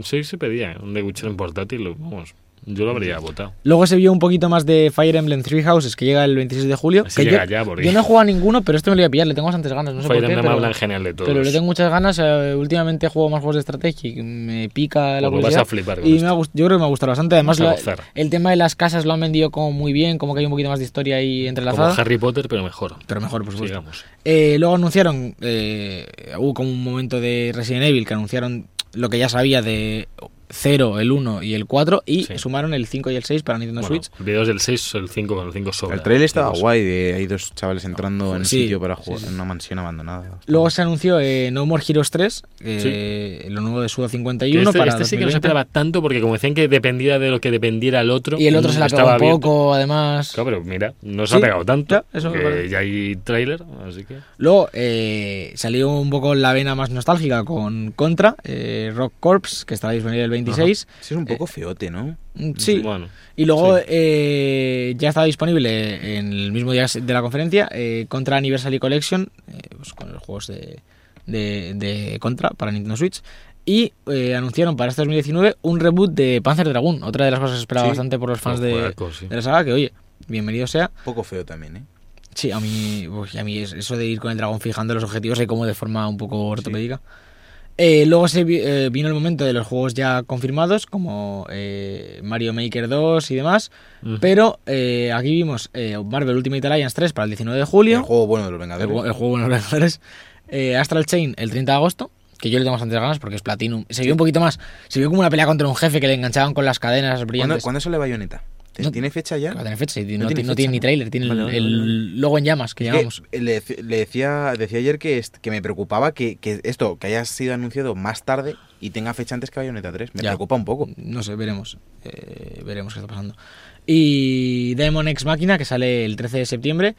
Sí, se pedía. Un de Witcher en portátil, vamos. Yo lo habría votado. Luego se vio un poquito más de Fire Emblem Three Houses, que llega el 26 de julio. Ese que llega yo, ya, porque- yo no he jugado a ninguno, pero este me lo voy a pillar, le tengo bastantes ganas. No sé Fire por qué, Emblem pero- habla en general de todos. Pero le tengo muchas ganas. eh, últimamente he jugado más juegos de estrategia y me pica la Pues lo vas curiosidad. a flipar con y esto. me ha gust- yo creo que me ha gustado bastante. Además, Vas a la- gozar. el tema de las casas lo han vendido como muy bien, como que hay un poquito más de historia ahí Como entrelazada. Harry Potter, pero mejor. Pero mejor, por supuesto. Sigamos. Eh, luego anunciaron, eh, hubo como un momento de Resident Evil que anunciaron lo que ya sabía de 0, el 1 y el 4 y Sí. sumaron el 5 y el 6 para Nintendo Bueno, Switch. Videos del 6 o el 5 con el 5 sobra. El trailer estaba Chicos. guay, de, hay dos chavales entrando en un Sí, sitio para sí, jugar sí. en una mansión abandonada. Luego se anunció eh, No More Heroes 3, eh, lo nuevo de Suda Que 51 este para este sí que no se 2020. esperaba tanto porque como decían que dependiera de lo que dependiera el otro. Y el otro se la estaba pegó un abierto. poco, además. Claro, pero mira, no se Sí, ha pegado tanto. ya, eso me que parece. ya hay tráiler, así que. Luego eh, salió un poco la vena más nostálgica con Contra, eh, Rock Corps, que estará disponible el 26. Sí, es un poco feote, ¿no? Mm, Sí. Bueno, Y luego Sí. eh, ya estaba disponible en el mismo día de la conferencia eh, Contra Anniversary Collection, eh, pues con los juegos de, de- de Contra para Nintendo Switch. Y eh, anunciaron para este 2019 un reboot de Panzer Dragoon, otra de las cosas que esperaba Sí. bastante por los fans un de, juegaco, sí. de la saga, que oye, bienvenido sea. Poco feo también, ¿eh? Sí, a mí, uy, a mí es- eso de ir con el dragón fijando los objetivos y como de forma un poco ortopédica. Eh, luego se vi- eh, vino el momento de los juegos ya confirmados, como eh, Mario Maker 2 y demás. Mm. Pero eh, aquí vimos eh, Marvel Ultimate Alliance 3 para el 19 de julio. El juego bueno de los El Vengadores. juego- el juego de los Vengadores. Eh, Astral Chain el 30 de agosto. Que yo le tengo bastantes ganas porque es Platinum. Se vio un poquito más. Se vio como una pelea contra un jefe que le enganchaban con las cadenas ¿Cuándo, brillantes. ¿Cuándo sale Bayonetta? ¿Te- No- ¿Tiene fecha ya? Que va a tener fecha, y No no, ti- tiene no tiene, fecha, ni ¿no? trailer, tiene el- Vale, vale, el, vale, logo en llamas que Es llamamos. que le, dec- le decía, decía ayer que, est- que me preocupaba que, que esto, que haya sido anunciado más tarde y tenga fecha antes que Bayonetta 3. Me Ya. preocupa un poco. Uh, No sé, veremos. Eh, veremos qué está pasando. Y Demon X Máquina, que sale el 13 de septiembre.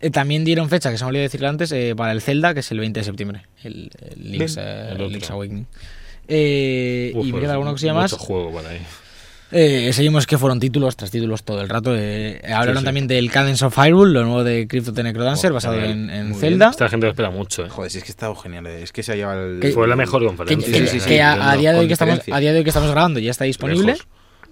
Eh, también dieron fecha, que se me olvidó decirlo antes, eh, para el Zelda, que es el 20 de septiembre. El, el Link's, Bien. eh, El otro. Link's Awakening. Eh, Uf, y me pero queda alguna cosilla mucho más. juego para ahí. Eh, seguimos que fueron títulos tras títulos todo el rato. eh. hablaron sí. también del Cadence of Hyrule, lo nuevo de Crypto the Necrodancer, Oh, basado genial. en, en Muy Zelda. Esta gente lo espera mucho, ¿eh? Joder, si es que estaba genial. eh. Es que se ha llevado el. Que- Fue la mejor Que, conferencia. que- Sí, sí, sí. que a, a día de hoy que estamos, Conferencia. a día de hoy que estamos grabando ya está disponible. Lejos.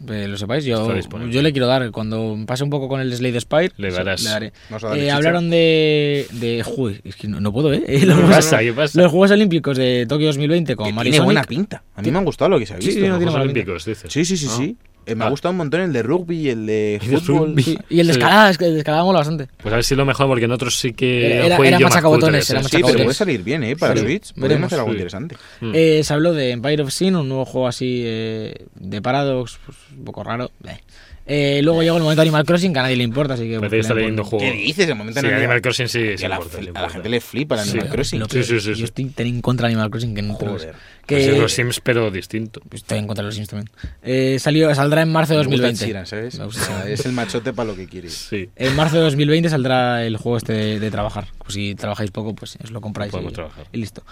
Eh, lo sepáis, yo, Está disponible. yo le quiero dar. Cuando pase un poco con el Slade Spire, Le se- darás. daré. Vamos a darle Eh, chicha. hablaron de. de joder, es que no, no puedo, ¿eh? Los, ¿Qué Juegos- pasa? ¿Qué pasa? los Juegos Olímpicos de Tokio 2020 Que con tiene Mario buena pinta. A mí me ha gustado lo que se ha Sí, visto. sí, no Los tiene Juegos mala Olímpicos, dices. Sí, sí, sí, Ah. sí. Eh, me Ah. ha gustado un montón el de rugby, el de Y de fútbol. rugby. Y el de Sí. escalada, es que el de escalada mola bastante. Pues a ver si lo mejor, porque en otros sí que. Era- era- fue era yo machacabotones, cutre, era sí. Sí, Machacabotones. pero puede salir bien, ¿eh? Para Sí. Switch. Podemos Veremos. hacer algo Sí. interesante. Mm. Eh, se habló de Empire of Sin, un nuevo juego así eh, de Paradox, pues, un poco raro. bleh. Eh, luego llegó el momento de Animal Crossing, que a nadie le importa, así que. Parece pues, que está le han leyendo puesto- juego. ¿Qué dices? De momento Sí, no hay Animal nada. Crossing sí. Y sí a la, importa, a la importa. gente le flipa el Sí, Animal lo- Crossing. Lo Sí, peor, sí, sí, sí. Yo estoy tan en contra de Animal Crossing que no te lo Joder. crees. Pues Que- es los Sims, pero distinto. Estoy en contra de los Sims también. Eh, salió, saldrá en marzo de Me gusta 2020. Sheeran, ¿sabes? Me gusta O sea, Sheeran. es el machote para lo que quiere. Sí. En marzo de 2020 saldrá el juego este de, de trabajar. Pues si trabajáis poco, pues os lo compráis. Podemos y, trabajar. y listo.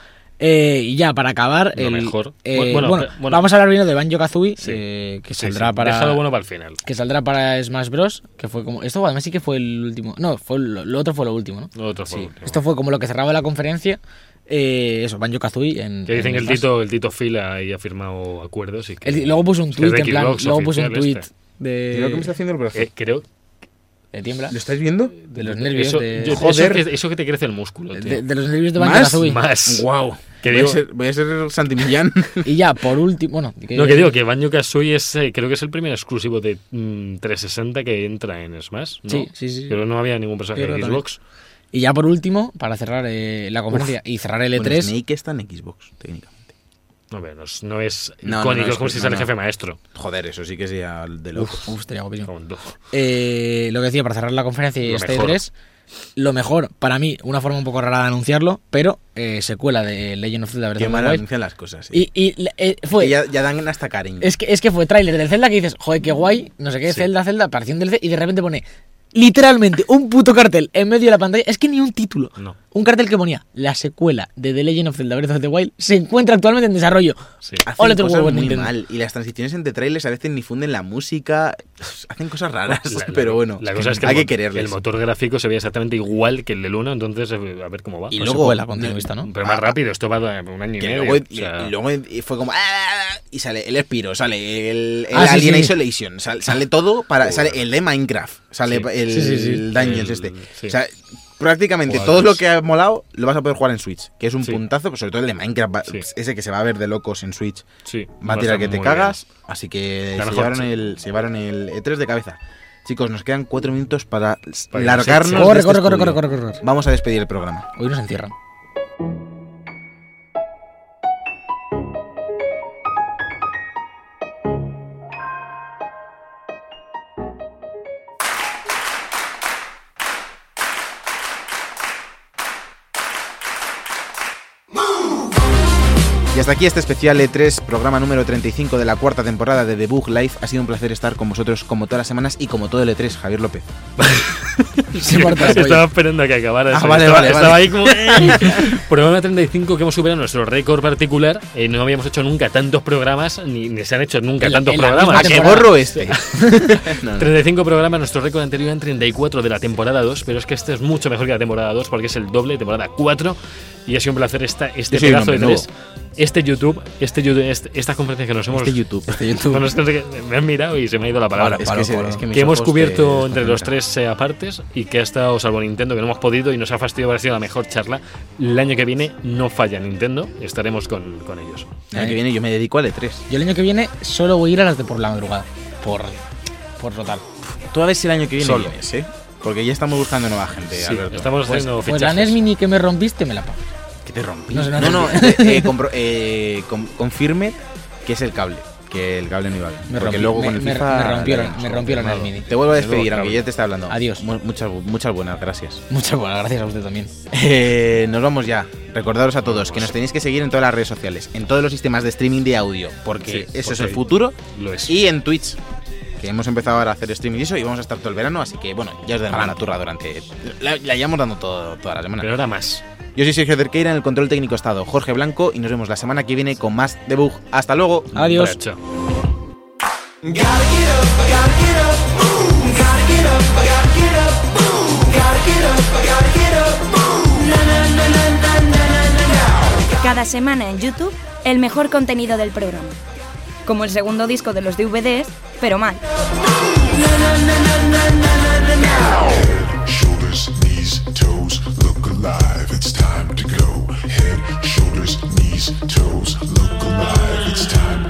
Eh, y ya, para acabar. Lo el- mejor. eh, Bu- bueno, bueno, pe- bueno. vamos a hablar primero de Banjo Kazooie, Sí. que Sí, saldrá sí. para. Déjalo bueno para el final. Que saldrá para Smash Bros. Que fue como. Esto además sí que fue el último. No, fue lo, lo otro fue lo último, ¿no? Lo otro fue Sí. lo último. Esto fue como lo que cerraba la conferencia. Eh, eso, Banjo Kazooie en. Que dicen en que el Smash. Tito, el Tito Phil ahí ha firmado acuerdos y que. El- luego puso un que es tweet de en plan. Xbox Luego puso un oficial tweet este. de. Mira lo que me está haciendo el brazo. Eh, creo. de tiembla. ¿Lo estáis viendo? De los nervios. eso, de, yo- eso Joder. que- eso que te crece el músculo, tío. de- de los nervios de Banjo ¿Más? Kazooie. Más. ¡Wow! Que voy, digo- a ser, voy a ser Santi Millán. Y ya, por último. Bueno, que- No, que digo que Banjo Kazooie es, eh, creo que es el primer exclusivo de mm, 360 que entra en Smash. ¿no? Sí, sí, sí. Pero no había ningún personaje Creo de que Xbox. Y ya por último, para cerrar eh, la conferencia y cerrar el Bueno, E3, Snake está en Xbox, técnicamente. No, pero no es, no es No, no, icónico, no, es es como que- si no, sale no. jefe maestro. Joder, eso sí que sería de locos. Uf, uf, estaría guapísimo. Con- Eh, lo que decía, para cerrar la conferencia y Lo este mejor. E3, lo mejor, para mí, una forma un poco rara de anunciarlo, pero eh, secuela de Legend of Zelda Breath Qué of the mal Wild. anuncian las cosas. sí. Y, y, eh, fue, Que ya, ya dan hasta cariño. es, que, es que fue tráiler del Zelda que dices, joder, qué guay, no sé qué, Sí. Zelda, Zelda, parecía un DLC, y de repente pone literalmente un puto cartel en medio de la pantalla, es que ni un título. No. Un cartel que ponía la secuela de The Legend of Zelda Breath of the Wild se encuentra actualmente en desarrollo. Sí. Hacen ole tu cosas huevo, muy Nintendo. mal. Y las transiciones entre trailers a veces ni funden la música. Hacen cosas raras. La- la- pues pero bueno, la cosa es que hay el que mo- quererles. El motor gráfico se veía exactamente igual que el del 1, entonces eh, a ver cómo va. Y O luego- Pues secuela, continuista, ¿no? Pero más rápido, esto va a un año y Ah, Que medio. luego, o sea, y luego fue como. "Ah, ah, ah", Y sale el Espiro, sale el, el Ah, sí, Alien sí. Isolation, sal- sale todo. para Sale el de Minecraft, sale Sí. el, Sí, sí, sí. el Dungeons El- este. sí. O sea, prácticamente Joder, todo lo pues. que ha molado lo vas a poder jugar en Switch, que es un Sí. puntazo, pues sobre todo el de Minecraft, va- Sí. ese que se va a ver de locos en Switch. sí, Va a tirar estar que te muy cagas, así que La se mejor, llevaron, sí. el, se llevaron el E3 de cabeza. Chicos, nos quedan cuatro minutos para, s- Para irnos, sí, sí. largarnos. de Corre, este corre, corre, corre, estudio. corre, corre. Vamos a despedir el programa. Hoy nos encierran. Y hasta aquí este especial E3, programa número 35 de la cuarta temporada de The Bug Life. Ha sido un placer estar con vosotros como todas las semanas y como todo el E3, Javier López. bien. Se corta la estaba esperando a que acabara. Ah, eso. vale, estaba, vale, estaba vale. ahí como. "Eh". Programa 35 que hemos superado nuestro récord particular. Eh, no habíamos hecho nunca tantos programas, ni, ni se han hecho nunca En la- tantos en la programas. misma ¡A que temporada. borro este! No, no. 35 programas, nuestro récord anterior en 34 de la temporada 2, pero es que este es mucho mejor que la temporada 2 porque es el doble de temporada 4 y ha sido un placer esta, este Yo soy un pedazo de hombre tres, este YouTube, este YouTube, este- estas conferencias que nos hemos... Este YouTube. no, no sé, me han mirado y se me ha ido la palabra. Vale, Es palo, que, se- palo. es mis que hemos ojos cubierto te- entre los tres eh, partes y que ha estado, salvo Nintendo, que no hemos podido y nos ha fastidiado, ha sido la mejor charla. El año que viene no falla Nintendo, estaremos con, con ellos. El año que viene yo me dedico al E E3. Yo el año que viene solo voy a ir a las de por la madrugada. Por, por rotar. Tú a ver si el año que viene Solo. vienes, ¿eh? Porque ya estamos buscando nueva gente, Sí, Alberto. estamos haciendo Pues la fichajes. NES Mini que me rompiste me la pago. Que te rompí. No sé, no no, no, sé. eh, eh, compro- eh, com- confirme que es el cable. Que el cable no iba bien. Me porque rompí- luego con me- el me- FIFA... me rompieron- la habíamos me rompieron el confirmado. mini. Te vuelvo a Me rompí el despedir, aunque cable. ya te está hablando. Adiós. Mu- Muchas, muchas buenas, gracias. Muchas buenas gracias a usted también. Eh, nos vamos ya. Recordaros a todos que nos tenéis que seguir en todas las redes sociales, en todos los sistemas de streaming de audio, porque Sí, eso porque es el futuro, Lo es. y en Twitch, que hemos empezado ahora a hacer streaming y eso, y vamos a estar todo el verano, así que bueno, ya os daremos la turra durante... La, la llevamos dando todo, toda la semana. Pero ahora más. Yo soy Sergio Cerqueira, en el control técnico estado Jorge Blanco, y nos vemos la semana que viene con más debug. ¡Hasta luego! Adiós. Chao. Cada semana en YouTube, el mejor contenido del programa. Como el segundo disco de los DVDs, pero mal. Shoulders, knees, toes, look alive, it's time to go. Head, shoulders, knees, toes, look alive, it's time to